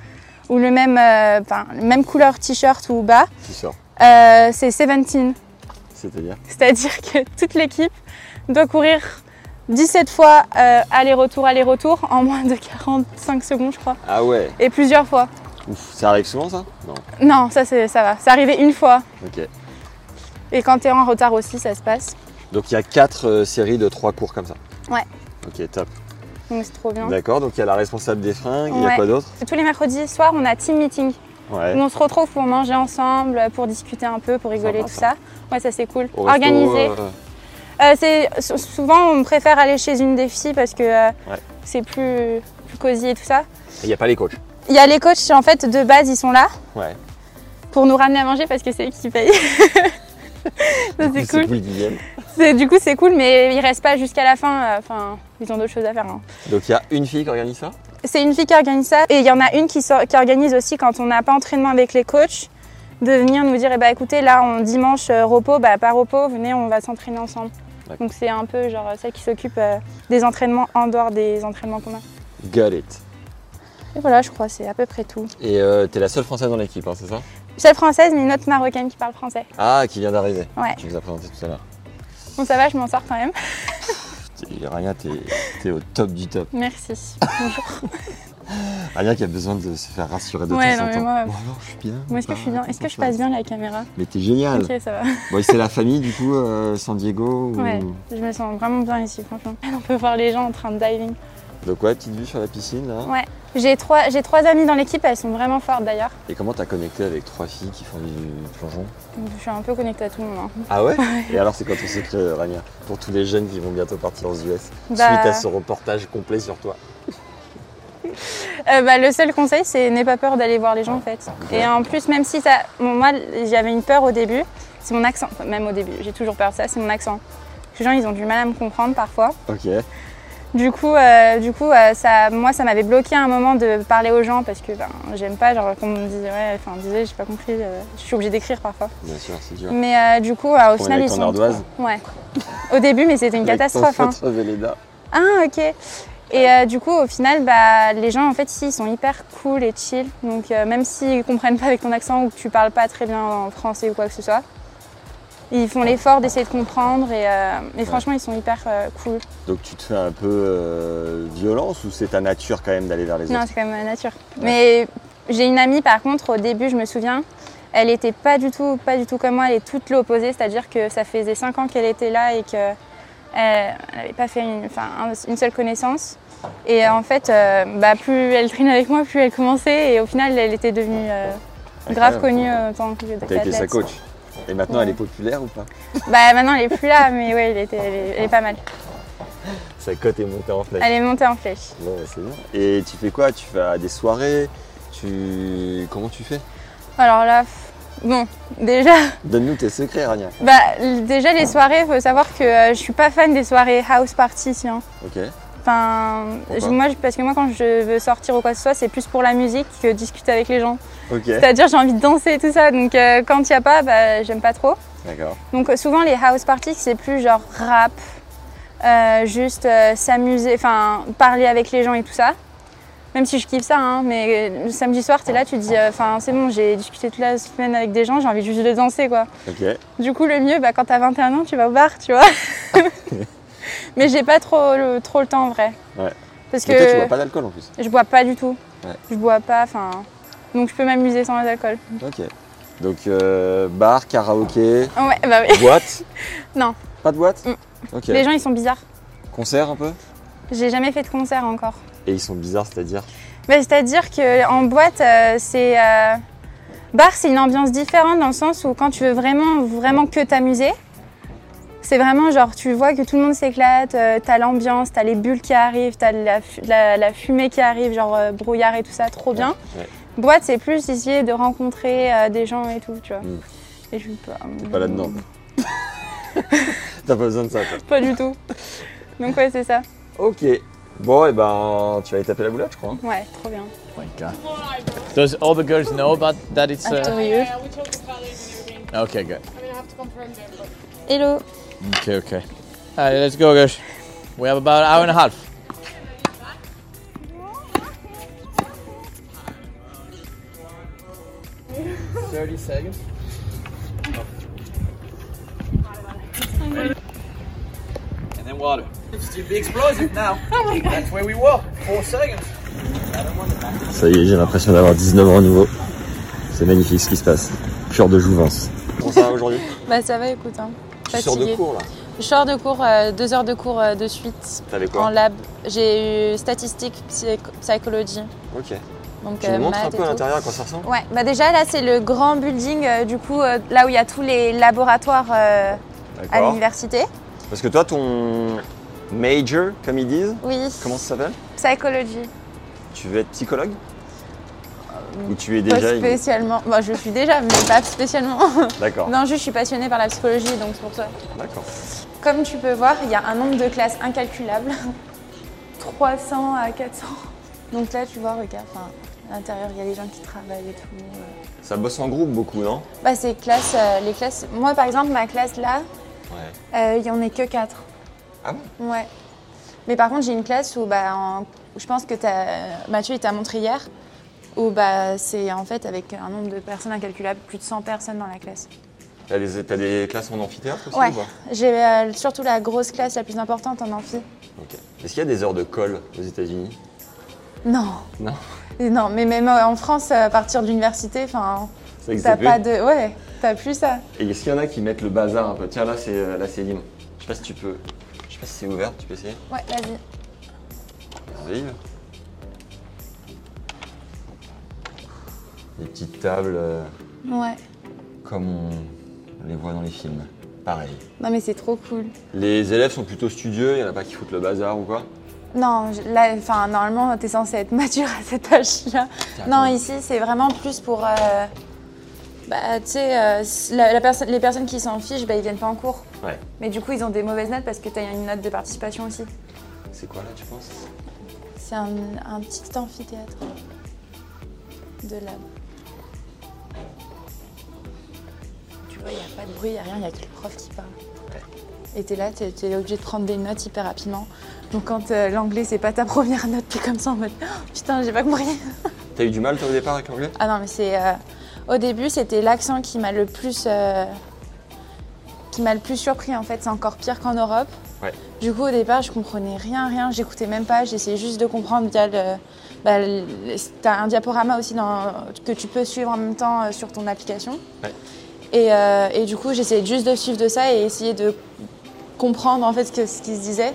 Speaker 2: ou le même, euh, enfin, même couleur t-shirt ou bas,
Speaker 3: qui sort.
Speaker 2: euh, c'est 17.
Speaker 3: C'est-à-dire
Speaker 2: C'est-à-dire que toute l'équipe doit courir 17 fois euh, aller-retour, aller-retour en moins de 45 secondes, je crois.
Speaker 3: Ah ouais
Speaker 2: Et plusieurs fois.
Speaker 3: Ouf, ça arrive souvent ça Non.
Speaker 2: Non, ça, c'est- ça va. C'est arrivé une fois.
Speaker 3: Ok.
Speaker 2: Et quand t'es en retard aussi, ça se passe.
Speaker 3: Donc il y a quatre euh, séries de trois cours comme ça.
Speaker 2: Ouais,
Speaker 3: Ok, top.
Speaker 2: donc c'est trop bien.
Speaker 3: D'accord, donc il y a la responsable des fringues, il y
Speaker 2: Ouais.
Speaker 3: a quoi d'autre
Speaker 2: Tous les mercredis soirs, on a team meeting.
Speaker 3: Ouais.
Speaker 2: Où on se retrouve pour manger ensemble, pour discuter un peu, pour rigoler, tout ça. Ouais, ça c'est cool.
Speaker 3: Au resto,
Speaker 2: Organisé.
Speaker 3: euh,
Speaker 2: Euh, c'est sou- souvent, on préfère aller chez une des filles parce que euh,
Speaker 3: Ouais.
Speaker 2: c'est plus, plus cosy et tout ça.
Speaker 3: et Il n'y a pas les coachs.
Speaker 2: Il y a les coachs, en fait, de base, ils sont là
Speaker 3: Ouais.
Speaker 2: pour nous ramener à manger parce que c'est eux qui payent. ça, c'est cool.
Speaker 3: cool qu'ils viennent.
Speaker 2: C'est- Du coup, c'est cool, mais ils restent pas jusqu'à la fin. euh, Enfin, ils ont d'autres choses à faire. hein.
Speaker 3: Donc il y a une fille qui organise ça
Speaker 2: C'est une fille qui organise ça et il y en a une qui, sor- qui organise aussi quand on n'a pas entraînement avec les coachs de venir nous dire eh bah, écoutez, là, on dimanche euh, repos, bah, pas repos, venez, on va s'entraîner ensemble.
Speaker 3: D'accord.
Speaker 2: Donc, c'est un peu genre celle qui s'occupe euh, des entraînements en dehors des entraînements qu'on a.
Speaker 3: Got it.
Speaker 2: Et voilà, je crois, c'est à peu près tout.
Speaker 3: Et euh, t'es la seule française dans l'équipe, hein, c'est ça
Speaker 2: Seule française, mais une autre marocaine qui parle français.
Speaker 3: Ah, qui vient d'arriver.
Speaker 2: Ouais.
Speaker 3: Tu nous as présenté tout à l'heure.
Speaker 2: Bon, ça va, je m'en sors quand même.
Speaker 3: Et Rania, t'es t'es au top du top.
Speaker 2: Merci. Bonjour.
Speaker 3: Rania qui a besoin de se faire rassurer de
Speaker 2: Ouais, non,
Speaker 3: temps en
Speaker 2: mais
Speaker 3: temps.
Speaker 2: moi-
Speaker 3: Bon, alors, je suis bien. Bah, Ah,
Speaker 2: Bon, est-ce que je suis bien Est-ce que je passe bien la caméra
Speaker 3: Mais t'es génial.
Speaker 2: Ok, ça va.
Speaker 3: Bon, et c'est la famille du coup, euh, San Diego. ou-
Speaker 2: Ouais, je me sens vraiment bien ici, franchement.
Speaker 3: Ah.
Speaker 2: On peut voir les gens en train de diving.
Speaker 3: Donc ouais, petite vue sur la piscine là.
Speaker 2: Ouais, j'ai trois, j'ai trois amies dans l'équipe, elles sont vraiment fortes d'ailleurs.
Speaker 3: Et comment t'as connecté avec trois filles qui font du plongeon
Speaker 2: Donc, Je suis un peu connectée à tout le monde. hein.
Speaker 3: Ah ouais Et alors c'est quand ton secret, euh, Rania Pour tous les jeunes qui vont bientôt partir aux US,
Speaker 2: Bah-
Speaker 3: suite à ce reportage complet sur toi.
Speaker 2: Euh, bah, le seul conseil, c'est n'aie pas peur d'aller voir les gens en
Speaker 3: Ah,
Speaker 2: fait. Et en plus, même si ça. bon, moi, j'avais une peur au début, c'est mon accent. Enfin, même au début, j'ai toujours peur de ça, c'est mon accent. Les gens, ils ont du mal à me comprendre parfois.
Speaker 3: Ok.
Speaker 2: Du coup, euh, du coup euh, ça, moi, ça m'avait bloqué à un moment de parler aux gens parce que ben, j'aime pas, genre, qu'on me dise, ouais, enfin, désolé, j'ai pas compris, euh, je suis obligée d'écrire parfois.
Speaker 3: Bien sûr, c'est dur.
Speaker 2: Mais euh, du coup, euh, au
Speaker 3: Faut
Speaker 2: final,
Speaker 3: aller
Speaker 2: ils
Speaker 3: avec ton
Speaker 2: sont.
Speaker 3: ardoise.
Speaker 2: Ouais. Au début, mais c'était une
Speaker 3: Avec ton
Speaker 2: catastrophe. hein.
Speaker 3: feutre Velleda.
Speaker 2: Ah, ok. Et euh, du coup, au final, bah, les gens, en fait, ici, ils sont hyper cool et chill. Donc, euh, même s'ils comprennent pas avec ton accent ou que tu parles pas très bien en français ou quoi que ce soit, ils font l'effort d'essayer de comprendre et, euh, et
Speaker 3: Ouais.
Speaker 2: franchement, ils sont hyper euh, cool.
Speaker 3: Donc tu te fais un peu euh, violence ou c'est ta nature quand même d'aller vers les
Speaker 2: Non,
Speaker 3: autres
Speaker 2: c'est quand même la nature. Mais j'ai une amie, par contre, au début, je me souviens, elle était pas du tout, pas du tout comme moi, elle est toute l'opposée, c'est-à-dire que ça faisait 5 ans qu'elle était là et que elle n'avait pas fait une, enfin, un- une seule connaissance. Et euh, en fait, euh, bah, plus elle traînait avec moi, plus elle commençait. Et au final, elle était devenue euh, grave
Speaker 3: Incroyable.
Speaker 2: connue euh, en tant que
Speaker 3: T'as été
Speaker 2: athlète.
Speaker 3: sa coach Et maintenant, elle est populaire ou pas
Speaker 2: Bah maintenant elle est plus là, mais ouais, elle, était, elle, est, elle est pas mal.
Speaker 3: Sa cote est montée en flèche.
Speaker 2: Elle est montée en flèche.
Speaker 3: Bon, bah, c'est bien. Et tu fais quoi Tu vas à des soirées Tu Comment tu fais
Speaker 2: Alors là, pff, bon, déjà,
Speaker 3: Donne-nous tes secrets, Rania.
Speaker 2: bah l- déjà les soirées, faut savoir que euh, je suis pas fan des soirées house party, si, hein.
Speaker 3: Ok.
Speaker 2: Enfin, je- moi, je- parce que moi, quand je veux sortir ou quoi que ce soit, c'est plus pour la musique que discuter avec les gens.
Speaker 3: Ok.
Speaker 2: C'est-à-dire, j'ai envie de danser et tout ça. Donc, euh, quand il n'y a pas, bah, j'aime pas trop.
Speaker 3: D'accord.
Speaker 2: Donc euh, souvent les house parties c'est plus genre rap, euh, juste euh, s'amuser, enfin parler avec les gens et tout ça. Même si je kiffe ça, hein, mais euh, le samedi soir t'es là, tu te dis, euh, enfin c'est bon, j'ai discuté toute la semaine avec des gens, j'ai envie juste de danser quoi.
Speaker 3: Ok.
Speaker 2: Du coup le mieux, bah, quand t'as 21 ans, tu vas au bar, tu vois. mais j'ai pas trop le, trop le temps en vrai.
Speaker 3: Ouais.
Speaker 2: Parce
Speaker 3: Mais
Speaker 2: que
Speaker 3: toi, tu bois pas d'alcool en plus.
Speaker 2: Je bois pas du tout.
Speaker 3: Ouais.
Speaker 2: Je bois pas, enfin. Donc je peux m'amuser sans alcool.
Speaker 3: Ok. Donc, euh, bar, karaoké,
Speaker 2: Ouais, bah oui.
Speaker 3: boîte.
Speaker 2: Non.
Speaker 3: Pas de boîte Ok.
Speaker 2: Les gens ils sont bizarres.
Speaker 3: Concert un peu
Speaker 2: J'ai jamais fait de concert encore.
Speaker 3: Et ils sont bizarres, c'est-à-dire
Speaker 2: Bah, C'est-à-dire qu'en boîte, euh, c'est. euh, bar, c'est une ambiance différente dans le sens où quand tu veux vraiment, vraiment que t'amuser, c'est vraiment genre tu vois que tout le monde s'éclate, euh, t'as l'ambiance, t'as les bulles qui arrivent, t'as de la, fu- de la- la fumée qui arrive, genre euh, brouillard et tout ça, trop bien.
Speaker 3: Ouais.
Speaker 2: Boîte, c'est plus essayer de rencontrer euh, des gens et tout, tu vois.
Speaker 3: Mm.
Speaker 2: Et je suis pas. mm,
Speaker 3: T'es pas là-dedans. quoi. T'as pas besoin de ça, toi.
Speaker 2: Pas du tout. Donc, ouais, c'est ça.
Speaker 3: Ok. Bon, et ben, tu vas aller taper la boulotte, je crois. hein.
Speaker 2: Ouais, trop bien.
Speaker 1: Does all the girls know about that it's
Speaker 2: After
Speaker 1: uh...
Speaker 2: you.
Speaker 1: Okay, good.
Speaker 2: Hello.
Speaker 1: Okay, okay. All right, let's go, guys. We have about an hour and a half.
Speaker 14: Thirty seconds.
Speaker 1: And then water.
Speaker 14: It's to be explosive now.
Speaker 2: Oh
Speaker 14: That's where we were. Four seconds.
Speaker 3: ben, Ça y est, j'ai l'impression d'avoir 19 ans à nouveau. C'est magnifique ce qui se passe. Cœur de jouvence. Comment ça va aujourd'hui
Speaker 2: Bah, ça va, écoute. Hein.
Speaker 3: Tu sors de
Speaker 2: Fatiguée.
Speaker 3: cours là.
Speaker 2: Je sors de cours, euh, deux heures de cours euh, de suite.
Speaker 3: T'avais quoi
Speaker 2: En lab. J'ai eu statistique, psycho- psychologie.
Speaker 3: Ok.
Speaker 2: Donc,
Speaker 3: tu me montres
Speaker 2: maths
Speaker 3: un
Speaker 2: et
Speaker 3: peu à
Speaker 2: tout.
Speaker 3: l'intérieur à quoi ça ressemble
Speaker 2: Ouais, bah déjà là c'est le grand building, euh, du coup euh, là où il y a tous les laboratoires euh, à
Speaker 3: D'accord.
Speaker 2: l'université.
Speaker 3: Parce que toi, ton major, comme ils disent,
Speaker 2: Oui.
Speaker 3: comment ça s'appelle
Speaker 2: Psychologie.
Speaker 3: Tu veux être psychologue Ou tu es
Speaker 2: Euh, Pas
Speaker 3: déjà. une-
Speaker 2: spécialement. Bon, je le suis déjà, mais pas spécialement.
Speaker 3: D'accord.
Speaker 2: non, juste je suis passionnée par la psychologie, donc c'est pour ça.
Speaker 3: D'accord.
Speaker 2: Comme tu peux voir, il y a un nombre de classes incalculable. 300 à 400. Donc là, tu vois, regarde, enfin, à l'intérieur, il y a les gens qui travaillent et tout. euh.
Speaker 3: Ça bosse en groupe beaucoup, non
Speaker 2: Bah, c'est classe, euh, les classes. Moi, par exemple, ma classe là,
Speaker 3: Ouais.
Speaker 2: euh, il y en a que 4.
Speaker 3: Ah bon
Speaker 2: Ouais. Mais par contre, j'ai une classe où, bah, en- où je pense que t'as- Mathieu, il t'a montré hier, où bah, c'est en fait avec un nombre de personnes incalculable, plus de 100 personnes dans la classe.
Speaker 3: T'as des, t'as des classes en amphithéâtre aussi
Speaker 2: Ouais,
Speaker 3: ou pas
Speaker 2: j'ai euh, surtout la grosse classe la plus importante en amphi.
Speaker 3: Ok. Est-ce qu'il y a des heures de colle aux États-Unis
Speaker 2: Non,
Speaker 3: Non.
Speaker 2: non, mais même euh, en France, euh, à partir de l'université, enfin,
Speaker 3: Ça existe
Speaker 2: t'as
Speaker 3: plus.
Speaker 2: pas de, ouais, t'as plus ça.
Speaker 3: Et est-ce qu'il y en a qui mettent le bazar un peu Tiens, là, c'est euh, là, c'est libre. Je sais pas si tu peux. Je sais pas si c'est ouvert, tu peux essayer
Speaker 2: Ouais, vas-y.
Speaker 3: Vive. Des petites tables euh,
Speaker 2: Ouais.
Speaker 3: comme on les voit dans les films. Pareil.
Speaker 2: Non, mais c'est trop cool.
Speaker 3: Les élèves sont plutôt studieux, il y en a pas qui foutent le bazar ou quoi
Speaker 2: Non, je- là, enfin, normalement, t'es censé être mature à cet âge-là. Non, ici, c'est vraiment plus pour. euh, bah, tu sais, euh, la, la personne- les personnes qui s'en fichent, bah, ils viennent pas en cours.
Speaker 3: Ouais.
Speaker 2: Mais du coup, ils ont des mauvaises notes parce que t'as une note de participation aussi.
Speaker 3: C'est quoi là, tu penses
Speaker 2: C'est un, un petit amphithéâtre de lab. Tu vois, il n'y a pas de bruit, il n'y a rien, il n'y a que le prof qui parle. Et t'es là, t'es es obligé de prendre des notes hyper rapidement. Donc quand euh, l'anglais, c'est pas ta première note, t'es comme ça en mode Oh, putain, j'ai pas compris.
Speaker 3: T'as eu du mal toi au départ avec l'anglais
Speaker 2: Ah non, mais c'est. euh, au début, c'était l'accent qui m'a le plus. euh, qui m'a le plus surpris en fait. C'est encore pire qu'en Europe.
Speaker 3: Ouais.
Speaker 2: Du coup, au départ, je comprenais rien, rien. J'écoutais même pas. J'essayais juste de comprendre via le. Bah, le- t'as un diaporama aussi dans- que tu peux suivre en même temps euh, sur ton application.
Speaker 3: Ouais.
Speaker 2: Et, euh, et du coup, j'essayais juste de suivre de ça et essayer de comprendre en fait ce que- ce qui se disait.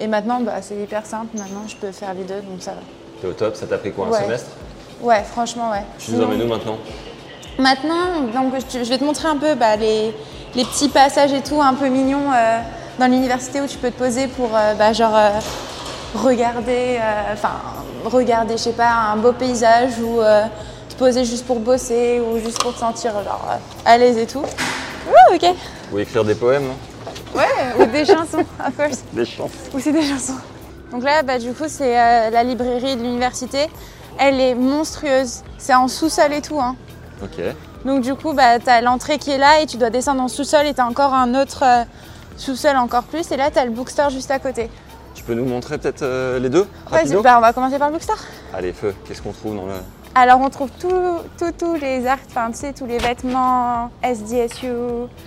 Speaker 2: Et maintenant, bah, c'est hyper simple. Maintenant, je peux faire les deux, donc ça va.
Speaker 3: T'es au top, ça t'a pris quoi, un
Speaker 2: Ouais.
Speaker 3: semestre
Speaker 2: Ouais, franchement, ouais.
Speaker 3: Tu nous
Speaker 2: Sinon-
Speaker 3: emmènes où maintenant
Speaker 2: Maintenant, donc, je je vais te montrer un peu bah, les, les petits passages et tout, un peu mignons euh, dans l'université où tu peux te poser pour, euh, bah, genre, euh, regarder, euh, enfin, regarder, je sais pas, un beau paysage ou euh, te poser juste pour bosser ou juste pour te sentir, genre, euh, à l'aise et tout. Ouh, ok.
Speaker 3: Ou écrire des poèmes, non
Speaker 2: Ouais, ou des chansons, of course.
Speaker 3: Des chansons.
Speaker 2: Ou c'est des chansons. Donc là, bah, du coup, c'est euh, la librairie de l'université. Elle est monstrueuse. C'est en sous-sol et tout. Hein.
Speaker 15: Ok.
Speaker 2: Donc du coup, bah, tu l'entrée qui est là et tu dois descendre en sous-sol et tu as encore un autre euh, sous-sol encore plus. Et là, tu as le bookstore juste à côté.
Speaker 3: Tu peux nous montrer peut-être euh, les deux
Speaker 2: Ouais,
Speaker 3: rapido
Speaker 2: super, on va commencer par le bookstore.
Speaker 3: Allez, feu, qu'est-ce qu'on trouve dans le.
Speaker 2: Alors, on trouve tous tout, tous les art, enfin, tu sais, tous les vêtements, SDSU,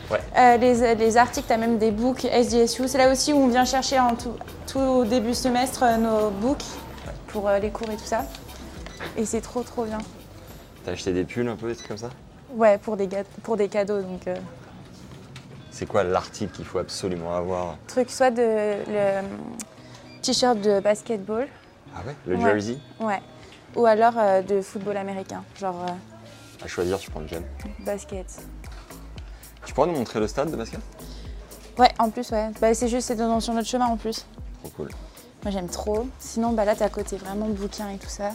Speaker 3: Ouais.
Speaker 2: euh, les, les articles, tu as même des books SDSU. C'est là aussi où on vient chercher en tout, tout début semestre euh, nos books pour euh, les cours et tout ça. Et c'est trop, trop bien.
Speaker 3: T'as acheté des pulls un peu, des trucs comme ça
Speaker 2: Ouais, pour des, ga- pour des cadeaux, donc... euh,
Speaker 3: C'est quoi l'article qu'il faut absolument avoir
Speaker 2: truc soit de le hum, t-shirt de basketball.
Speaker 3: Ah ouais Le
Speaker 2: Ouais.
Speaker 3: jersey
Speaker 2: Ouais. Ou alors euh, de football américain, genre euh,
Speaker 3: À choisir, tu prends le jeune.
Speaker 2: basket.
Speaker 3: Tu pourras nous montrer le stade de basket
Speaker 2: Ouais, en plus, ouais. Bah, c'est juste, c'est dans- sur notre chemin en plus.
Speaker 3: Trop cool.
Speaker 2: Moi, j'aime trop. Sinon, bah là, t'as à côté vraiment bouquin et tout ça.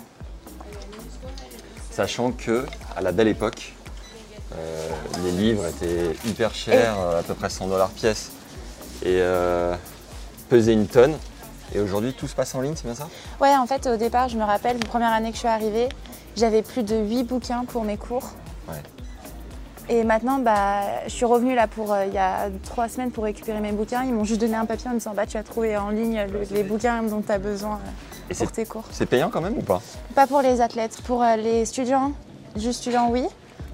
Speaker 3: Sachant que, à la belle époque, euh, les livres étaient hyper chers, euh, à peu près 100 dollars pièce, et euh, pesaient une tonne. Et aujourd'hui, tout se passe en ligne, c'est bien ça
Speaker 2: Ouais, en fait, au départ, je me rappelle, la première année que je suis arrivée, j'avais plus de 8 bouquins pour mes cours.
Speaker 3: Ouais.
Speaker 2: Et maintenant, bah, je suis revenue là pour euh, il y a trois semaines pour récupérer mes bouquins. Ils m'ont juste donné un papier en me disant bah, tu as trouvé en ligne le- les bouquins dont tu as besoin euh,
Speaker 3: Et
Speaker 2: pour
Speaker 3: c'est-
Speaker 2: tes cours.
Speaker 3: C'est payant quand même ou pas
Speaker 2: Pas pour les athlètes, pour euh, les étudiants, juste étudiants, oui.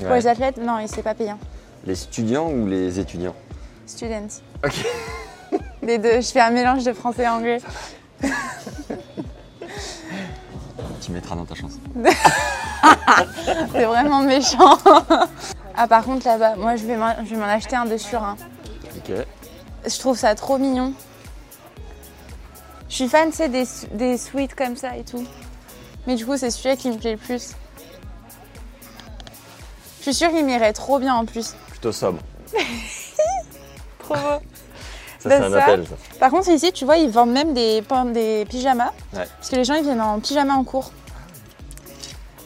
Speaker 2: Pour
Speaker 3: Ouais.
Speaker 2: les athlètes, non, et c'est pas hein. payant.
Speaker 3: Les étudiants ou les étudiants
Speaker 2: Student. Ok. les deux, je fais un mélange de français et anglais.
Speaker 3: Tu mettras dans ta chanson.
Speaker 2: c'est vraiment méchant. ah, par contre, là-bas, moi, je vais m'en je vais m'en acheter un de sur un.
Speaker 3: Ok.
Speaker 2: Je trouve ça trop mignon. Je suis fan, c'est des, su- des suites comme ça et tout. Mais du coup, c'est celui-là qui me plaît le plus. Je suis sûre qu'il m'irait trop bien en plus.
Speaker 3: Plutôt sobre.
Speaker 2: Trop beau.
Speaker 3: Ça,
Speaker 2: Ben,
Speaker 3: c'est un appel, ça.
Speaker 2: Par contre, ici, tu vois, ils vendent même des, pan- des pyjamas.
Speaker 3: Ouais.
Speaker 2: Parce que les gens, ils viennent en pyjama en cours.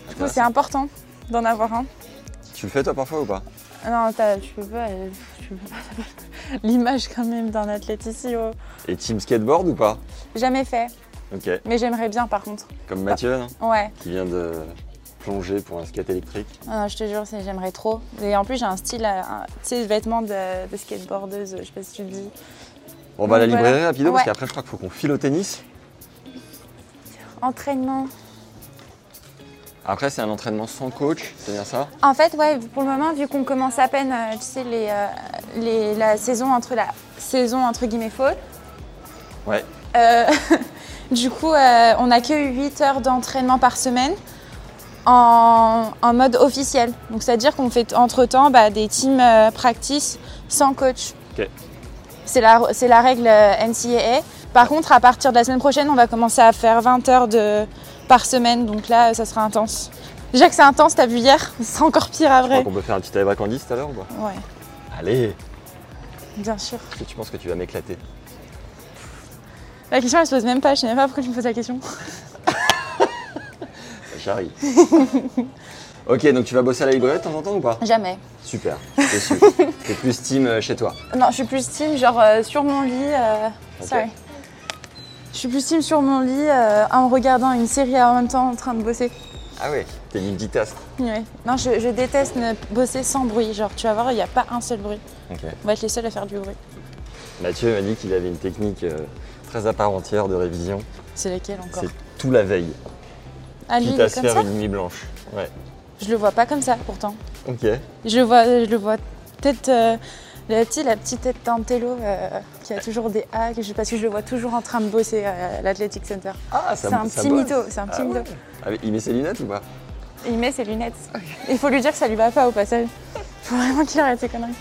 Speaker 2: Du
Speaker 3: Ah.
Speaker 2: coup, c'est important d'en avoir un.
Speaker 3: Tu le fais toi parfois ou pas
Speaker 2: Ah Non, t'as- tu peux pas. euh, tu peux pas L'image, quand même, d'un athlète ici. oh.
Speaker 3: Et team skateboard ou pas
Speaker 2: Jamais fait.
Speaker 3: Ok.
Speaker 2: Mais j'aimerais bien, par contre.
Speaker 3: Comme Mathieu, non
Speaker 2: Ouais.
Speaker 3: Qui vient de plonger pour un skate électrique.
Speaker 2: Ah non, je te jure, c'est- j'aimerais trop. Et en plus, j'ai un style, euh, un- tu sais, vêtements de, de skateboardeuse, je sais pas si tu le dis.
Speaker 3: Bon bah la
Speaker 2: Donc,
Speaker 3: librairie
Speaker 2: voilà.
Speaker 3: rapido parce
Speaker 2: Ouais.
Speaker 3: qu'après je crois qu'il faut qu'on file au tennis.
Speaker 2: Entraînement.
Speaker 3: Après c'est un entraînement sans coach, c'est bien ça
Speaker 2: En fait, ouais, pour le moment, vu qu'on commence à peine, euh, tu sais, les, euh, les- la saison entre la saison entre guillemets fall,
Speaker 3: Ouais.
Speaker 2: euh, du coup, euh, on a que 8 heures d'entraînement par semaine en, en mode officiel. Donc, c'est-à-dire qu'on fait entre-temps bah, des teams euh, practice sans coach.
Speaker 3: Ok.
Speaker 2: C'est la, c'est la règle euh, NCAA. Par contre, à partir de la semaine prochaine, on va commencer à faire 20 heures de, par semaine. Donc là, euh, ça sera intense. Déjà que c'est intense, t'as vu hier, c'est encore pire
Speaker 3: Je crois
Speaker 2: après.
Speaker 3: qu'on peut faire un petit avec en 10 tout à l'heure ou pas
Speaker 2: Ouais,
Speaker 3: Allez
Speaker 2: bien sûr.
Speaker 3: Est-ce que tu penses que tu vas m'éclater Bah,
Speaker 2: La question, elle se pose même pas. Je sais même pas pourquoi tu me poses la question.
Speaker 3: J'arrive. ok donc tu vas bosser à la librairie de temps en temps ou pas
Speaker 2: Jamais.
Speaker 3: Super, c'est sûr. T'es plus team euh, chez toi.
Speaker 2: Non, je suis plus team, genre euh, sur mon lit. euh,
Speaker 3: Ok.
Speaker 2: Sorry. Je suis plus team sur mon lit euh, en regardant une série en même temps en train de bosser.
Speaker 3: Ah ouais, t'es multitask.
Speaker 2: Ouais. Non, je, je déteste ne bosser sans bruit. Genre, tu vas voir, il n'y a pas un seul bruit.
Speaker 3: Ok.
Speaker 2: On va être les seuls à faire du bruit.
Speaker 3: Mathieu m'a dit qu'il avait une technique euh, très à part entière de révision.
Speaker 2: C'est laquelle encore
Speaker 3: C'est tout la veille.
Speaker 2: Ah, lui,
Speaker 3: quitte
Speaker 2: il
Speaker 3: à
Speaker 2: est
Speaker 3: se
Speaker 2: comme
Speaker 3: faire
Speaker 2: ça
Speaker 3: une nuit blanche. Ouais.
Speaker 2: Je le vois pas comme ça pourtant.
Speaker 3: Ok.
Speaker 2: Je le vois, euh, je le vois peut-être. euh, le petit, la petite tête d'Antello euh, qui a toujours des hacks, je- parce que je le vois toujours en train de bosser euh, à l'Athletic Center.
Speaker 3: Ah, ça
Speaker 2: c'est un
Speaker 3: ça
Speaker 2: petit
Speaker 3: bosse.
Speaker 2: mytho, c'est un petit
Speaker 3: Ah
Speaker 2: mytho.
Speaker 3: ouais. Ah, mais il met ses lunettes ou pas
Speaker 2: Il met ses lunettes. Il faut lui dire que ça lui va pas au passage. Faut vraiment qu'il arrête ses conneries.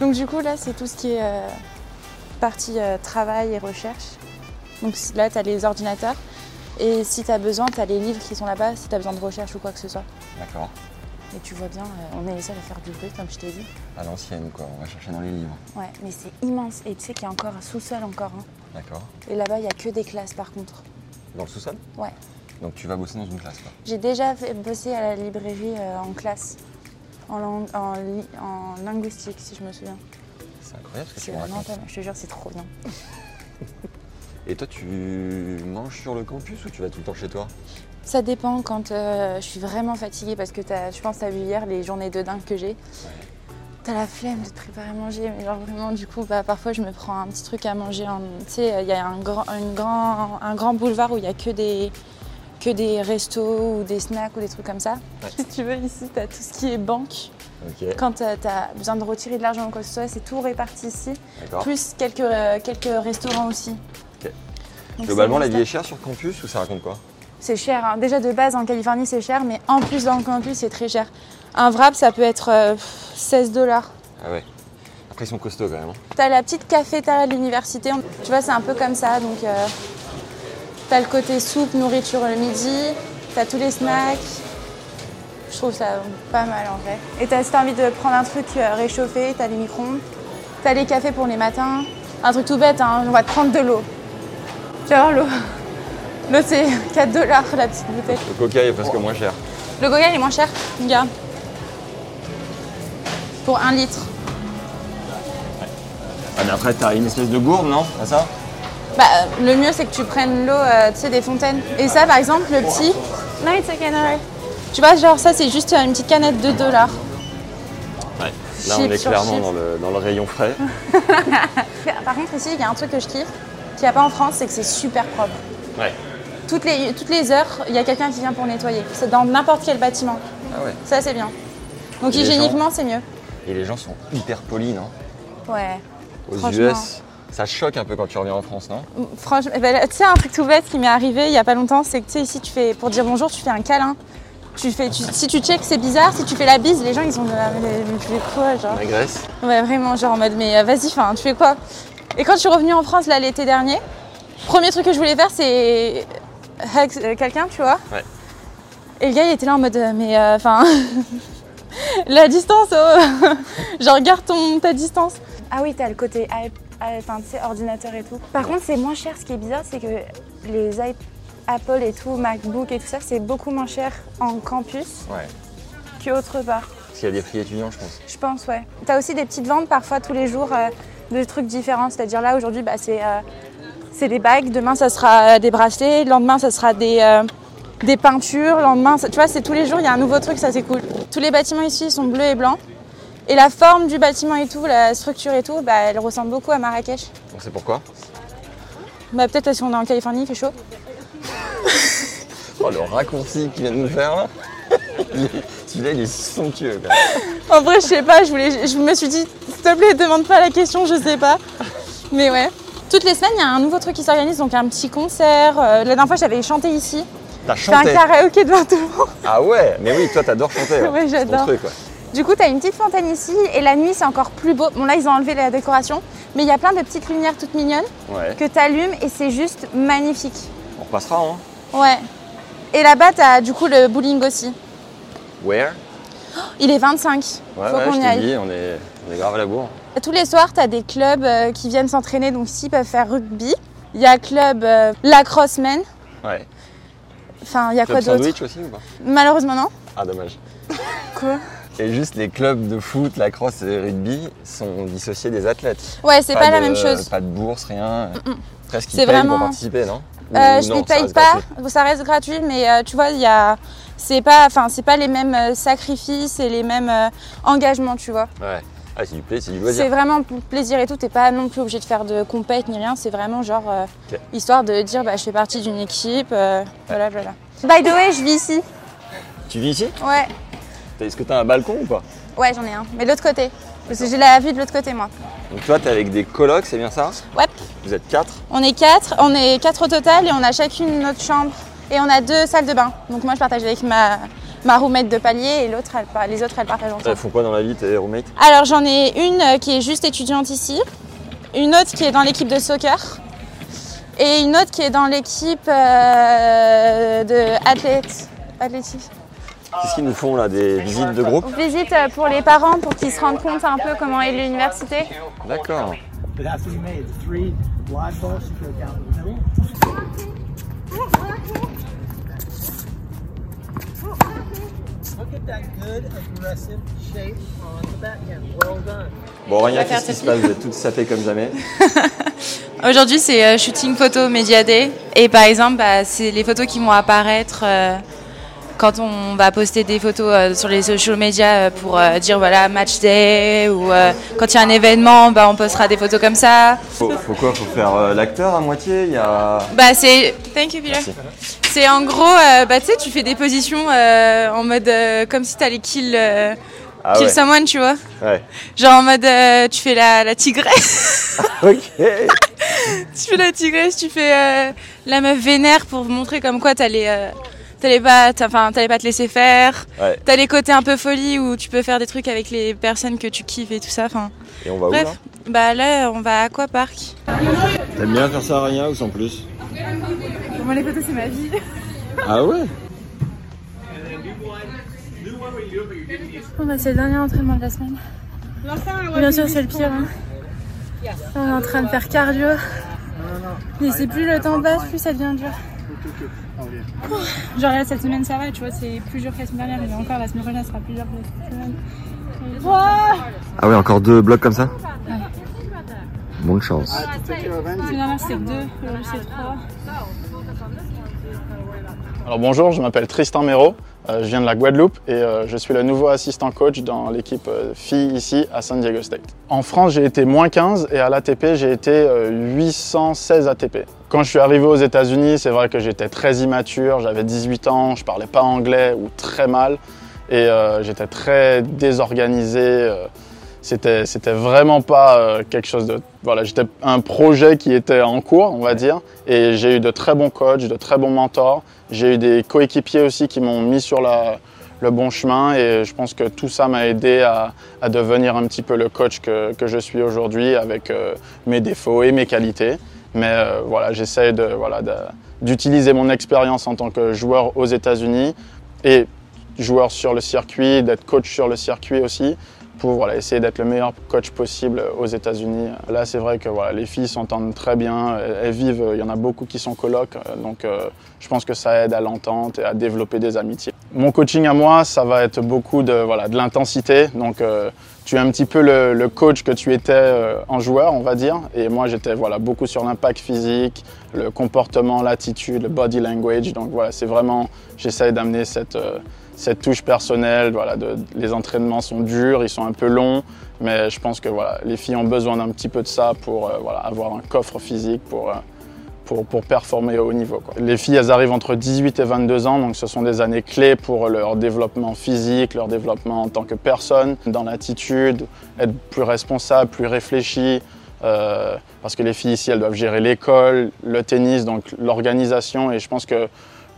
Speaker 2: Donc du coup là c'est tout ce qui est euh, partie euh, travail et recherche. Donc c- là t'as les ordinateurs et si t'as besoin t'as les livres qui sont là-bas si t'as besoin de recherche ou quoi que ce soit.
Speaker 3: D'accord.
Speaker 2: Mais tu vois bien, euh, on est les seuls à faire du bruit, comme je t'ai dit.
Speaker 3: À l'ancienne, quoi. On va chercher dans les livres.
Speaker 2: Ouais, mais c'est immense. Et tu sais qu'il y a encore un sous-sol encore. hein.
Speaker 3: D'accord.
Speaker 2: Et là-bas, il n'y a que des classes par contre.
Speaker 3: Dans le sous-sol
Speaker 2: Ouais.
Speaker 3: Donc tu vas bosser dans une classe, quoi.
Speaker 2: J'ai déjà fait- bossé à la librairie euh, en classe, en, lang- en li- en linguistique, si je me souviens.
Speaker 3: C'est incroyable ce que
Speaker 2: C'est
Speaker 3: tu me
Speaker 2: vraiment
Speaker 3: racontes.
Speaker 2: pas mal. Je te jure, c'est trop bien.
Speaker 3: Et toi, tu manges sur le campus ou tu vas tout le temps chez toi
Speaker 2: Ça dépend quand euh, je suis vraiment fatiguée parce que t'as- je pense que t'as vu hier les journées de dingue que j'ai. T'as la flemme de te préparer à manger, mais genre vraiment du coup bah, parfois je me prends un petit truc à manger. en- Tu sais, il y a un grand, une grand, un grand boulevard où il y a que des, que des restos ou des snacks ou des trucs comme ça. Si tu veux ici t'as tout ce qui est banque.
Speaker 3: Ok.
Speaker 2: Quand tu as besoin de retirer de l'argent ou quoi que ce soit, c'est tout réparti ici.
Speaker 3: D'accord.
Speaker 2: Plus quelques, euh, quelques restaurants aussi.
Speaker 3: Ok.
Speaker 2: Donc
Speaker 3: Globalement,
Speaker 2: c'est
Speaker 3: la
Speaker 2: bon,
Speaker 3: vie est
Speaker 2: ça.
Speaker 3: chère sur campus ou ça raconte quoi
Speaker 2: C'est cher. hein. Déjà de base en Californie, c'est cher, mais en plus dans le campus, c'est très cher. Un wrap, ça peut être euh, pff, 16 dollars.
Speaker 3: Ah ouais. Après, ils sont costauds quand même. hein.
Speaker 2: T'as la petite cafétéria de l'université. On- Tu vois, c'est un peu comme ça. Donc, euh, t'as le côté soupe, nourriture le midi. T'as tous les snacks. Je trouve ça pas mal en vrai. Et t'as, si t'as envie de prendre un truc euh, réchauffé, t'as les micro-ondes. T'as les cafés pour les matins. Un truc tout bête, hein, on va te prendre de l'eau. Tu vas voir l'eau. L'eau, c'est 4 dollars la petite bouteille.
Speaker 3: Le coca est presque moins cher.
Speaker 2: Le Goya est moins cher, gars. Pour un litre.
Speaker 3: Ah, mais après, t'as une espèce de gourde, non À ça
Speaker 2: Bah, euh, le mieux, c'est que tu prennes l'eau, euh, tu sais, des fontaines. Et ça, par exemple, le petit... Non, it's okay, no worry. Tu vois, genre, ça, c'est juste euh, une petite canette de 2 dollars.
Speaker 3: Ouais.
Speaker 2: Là, on Chips est sur clairement chips. dans
Speaker 3: le, dans le rayon frais.
Speaker 2: Par contre, ici, il y a un truc que je kiffe, qu'il n'y a pas en France, c'est que c'est super propre.
Speaker 3: Ouais.
Speaker 2: Toutes les, toutes les heures, il y a quelqu'un qui vient pour nettoyer. C'est dans n'importe quel bâtiment.
Speaker 3: Ah ouais.
Speaker 2: Ça, c'est bien. Donc,
Speaker 3: Et les gens-
Speaker 2: hygiéniquement, c'est mieux.
Speaker 3: Et les gens sont hyper polis, non
Speaker 2: Ouais.
Speaker 3: Aux
Speaker 2: Franchement.
Speaker 3: US, ça choque un peu quand tu reviens en France, non
Speaker 2: Franchement, eh ben, tu sais, un truc tout bête qui m'est arrivé il y a pas longtemps, c'est que tu sais, ici, tu fais, pour dire bonjour, tu fais un câlin. Tu fais, tu- si tu check, c'est bizarre. Si tu fais la bise, les gens, ils ont de la. mais- mais tu fais quoi, genre
Speaker 3: La Grèce
Speaker 2: Ouais, vraiment, genre en mode, mais euh, vas-y, enfin, tu fais quoi Et quand je suis revenue en France, là, l'été dernier, premier truc que je voulais faire, c'est. hug euh, quelqu'un, tu vois.
Speaker 3: Ouais.
Speaker 2: Et le gars, il était là en mode, euh, mais euh, enfin. la distance, oh. genre, garde ton, ta distance. Ah oui, t'as le côté euh, enfin, tu sais, ordinateur et tout. Par contre, c'est moins cher. Ce qui est bizarre, c'est que les iP- Apple et tout, MacBook et tout ça, c'est beaucoup moins cher en campus
Speaker 3: Ouais.
Speaker 2: qu'autre part.
Speaker 3: Parce qu'il y a des prix étudiants, je pense.
Speaker 2: Je pense, ouais. T'as aussi des petites ventes parfois tous les jours euh, de trucs différents. C'est-à-dire là aujourd'hui, bah, c'est euh, c'est des bagues, demain ça sera euh, des bracelets, le lendemain ça sera des, euh, des peintures, le lendemain, ça- tu vois, c'est tous les jours, il y a un nouveau truc, ça c'est cool. Tous les bâtiments ici ils sont bleus et blancs. Et la forme du bâtiment et tout, la structure et tout, bah, elle ressemble beaucoup à Marrakech.
Speaker 3: On sait pourquoi.
Speaker 2: Bah, Peut-être parce qu'on est en Californie, il fait chaud.
Speaker 3: Oh, le raccourci qu'il vient de nous faire, là. Il est- Celui-là, il est somptueux, quoi.
Speaker 2: En vrai, je sais pas, je, voulais, je me suis dit, s'il te plaît, demande pas la question, je sais pas. Mais ouais. Toutes les semaines, il y a un nouveau truc qui s'organise, donc un petit concert. Euh, la dernière fois, j'avais chanté ici.
Speaker 3: T'as
Speaker 2: J'ai fait un
Speaker 3: chanté.
Speaker 2: karaoké devant tout le monde.
Speaker 3: Ah ouais, mais oui, toi, t'adores chanter. hein.
Speaker 2: Ouais,
Speaker 3: C'est ton
Speaker 2: j'adore.
Speaker 3: truc, ouais.
Speaker 2: Du coup, t'as une petite fontaine ici, et la nuit, c'est encore plus beau. Bon, là, ils ont enlevé la décoration, mais il y a plein de petites lumières toutes mignonnes
Speaker 3: Ouais.
Speaker 2: que t'allumes, et c'est juste magnifique.
Speaker 3: On repassera, hein.
Speaker 2: Ouais. Et là-bas, t'as du coup le bowling aussi. Oh,
Speaker 3: Where
Speaker 2: Il est 25.
Speaker 3: Ouais,
Speaker 2: Faut
Speaker 3: ouais,
Speaker 2: qu'on
Speaker 3: je
Speaker 2: y
Speaker 3: t'ai
Speaker 2: aille.
Speaker 3: dit, on est, on est grave à la bourre.
Speaker 2: Tous les soirs, tu as des clubs euh, qui viennent s'entraîner, donc ici, ils peuvent faire rugby. Il y a club euh, lacrosse men,
Speaker 3: Ouais.
Speaker 2: enfin, il y a
Speaker 3: Club
Speaker 2: quoi d'autre
Speaker 3: sandwich aussi Euh, ou pas
Speaker 2: Malheureusement, non.
Speaker 3: Ah, dommage.
Speaker 2: Quoi
Speaker 3: Et juste les clubs de foot, lacrosse et rugby sont dissociés des athlètes.
Speaker 2: Ouais, c'est pas la
Speaker 3: de-
Speaker 2: même chose. Mm,
Speaker 3: Pas de bourse, rien. Presque ils
Speaker 2: C'est
Speaker 3: payent
Speaker 2: vraiment-
Speaker 3: pour participer, non Ou
Speaker 2: Euh, je
Speaker 3: non,
Speaker 2: les
Speaker 3: ça
Speaker 2: paye
Speaker 3: reste
Speaker 2: pas,
Speaker 3: gratuit
Speaker 2: ça reste gratuit, mais euh, tu vois, il y a. C'est pas, enfin, c'est pas les mêmes euh, sacrifices et les mêmes euh, engagements, tu vois.
Speaker 3: Ouais. Ah, c'est du plaisir, c'est du loisir.
Speaker 2: C'est vraiment pour le plaisir et tout. T'es pas non plus obligé de faire de compète ni rien. C'est vraiment genre euh,
Speaker 3: Ok.
Speaker 2: histoire de dire, bah, je fais partie d'une équipe. euh, Voilà, voilà. By the way, je vis ici.
Speaker 3: Tu vis ici
Speaker 2: Ouais.
Speaker 3: T'as- Est-ce que t'as un balcon ou pas
Speaker 2: Ouais, j'en ai un, mais de l'autre côté. Parce que j'ai la vue de l'autre côté, moi.
Speaker 3: Donc toi, t'es avec des colocs, c'est bien ça
Speaker 2: Ouais.
Speaker 3: Vous êtes quatre
Speaker 2: On est quatre, on est quatre au total et on a chacune notre chambre. Et on a deux salles de bain. Donc moi, je partage avec ma, ma roommate de palier et l'autre, elle par- les autres, elles partagent ensemble.
Speaker 3: Elles font quoi dans la vie, tes roommates
Speaker 2: Alors, j'en ai une euh, qui est juste étudiante ici, une autre qui est dans l'équipe de soccer et une autre qui est dans l'équipe euh, de athlète, athlétique.
Speaker 3: Qu'est-ce qu'ils nous font là Des visites de groupe
Speaker 2: Visite euh, pour les parents pour qu'ils se rendent compte un peu comment est l'université.
Speaker 3: D'accord.
Speaker 16: But after we made three wide balls to go down the middle. Look at that good aggressive shape on the backhand. Well done.
Speaker 3: Bon, rien, qu'est-ce qui se passe Vous êtes toutes sapées comme jamais.
Speaker 2: Aujourd'hui, c'est euh, shooting photo Media Day. Et par exemple, bah, c'est les photos qui vont apparaître euh, quand on va poster des photos euh, sur les social media euh, pour euh, dire voilà match day ou euh, quand il y a un événement, bah, on postera des photos comme ça.
Speaker 3: Faut, faut quoi Faut faire euh, l'acteur à moitié Il y a.
Speaker 2: Bah c'est thank you Peter. C'est en gros euh, bah tu sais tu fais des positions euh, en mode euh, comme si t'allais kill euh,
Speaker 3: Ah
Speaker 2: kill
Speaker 3: ouais.
Speaker 2: someone tu vois.
Speaker 3: Ouais.
Speaker 2: Genre en mode euh, tu fais la, la tigresse.
Speaker 3: Ok.
Speaker 2: tu fais la tigresse, tu fais euh, la meuf vénère pour montrer comme quoi t'allais euh, t'allais pas t'as- enfin t'allais pas te laisser faire.
Speaker 3: Ouais.
Speaker 2: Bah, T'as les côtés un peu folie où tu peux faire des trucs avec les personnes que tu kiffes et tout ça. Enfin,
Speaker 3: Et on va
Speaker 2: bref,
Speaker 3: où
Speaker 2: bah là on va à Aquapark.
Speaker 3: là T'aimes bien faire ça à rien ou sans plus
Speaker 2: Pour moi les photos c'est ma vie.
Speaker 3: Ah ouais
Speaker 12: Bon, bah, c'est le dernier entraînement de la semaine. Bien sûr, c'est le pire. hein. On est en train de faire cardio. Mais c'est plus le temps passe, plus ça devient dur. Genre là, cette semaine, ça va, tu vois, c'est plus dur que la semaine dernière. Mais encore, la semaine prochaine sera plus dur que la semaine. Wow
Speaker 3: Ah ouais, encore deux blocs comme ça
Speaker 12: Ouais.
Speaker 3: Bonne chance.
Speaker 12: La semaine dernière, c'est que deux, aujourd'hui, c'est trois.
Speaker 17: Alors bonjour, je m'appelle Tristan Méro, euh, je viens de la Guadeloupe et euh, je suis le nouveau assistant coach dans l'équipe euh, filles ici à San Diego State. En France, j'ai été moins 15 et à l'ATP, j'ai été euh, 816 ATP. Quand je suis arrivé aux États-Unis, c'est vrai que j'étais très immature, j'avais 18 ans, je parlais pas anglais ou très mal et euh, j'étais très désorganisé. euh, c'était c'était vraiment pas euh, quelque chose de voilà j'étais un projet qui était en cours on va dire et j'ai eu de très bons coachs de très bons mentors j'ai eu des coéquipiers aussi qui m'ont mis sur la- le bon chemin et je pense que tout ça m'a aidé à, à devenir un petit peu le coach que, que je suis aujourd'hui avec euh, mes défauts et mes qualités mais euh, voilà j'essaie de voilà de- d'utiliser mon expérience en tant que joueur aux États-Unis et joueur sur le circuit, d'être coach sur le circuit aussi, pour voilà, essayer d'être le meilleur coach possible aux États-Unis. Là, c'est vrai que voilà, les filles s'entendent très bien, elles- elles vivent, il y en a beaucoup qui sont colocs, euh, donc euh, je pense que ça aide à l'entente et à développer des amitiés. Mon coaching à moi, ça va être beaucoup de voilà, de l'intensité, donc euh, tu es un petit peu le, le coach que tu étais euh, en joueur, on va dire, et moi j'étais voilà, beaucoup sur l'impact physique, le comportement, l'attitude, le body language, donc voilà, c'est vraiment, j'essaye d'amener cette... euh, cette touche personnelle. Voilà, de- les entraînements sont durs, ils sont un peu longs, mais je pense que voilà, les filles ont besoin d'un petit peu de ça pour euh, voilà, avoir un coffre physique pour, euh, pour, pour performer au haut niveau. quoi. Les filles, elles arrivent entre 18 et 22 ans, donc ce sont des années clés pour leur développement physique, leur développement en tant que personne, dans l'attitude, être plus responsable, plus réfléchi. euh, parce que les filles ici, elles doivent gérer l'école, le tennis, donc l'organisation. Et je pense que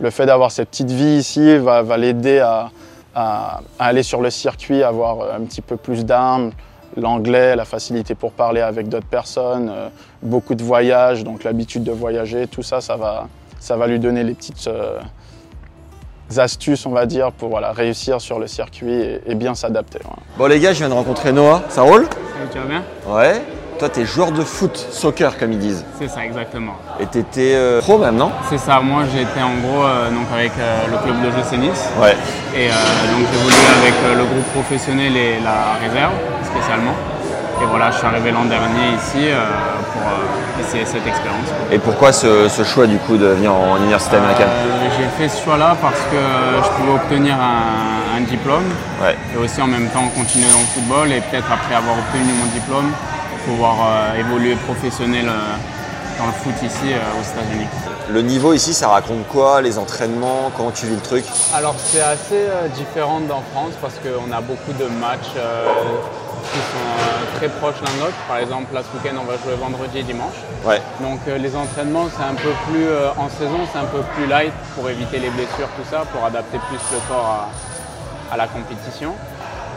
Speaker 17: le fait d'avoir cette petite vie ici va, va l'aider à, à- à aller sur le circuit, avoir euh, un petit peu plus d'armes, l'anglais, la facilité pour parler avec d'autres personnes, euh, beaucoup de voyages, donc l'habitude de voyager, tout ça, ça va, ça va lui donner les petites euh, astuces, on va dire, pour voilà, réussir sur le circuit et, et bien s'adapter. ouais.
Speaker 3: Bon les gars, je viens de rencontrer Noah, ça roule
Speaker 18: Tu vas bien
Speaker 3: Ouais. Toi t'es joueur de foot, soccer comme ils disent.
Speaker 18: C'est ça, exactement.
Speaker 3: Et t'étais euh, pro même, non
Speaker 18: C'est ça, moi j'étais en gros euh, donc avec euh, le club de GC Nice.
Speaker 3: Ouais.
Speaker 18: Et euh, donc j'évoluais avec euh, le groupe professionnel et la réserve spécialement. Et voilà, je suis arrivé l'an dernier ici euh, pour euh, essayer cette expérience.
Speaker 3: Et pourquoi ce, ce choix du coup de venir en université américaine
Speaker 18: Euh, J'ai fait ce choix-là parce que euh, je pouvais obtenir un, un diplôme et aussi en même temps continuer dans le football et peut-être après avoir obtenu mon diplôme pouvoir euh, évoluer professionnel euh, dans le foot ici euh, aux États-Unis.
Speaker 3: Le niveau ici, ça raconte quoi Les entraînements Comment tu vis le truc
Speaker 18: Alors c'est assez euh, différent d'en France parce qu'on a beaucoup de matchs euh, qui sont euh, très proches l'un de l'autre. Par exemple, là ce week-end on va jouer vendredi et dimanche.
Speaker 3: Ouais.
Speaker 18: Donc euh, les entraînements c'est un peu plus euh, en saison, c'est un peu plus light pour éviter les blessures, tout ça, pour adapter plus le corps à, à la compétition.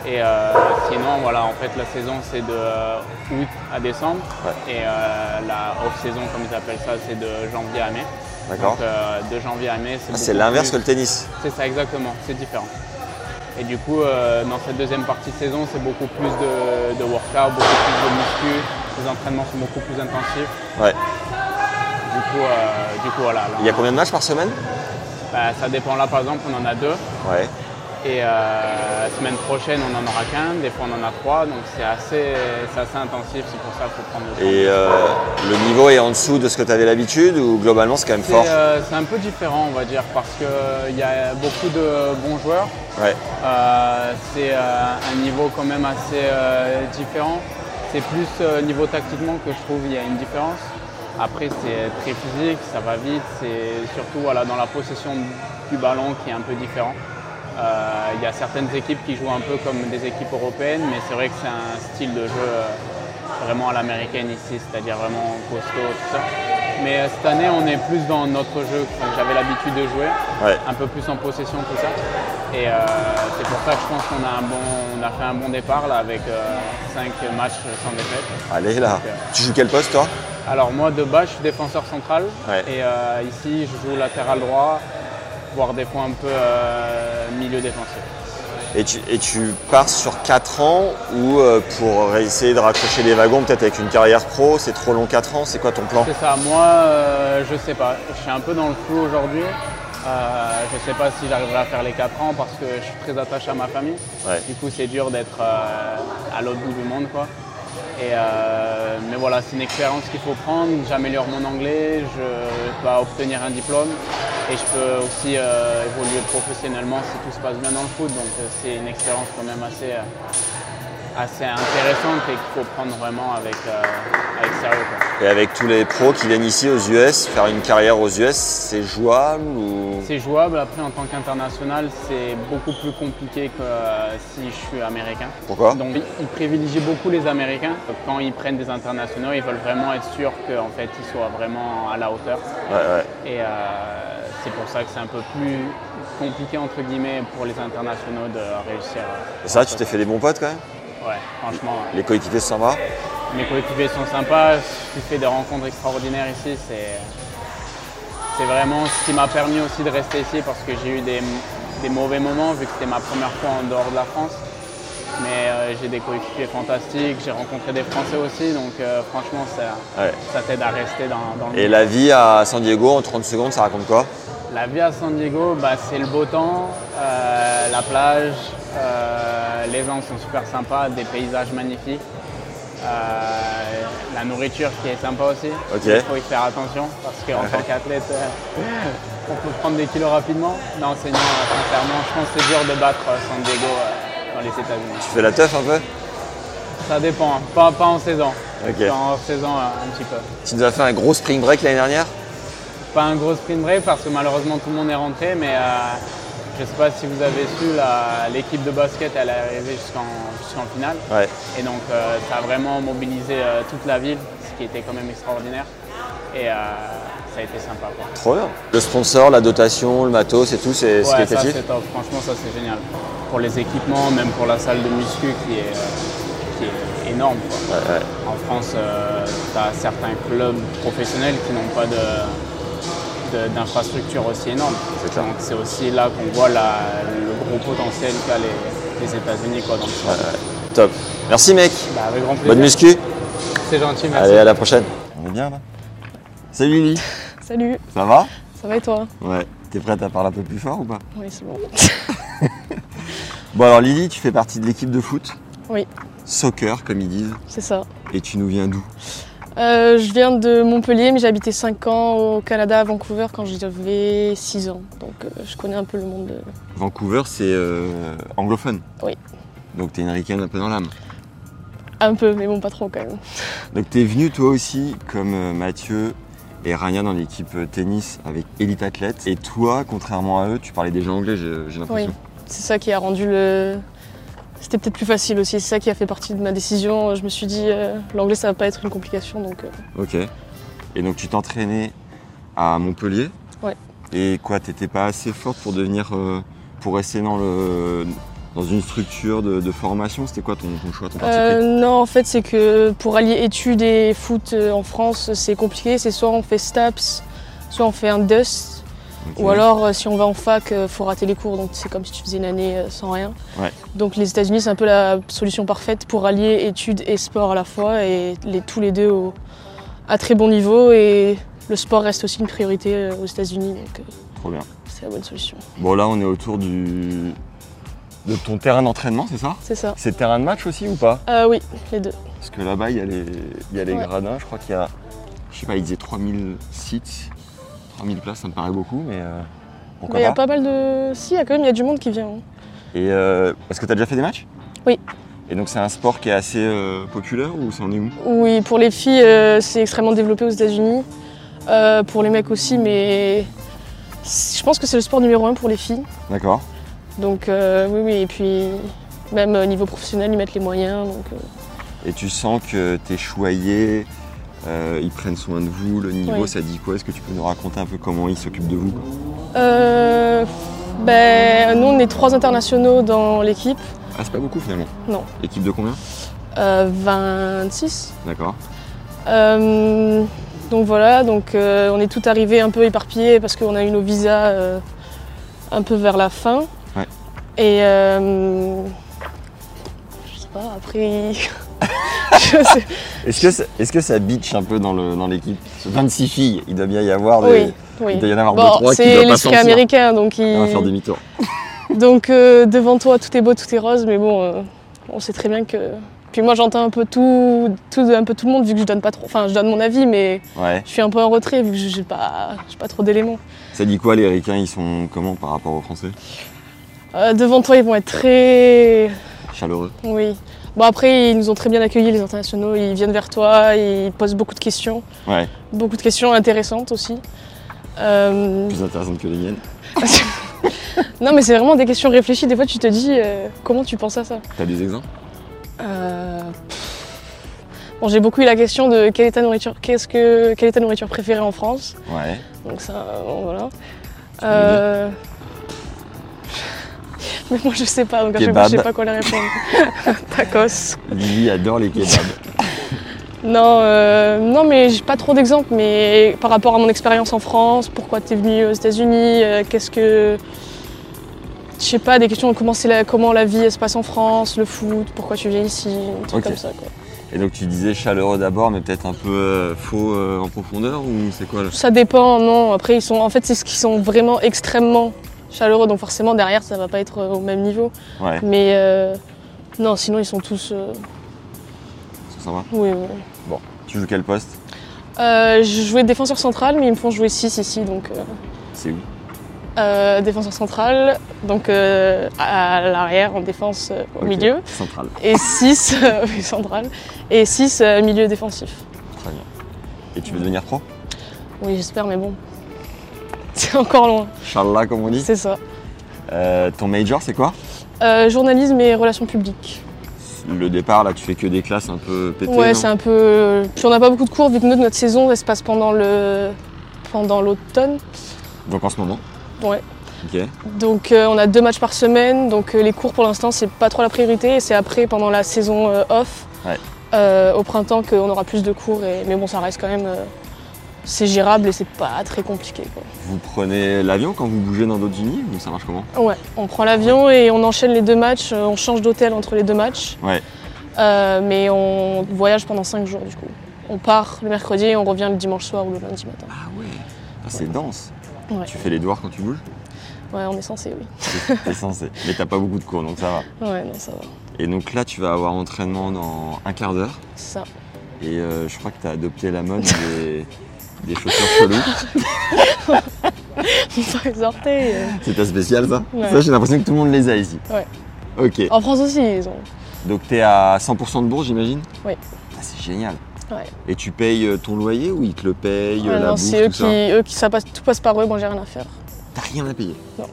Speaker 18: Et euh, sinon voilà en fait la saison c'est de euh, août à décembre et euh, la off-saison comme ils appellent ça c'est de janvier à mai.
Speaker 3: D'accord.
Speaker 18: Donc, euh, de janvier à mai
Speaker 3: Ah,
Speaker 18: beaucoup
Speaker 3: c'est l'inverse
Speaker 18: plus-
Speaker 3: que le tennis.
Speaker 18: c'est ça, exactement. C'est différent. Et du coup, euh, dans cette deuxième partie de saison, c'est beaucoup plus de, de workout, beaucoup plus de muscu. Les entraînements sont beaucoup plus intensifs.
Speaker 3: Ouais.
Speaker 18: Du coup, euh, du coup voilà. là,
Speaker 3: Il y a combien de matchs par semaine
Speaker 18: bah, ça dépend. Là, par exemple, on en a deux.
Speaker 3: Ouais.
Speaker 18: Et euh, la semaine prochaine, on en aura qu'un. Des fois, on en a trois. Donc, c'est assez, c'est assez intensif. C'est pour ça qu'il faut prendre le temps.
Speaker 3: Et euh, le niveau est en dessous de ce que tu avais l'habitude ou globalement c'est quand même
Speaker 18: C'est,
Speaker 3: fort
Speaker 18: euh, c'est un peu différent, on va dire, parce qu'il y a beaucoup de bons joueurs.
Speaker 3: Ouais.
Speaker 18: Euh, c'est euh, un niveau quand même assez euh, différent. C'est plus euh, niveau tactiquement que je trouve il y a une différence. Après c'est très physique, ça va vite, c'est surtout voilà, dans la possession du ballon qui est un peu différent. Euh, Il y a certaines équipes qui jouent un peu comme des équipes européennes, mais c'est vrai que c'est un style de jeu euh, vraiment à l'américaine ici, c'est-à-dire vraiment costaud, tout ça. Mais euh, cette année, on est plus dans notre jeu que j'avais l'habitude de jouer,
Speaker 3: Ouais.
Speaker 18: un peu plus en possession, tout ça. Et euh, c'est pour ça que je pense qu'on a, un bon, on a fait un bon départ là, avec 5 matchs sans défaite.
Speaker 3: Allez là.
Speaker 18: Donc, euh,
Speaker 3: Tu joues quel poste toi
Speaker 18: alors moi de base je suis défenseur central
Speaker 3: Ouais.
Speaker 18: et euh, ici je joue latéral droit, voire des fois un peu euh, milieu défensif.
Speaker 3: et tu, et tu pars sur 4 ans ou euh, pour essayer de raccrocher les wagons peut-être avec une carrière pro, c'est trop long 4 ans, c'est quoi ton plan
Speaker 18: C'est ça, moi euh, je sais pas, je suis un peu dans le flou aujourd'hui. Euh, je sais pas si j'arriverai à faire les 4 ans parce que je suis très attaché à ma famille.
Speaker 3: Ouais.
Speaker 18: Du coup c'est dur d'être euh, à l'autre bout du monde quoi. Et euh, mais voilà, c'est une expérience qu'il faut prendre. J'améliore mon anglais, je peux obtenir un diplôme et je peux aussi euh, évoluer professionnellement si tout se passe bien dans le foot. Donc euh, c'est une expérience quand même assez, euh, assez intéressante et qu'il faut prendre vraiment avec, euh, avec sérieux. quoi.
Speaker 3: Et avec tous les pros qui viennent ici aux US, faire une carrière aux US, c'est jouable ou
Speaker 18: C'est jouable, après en tant qu'international, c'est beaucoup plus compliqué que euh, si je suis américain.
Speaker 3: Pourquoi
Speaker 18: Donc ils- ils privilégient beaucoup les Américains. Quand ils prennent des internationaux, ils veulent vraiment être sûrs qu'en fait ils soient vraiment à la hauteur.
Speaker 3: Ouais, ouais.
Speaker 18: Et euh, c'est pour ça que c'est un peu plus compliqué entre guillemets pour les internationaux de réussir. euh,
Speaker 3: Et ça, tu t'es fait des bons potes quand même
Speaker 18: Ouais, franchement. ouais.
Speaker 3: Les coéquipiers sont sympas
Speaker 18: Mes coéquipiers sont sympas, tu fais des rencontres extraordinaires ici. C'est, c'est vraiment ce qui m'a permis aussi de rester ici parce que j'ai eu des, des mauvais moments vu que c'était ma première fois en dehors de la France. Mais euh, j'ai des coéquipiers fantastiques, j'ai rencontré des Français aussi, donc euh, franchement ça,
Speaker 3: Ouais.
Speaker 18: ça t'aide à rester dans, dans le
Speaker 3: Et
Speaker 18: monde.
Speaker 3: la vie à San Diego en 30 secondes, ça raconte quoi
Speaker 18: La vie à San Diego, bah, c'est le beau temps, euh, la plage, euh, les gens sont super sympas, des paysages magnifiques, euh, la nourriture qui est sympa aussi.
Speaker 3: Ok.
Speaker 18: Il faut y faire attention parce qu'en
Speaker 3: Ouais.
Speaker 18: tant qu'athlète, euh, on peut prendre des kilos rapidement. Non, c'est non, euh, sincèrement, je pense que c'est dur de battre euh, San Diego euh, dans les États-Unis.
Speaker 3: Tu fais la teuf un peu
Speaker 18: Ça dépend, hein. pas, pas en saison.
Speaker 3: Ok.
Speaker 18: En saison, euh, un petit peu.
Speaker 3: Tu nous as fait un gros spring break l'année dernière
Speaker 18: pas un gros sprint break parce que malheureusement tout le monde est rentré, mais euh, je sais pas si vous avez su, la- l'équipe de basket elle est arrivée jusqu'en jusqu'en finale.
Speaker 3: Ouais.
Speaker 18: Et donc euh, ça a vraiment mobilisé euh, toute la ville, ce qui était quand même extraordinaire. Et euh, ça a été sympa. Quoi.
Speaker 3: Trop bien. Le sponsor, la dotation, le matos et tout, c'est
Speaker 18: Ouais, ça
Speaker 3: qualitatif
Speaker 18: c'est top, franchement ça c'est génial. Pour les équipements, même pour la salle de muscu qui est, euh, qui est énorme. quoi. En France, tu as certains clubs professionnels qui n'ont pas de- de- d'infrastructure aussi énorme. Donc c'est aussi là qu'on voit la- le gros potentiel qu'a les, les États-Unis quoi, dans le sport.
Speaker 3: Top. Merci mec.
Speaker 18: Bah, avec grand plaisir.
Speaker 3: Bah, Bonne muscu.
Speaker 18: C'est gentil, merci.
Speaker 3: Allez, à la prochaine. On est bien là Salut Lily.
Speaker 9: Salut,
Speaker 3: Ça va
Speaker 9: ça va et toi
Speaker 3: Ouais. T'es prête à parler un peu plus fort ou pas
Speaker 9: Oui, c'est bon.
Speaker 3: Bon alors Lily, tu fais partie de l'équipe de foot,
Speaker 9: Oui,
Speaker 3: soccer comme ils disent,
Speaker 9: c'est ça.
Speaker 3: et tu nous viens d'où
Speaker 9: Euh, je viens de Montpellier, mais j'ai habité 5 ans au Canada, à Vancouver, quand j'avais 6 ans. Donc euh, je connais un peu le monde. euh,
Speaker 3: Vancouver, c'est euh, anglophone.
Speaker 9: Oui.
Speaker 3: Donc t'es une ricaine un peu dans l'âme.
Speaker 9: un peu, mais bon, pas trop quand même.
Speaker 3: Donc t'es venu toi aussi, comme euh, Mathieu et Rania dans l'équipe euh, tennis avec Elite Athlète. Et toi, contrairement à eux, tu parlais déjà anglais, j'ai j'ai
Speaker 9: Oui,
Speaker 3: l'impression.
Speaker 9: c'est ça qui a rendu le. C'était peut-être plus facile aussi, c'est ça qui a fait partie de ma décision. Je me suis dit, euh, l'anglais, ça va pas être une complication, donc. euh,
Speaker 3: Ok. Et donc tu t'entraînais à Montpellier.
Speaker 9: Ouais.
Speaker 3: Et quoi, t'étais pas assez forte pour devenir, euh, pour rester dans le, dans une structure de, de formation. C'était quoi ton, ton choix, ton parti
Speaker 9: Euh,
Speaker 3: pris
Speaker 9: non, en fait, c'est que pour allier études et foot euh, en France, c'est compliqué. C'est soit on fait STAPS, soit on fait un DUST. Ou alors, euh, si on va en fac, euh, faut rater les cours, donc c'est comme si tu faisais une année euh, sans rien.
Speaker 3: Ouais.
Speaker 9: Donc les États-Unis, c'est un peu la solution parfaite pour allier études et sport à la fois, et les, tous les deux au- à très bon niveau. Et le sport reste aussi une priorité euh, aux États-Unis, donc euh,
Speaker 3: Trop bien.
Speaker 9: c'est la bonne solution.
Speaker 3: Bon, là, on est autour du. de ton terrain d'entraînement, c'est ça
Speaker 9: C'est ça.
Speaker 3: C'est terrain de match aussi ou pas
Speaker 9: Euh, oui, les deux.
Speaker 3: Parce que là-bas, il y a les, il y a les
Speaker 9: Ouais.
Speaker 3: gradins, je crois qu'il y a. Je sais pas, ils disaient 3000 sites. 3000 places, ça me paraît beaucoup, mais. euh, pourquoi
Speaker 9: Mais il y a
Speaker 3: pas,
Speaker 9: pas mal de. Si, il y a quand même il y a du monde qui vient. hein.
Speaker 3: Et euh, est-ce que tu as déjà fait des matchs
Speaker 9: Oui.
Speaker 3: Et donc c'est un sport qui est assez euh, populaire ou c'en est où
Speaker 9: Oui, pour les filles, euh, c'est extrêmement développé aux États-Unis. Euh, pour les mecs aussi, mais c- je pense que c'est le sport numéro un pour les filles.
Speaker 3: D'accord.
Speaker 9: Donc, euh, oui, oui, et puis même au niveau professionnel, ils mettent les moyens. Donc, euh,
Speaker 3: Et tu sens que t'es choyé, euh, ils prennent soin de vous, le niveau,
Speaker 9: Oui.
Speaker 3: ça dit quoi Est-ce que tu peux nous raconter un peu comment ils s'occupent de vous
Speaker 9: euh, ben, nous, on est trois internationaux dans l'équipe.
Speaker 3: Ah, c'est pas beaucoup finalement.
Speaker 9: Non,
Speaker 3: Équipe de combien
Speaker 9: euh, 26.
Speaker 3: D'accord.
Speaker 9: Euh, donc voilà, donc euh, on est tout arrivés un peu éparpillés parce qu'on a eu nos visas euh, un peu vers la fin.
Speaker 3: Ouais.
Speaker 9: Et euh, je sais pas, après. je sais.
Speaker 3: Est-ce que, ça- est-ce que ça bitch un peu dans le- dans l'équipe dans 26 filles, il doit bien y avoir des.
Speaker 9: Oui, oui.
Speaker 3: Il doit y en avoir
Speaker 9: Bon,
Speaker 3: deux, trois qui
Speaker 9: c'est
Speaker 3: doivent pas
Speaker 9: l'esprit
Speaker 3: sortir.
Speaker 9: américain, donc
Speaker 3: On va
Speaker 9: il-
Speaker 3: faire demi-tour.
Speaker 9: Donc euh, devant toi, tout est beau, tout est rose, mais bon, euh, on sait très bien que. Puis moi, j'entends un peu tout, tout, un peu tout le monde vu que je donne pas trop. Enfin, je donne mon avis, mais
Speaker 3: Ouais.
Speaker 9: je suis un peu en retrait vu que j'ai pas, j'ai pas trop d'éléments.
Speaker 3: Ça dit quoi les Ricains Ils sont comment par rapport aux Français
Speaker 9: Euh, devant toi, ils vont être très.
Speaker 3: Chaleureux.
Speaker 9: Oui. Bon, après, ils nous ont très bien accueillis, les internationaux. Ils viennent vers toi, ils posent beaucoup de questions.
Speaker 3: Ouais.
Speaker 9: Beaucoup de questions intéressantes aussi. Euh,
Speaker 3: Plus intéressante que les miennes.
Speaker 9: non, mais c'est vraiment des questions réfléchies. Des fois, tu te dis, euh, comment tu penses à ça
Speaker 3: T'as des exemples
Speaker 9: Euh, pff. Bon, j'ai beaucoup eu la question de quelle est ta nourriture, qu'est-ce que, quelle est ta nourriture préférée en France
Speaker 3: Ouais.
Speaker 9: Donc ça, euh, bon, voilà. Euh, Mais moi je sais pas, donc à chaque fois je sais
Speaker 3: Kebab.
Speaker 9: pas quoi leur répondre. Tacos.
Speaker 3: Lily adore les kebabs.
Speaker 9: Non, euh, non mais j'ai pas trop d'exemples, mais par rapport à mon expérience en France, pourquoi t'es venu aux États-Unis, euh, qu'est-ce que. Je sais pas, des questions de comment, c'est la, comment la vie elle se passe en France, le foot, pourquoi tu viens ici, un truc
Speaker 3: Ok.
Speaker 9: comme ça quoi.
Speaker 3: Et donc tu disais chaleureux d'abord, mais peut-être un peu euh, faux euh, en profondeur ou c'est quoi là
Speaker 9: Ça dépend, non. Après, ils sont, en fait, c'est ce qu'ils sont vraiment extrêmement chaleureux, donc forcément derrière, ça va pas être euh, au même niveau.
Speaker 3: Ouais.
Speaker 9: Mais euh, non, sinon ils sont tous. euh,
Speaker 3: Est-ce que ça va
Speaker 9: oui, oui.
Speaker 3: Bon, tu joues quel poste
Speaker 9: Euh, je jouais défenseur central, mais ils me font jouer 6 ici, donc euh,
Speaker 3: C'est où
Speaker 9: euh, défenseur central, donc euh, à à l'arrière en défense euh, au
Speaker 3: Ok,
Speaker 9: milieu.
Speaker 3: Central.
Speaker 9: Et 6 central et 6 milieu défensif.
Speaker 3: Très bien. Et tu veux devenir pro
Speaker 9: Oui, j'espère, mais bon, c'est encore loin.
Speaker 3: Inch'Allah, comme on dit
Speaker 9: C'est ça.
Speaker 3: Euh, ton major, c'est quoi
Speaker 9: Euh, journalisme et relations publiques.
Speaker 3: Le départ, là, tu fais que des classes un peu pétées.
Speaker 9: Ouais,
Speaker 3: non
Speaker 9: c'est un peu. Puis on n'a pas beaucoup de cours vu que nous, notre saison elle se passe pendant le pendant l'automne.
Speaker 3: Donc en ce moment
Speaker 9: Ouais.
Speaker 3: Ok.
Speaker 9: Donc euh, on a deux matchs par semaine. Donc euh, les cours pour l'instant c'est pas trop la priorité et c'est après pendant la saison euh, off
Speaker 3: Ouais.
Speaker 9: euh, au printemps qu'on aura plus de cours. Et... Mais bon, ça reste quand même euh, c'est gérable et c'est pas très compliqué. Quoi.
Speaker 3: Vous prenez l'avion quand vous bougez dans d'autres unis ou ça marche comment
Speaker 9: Ouais, on prend l'avion et on enchaîne les deux matchs. euh, On change d'hôtel entre les deux matchs.
Speaker 3: Ouais.
Speaker 9: Euh, mais on voyage pendant cinq jours du coup. On part le mercredi et on revient le dimanche soir ou le lundi matin.
Speaker 3: Ah ouais. Ah, c'est dense.
Speaker 9: Ouais.
Speaker 3: Tu fais les devoirs quand tu bouges
Speaker 9: Ouais, on est censé, oui.
Speaker 3: T'es censé. Mais t'as pas beaucoup de cours, donc ça va.
Speaker 9: Ouais, non, ça va.
Speaker 3: Et donc là, tu vas avoir entraînement dans un quart d'heure.
Speaker 9: C'est ça.
Speaker 3: Et euh, je crois que t'as adopté la mode des, des chaussures cheloues.
Speaker 9: On va exhorter. euh.
Speaker 3: C'est ta spéciale, ça
Speaker 9: Ouais.
Speaker 3: Ça, j'ai l'impression que tout le monde les a ici.
Speaker 9: Ouais.
Speaker 3: Ok.
Speaker 9: En France aussi, ils ont.
Speaker 3: Donc t'es à 100% de bourse, j'imagine
Speaker 9: Oui.
Speaker 3: Putain, C'est génial.
Speaker 9: Ouais.
Speaker 3: Et tu payes euh, ton loyer ou ils te le payent, euh,
Speaker 9: Ouais,
Speaker 3: la
Speaker 9: non,
Speaker 3: bouffe,
Speaker 9: c'est eux
Speaker 3: tout
Speaker 9: qui,
Speaker 3: ça
Speaker 9: eux qui. Ça passe, tout passe par eux, moi j'ai rien à faire.
Speaker 3: T'as rien à payer
Speaker 9: Non.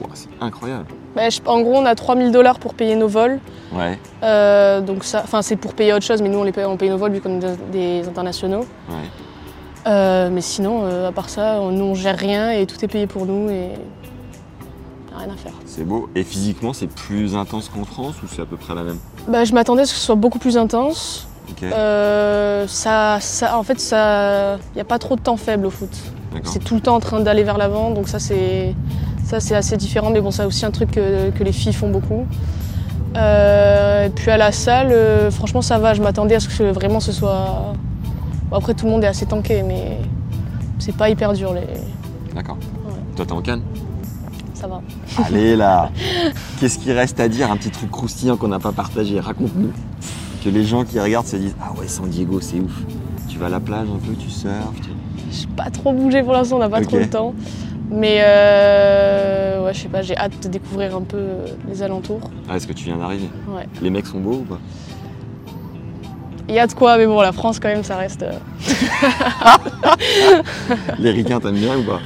Speaker 3: Wow, c'est incroyable.
Speaker 9: Mais je- en gros, on a 3000 dollars pour payer nos vols.
Speaker 3: Ouais,
Speaker 9: Euh, donc ça, enfin, c'est pour payer autre chose, mais nous on, les paye, on paye nos vols vu qu'on est des, des internationaux.
Speaker 3: ouais.
Speaker 9: Euh, mais sinon, euh, à part ça, on, nous on gère rien et tout est payé pour nous et. y a Rien à faire.
Speaker 3: C'est beau. Et physiquement, c'est plus intense qu'en France ou c'est à peu près la même
Speaker 9: Bah, je m'attendais à ce que ce soit beaucoup plus intense.
Speaker 3: Ok.
Speaker 9: Euh, ça, ça, en fait, ça, y a pas trop de temps faible au foot.
Speaker 3: D'accord.
Speaker 9: C'est tout le temps en train d'aller vers l'avant, donc ça c'est ça c'est assez différent, mais bon c'est aussi un truc que, que les filles font beaucoup. Euh, et puis à la salle, euh, franchement ça va, je m'attendais à ce que vraiment ce soit. Bon, après tout le monde est assez tanké, mais c'est pas hyper dur les.
Speaker 3: D'accord. Toi, t'es en canne
Speaker 9: Ça va.
Speaker 3: Allez là Qu'est-ce qui reste à dire Un petit truc croustillant qu'on n'a pas partagé, raconte-nous. Que les gens qui regardent se disent Ah ouais, San Diego, c'est ouf. Tu vas à la plage un peu, tu surfes. tu-
Speaker 9: J'ai pas trop bougé pour l'instant, on n'a pas
Speaker 3: Ok.
Speaker 9: trop le temps. Mais euh, ouais, je sais pas, j'ai hâte de découvrir un peu euh, les alentours.
Speaker 3: Ah, est-ce que tu viens d'arriver
Speaker 9: Ouais.
Speaker 3: Les mecs sont beaux ou pas
Speaker 9: Il y a de quoi, mais bon, la France quand même, ça reste. euh,
Speaker 3: Les ricains, t'aimes bien ou pas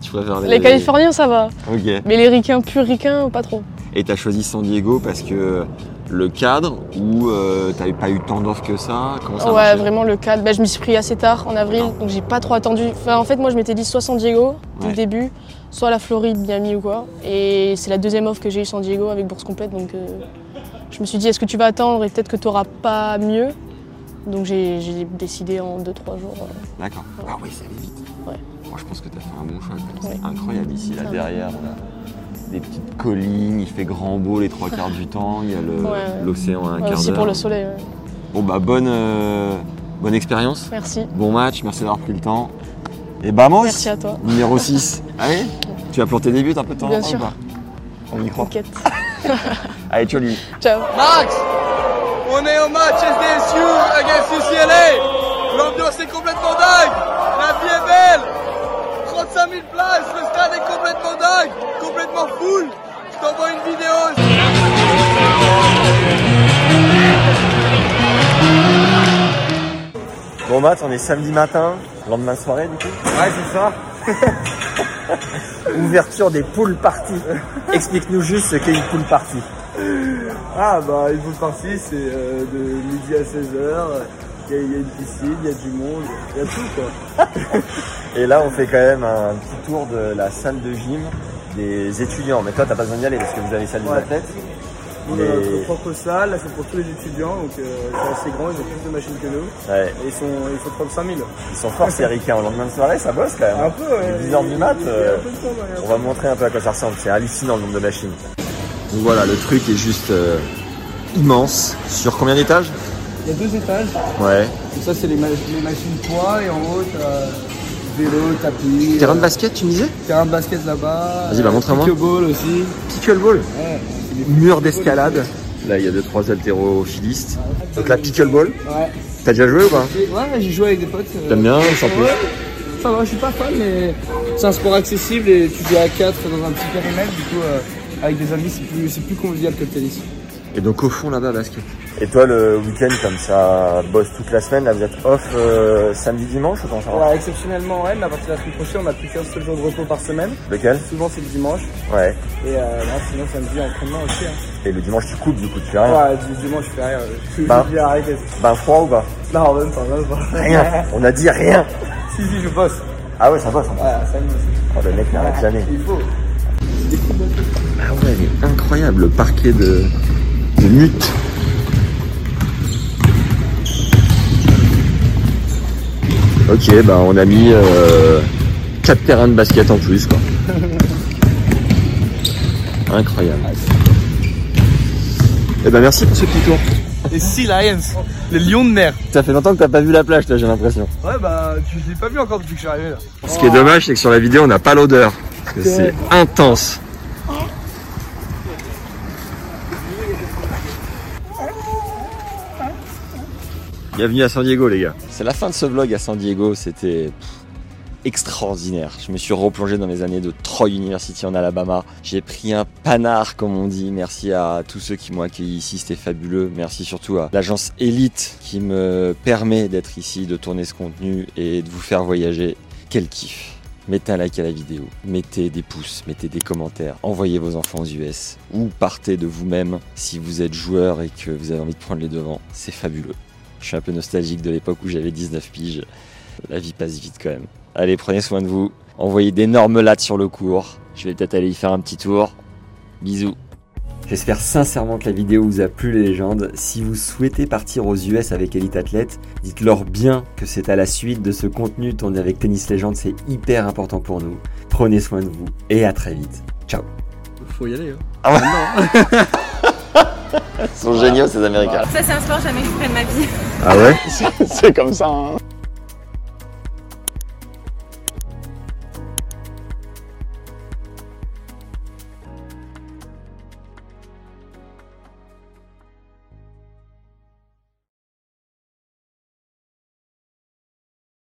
Speaker 3: Tu préfères les.
Speaker 9: Les Californiens, ça va.
Speaker 3: Ok.
Speaker 9: Mais les ricains, purs ricains, pas trop.
Speaker 3: Et t'as choisi San Diego parce que le cadre ou euh, t'avais pas eu tant d'offres que ça Comment ça
Speaker 9: ouais,
Speaker 3: marchait
Speaker 9: vraiment le cadre. Bah, je m'y suis pris assez tard en avril, donc j'ai pas trop attendu. Enfin, en fait, moi, je m'étais dit soit San Diego dès
Speaker 3: Ouais.
Speaker 9: le début, soit la Floride, Miami ou quoi. Et c'est la deuxième offre que j'ai eu San Diego avec bourse complète, donc euh, je me suis dit est-ce que tu vas attendre et peut-être que tu auras pas mieux. Donc j'ai j'ai décidé en 2-3 jours. euh,
Speaker 3: D'accord. Ah oui, ça allait vite.
Speaker 9: Ouais.
Speaker 3: Moi, Oh, je pense que t'as fait un bon choix. quand même.
Speaker 9: Ouais.
Speaker 3: C'est incroyable ici, là
Speaker 9: Ça va.
Speaker 3: derrière. on a Des petites collines, il fait grand beau les trois quarts du temps, il y a le-
Speaker 9: Ouais, ouais.
Speaker 3: l'océan à un
Speaker 9: ouais,
Speaker 3: quart
Speaker 9: aussi
Speaker 3: d'heure.
Speaker 9: pour le soleil. ouais.
Speaker 3: Bon bah bonne, euh, bonne expérience.
Speaker 9: Merci.
Speaker 3: Bon match, merci d'avoir pris le temps. Et vamos
Speaker 9: Merci à toi.
Speaker 3: Numéro 6. Allez, tu vas planter des buts un peu de temps en
Speaker 9: Bien
Speaker 3: temps ou
Speaker 9: sûr.
Speaker 3: pas On y croit.
Speaker 9: T'inquiète.
Speaker 3: Allez, ciao Lily.
Speaker 9: Ciao.
Speaker 12: Max, on est au match SDSU against UCLA. L'ambiance est complètement dingue. La vie est belle. 35 000 places, le stade est complètement dingue, complètement full. Je t'envoie une vidéo.
Speaker 1: Bon match, on est samedi matin, lendemain de soirée du coup. Ouais, c'est ça. Ouverture des pool parties. Explique-nous juste ce qu'est une pool party.
Speaker 4: Ah bah une pool party c'est euh, de midi à 16h, il y, a- il y a une piscine, il y a du monde, il y a tout quoi.
Speaker 1: Et là, on fait quand même un petit tour de la salle de gym des étudiants. Mais toi, t'as pas besoin d'y aller parce que vous avez salle des
Speaker 4: Ouais.
Speaker 1: athlètes.
Speaker 4: On
Speaker 1: Mais-
Speaker 4: a notre propre salle, là c'est pour tous les étudiants, donc euh, c'est assez grand, ils ont plus de machines que nous.
Speaker 1: Ouais.
Speaker 4: Et ils sont, ils sont 35 000.
Speaker 1: Ils sont forts ces ricains. Au lendemain de soirée, ça bosse quand même.
Speaker 4: Un peu, ouais.
Speaker 1: 10h du mat.
Speaker 4: Il y a
Speaker 1: euh,
Speaker 4: un peu de temps, ouais,
Speaker 1: on
Speaker 4: il y a un peu
Speaker 1: va montrer un peu à quoi ça ressemble. C'est hallucinant le nombre de machines. Donc voilà, le truc est juste euh, immense. Sur combien d'étages
Speaker 4: Il y a deux étages.
Speaker 1: Ouais.
Speaker 4: Donc ça c'est les, ma- les machines poids et en haut t'as vélo, tapis.
Speaker 1: Terrain de
Speaker 4: euh,
Speaker 1: basket, tu me disais
Speaker 4: Terrain de basket là-bas.
Speaker 1: Vas-y, bah, montre-moi.
Speaker 4: Pickleball aussi.
Speaker 1: Pickleball
Speaker 4: Ouais.
Speaker 1: Mur d'escalade. Là, il y a deux, trois haltérophilistes. Donc la pickleball.
Speaker 4: Ouais.
Speaker 1: T'as déjà joué ou pas
Speaker 4: Et Ouais, j'ai joué avec des potes. euh,
Speaker 1: T'aimes bien, sans plus.
Speaker 4: Ouais, Ça va, je suis pas fan, mais c'est un sport accessible et tu joues à 4 dans un petit périmètre, du coup, euh, avec des amis, c'est plus, c'est plus convivial que le tennis.
Speaker 1: Et donc au fond là-bas, basket. Et toi, le week-end, comme ça bosse toute la semaine, là, vous êtes off euh, samedi, dimanche ou comment ça va
Speaker 4: Ouais, exceptionnellement, ouais, mais à partir de la semaine prochaine, on a plus qu'un seul jour de repos par semaine.
Speaker 1: Lequel
Speaker 4: Souvent, c'est le dimanche.
Speaker 1: Ouais.
Speaker 4: Et euh, là, sinon, samedi, entraînement aussi. Hein.
Speaker 1: Et le dimanche, tu coupes, du coup, tu fais rien.
Speaker 4: Ouais, du dimanche, je fais rien. Je suis
Speaker 1: Bah.
Speaker 4: j'ai arrêté.
Speaker 1: Ben froid ou pas
Speaker 4: Non, même pas, même pas.
Speaker 1: Rien. On a dit rien.
Speaker 4: si, si, je bosse.
Speaker 1: Ah ouais, ça bosse. en plus.
Speaker 4: Ouais, ça me
Speaker 1: Oh, le mec n'arrête jamais.
Speaker 4: Il faut.
Speaker 1: Ah ouais, il est incroyable le parquet de, de mute. Ok, bah on a mis 4 terrains de basket en plus. Quoi. Incroyable. Et ben merci pour ce petit tour.
Speaker 4: Les Sea Lions, les lions de mer.
Speaker 1: Ça fait longtemps que t'as pas vu la plage, là, j'ai l'impression.
Speaker 4: Ouais, bah, tu- je l'ai pas vu encore depuis que je suis arrivé là.
Speaker 1: Ce qui est dommage, c'est que sur la vidéo, on n'a pas l'odeur. Parce que c'est intense. Bienvenue à San Diego, les gars.
Speaker 3: C'est la fin de ce vlog à San Diego, c'était pff, extraordinaire. Je me suis replongé dans les années de Troy University en Alabama. J'ai pris un panard, comme on dit. Merci à tous ceux qui m'ont accueilli ici, c'était fabuleux. Merci surtout à l'agence Elite qui me permet d'être ici, de tourner ce contenu et de vous faire voyager. Quel kiff Mettez un like à la vidéo, mettez des pouces, mettez des commentaires, envoyez vos enfants aux US ou partez de vous-même si vous êtes joueur et que vous avez envie de prendre les devants. C'est fabuleux. Je suis un peu nostalgique de l'époque où j'avais 19 piges. La vie passe vite quand même. Allez, prenez soin de vous. Envoyez d'énormes lattes sur le cours. Je vais peut-être aller y faire un petit tour. Bisous. J'espère sincèrement que la vidéo vous a plu les légendes. Si vous souhaitez partir aux US avec Elite Athlète, dites-leur bien que c'est à la suite de ce contenu tourné avec Tennis Légende, c'est hyper important pour nous. Prenez soin de vous et à très vite. Ciao.
Speaker 4: Faut y aller. Hein.
Speaker 3: Ah ouais.
Speaker 4: Maintenant.
Speaker 17: Ils sont géniaux ces Américains.
Speaker 2: Ça, c'est un sport jamais fait de ma vie.
Speaker 17: Ah ouais C'est comme ça. hein.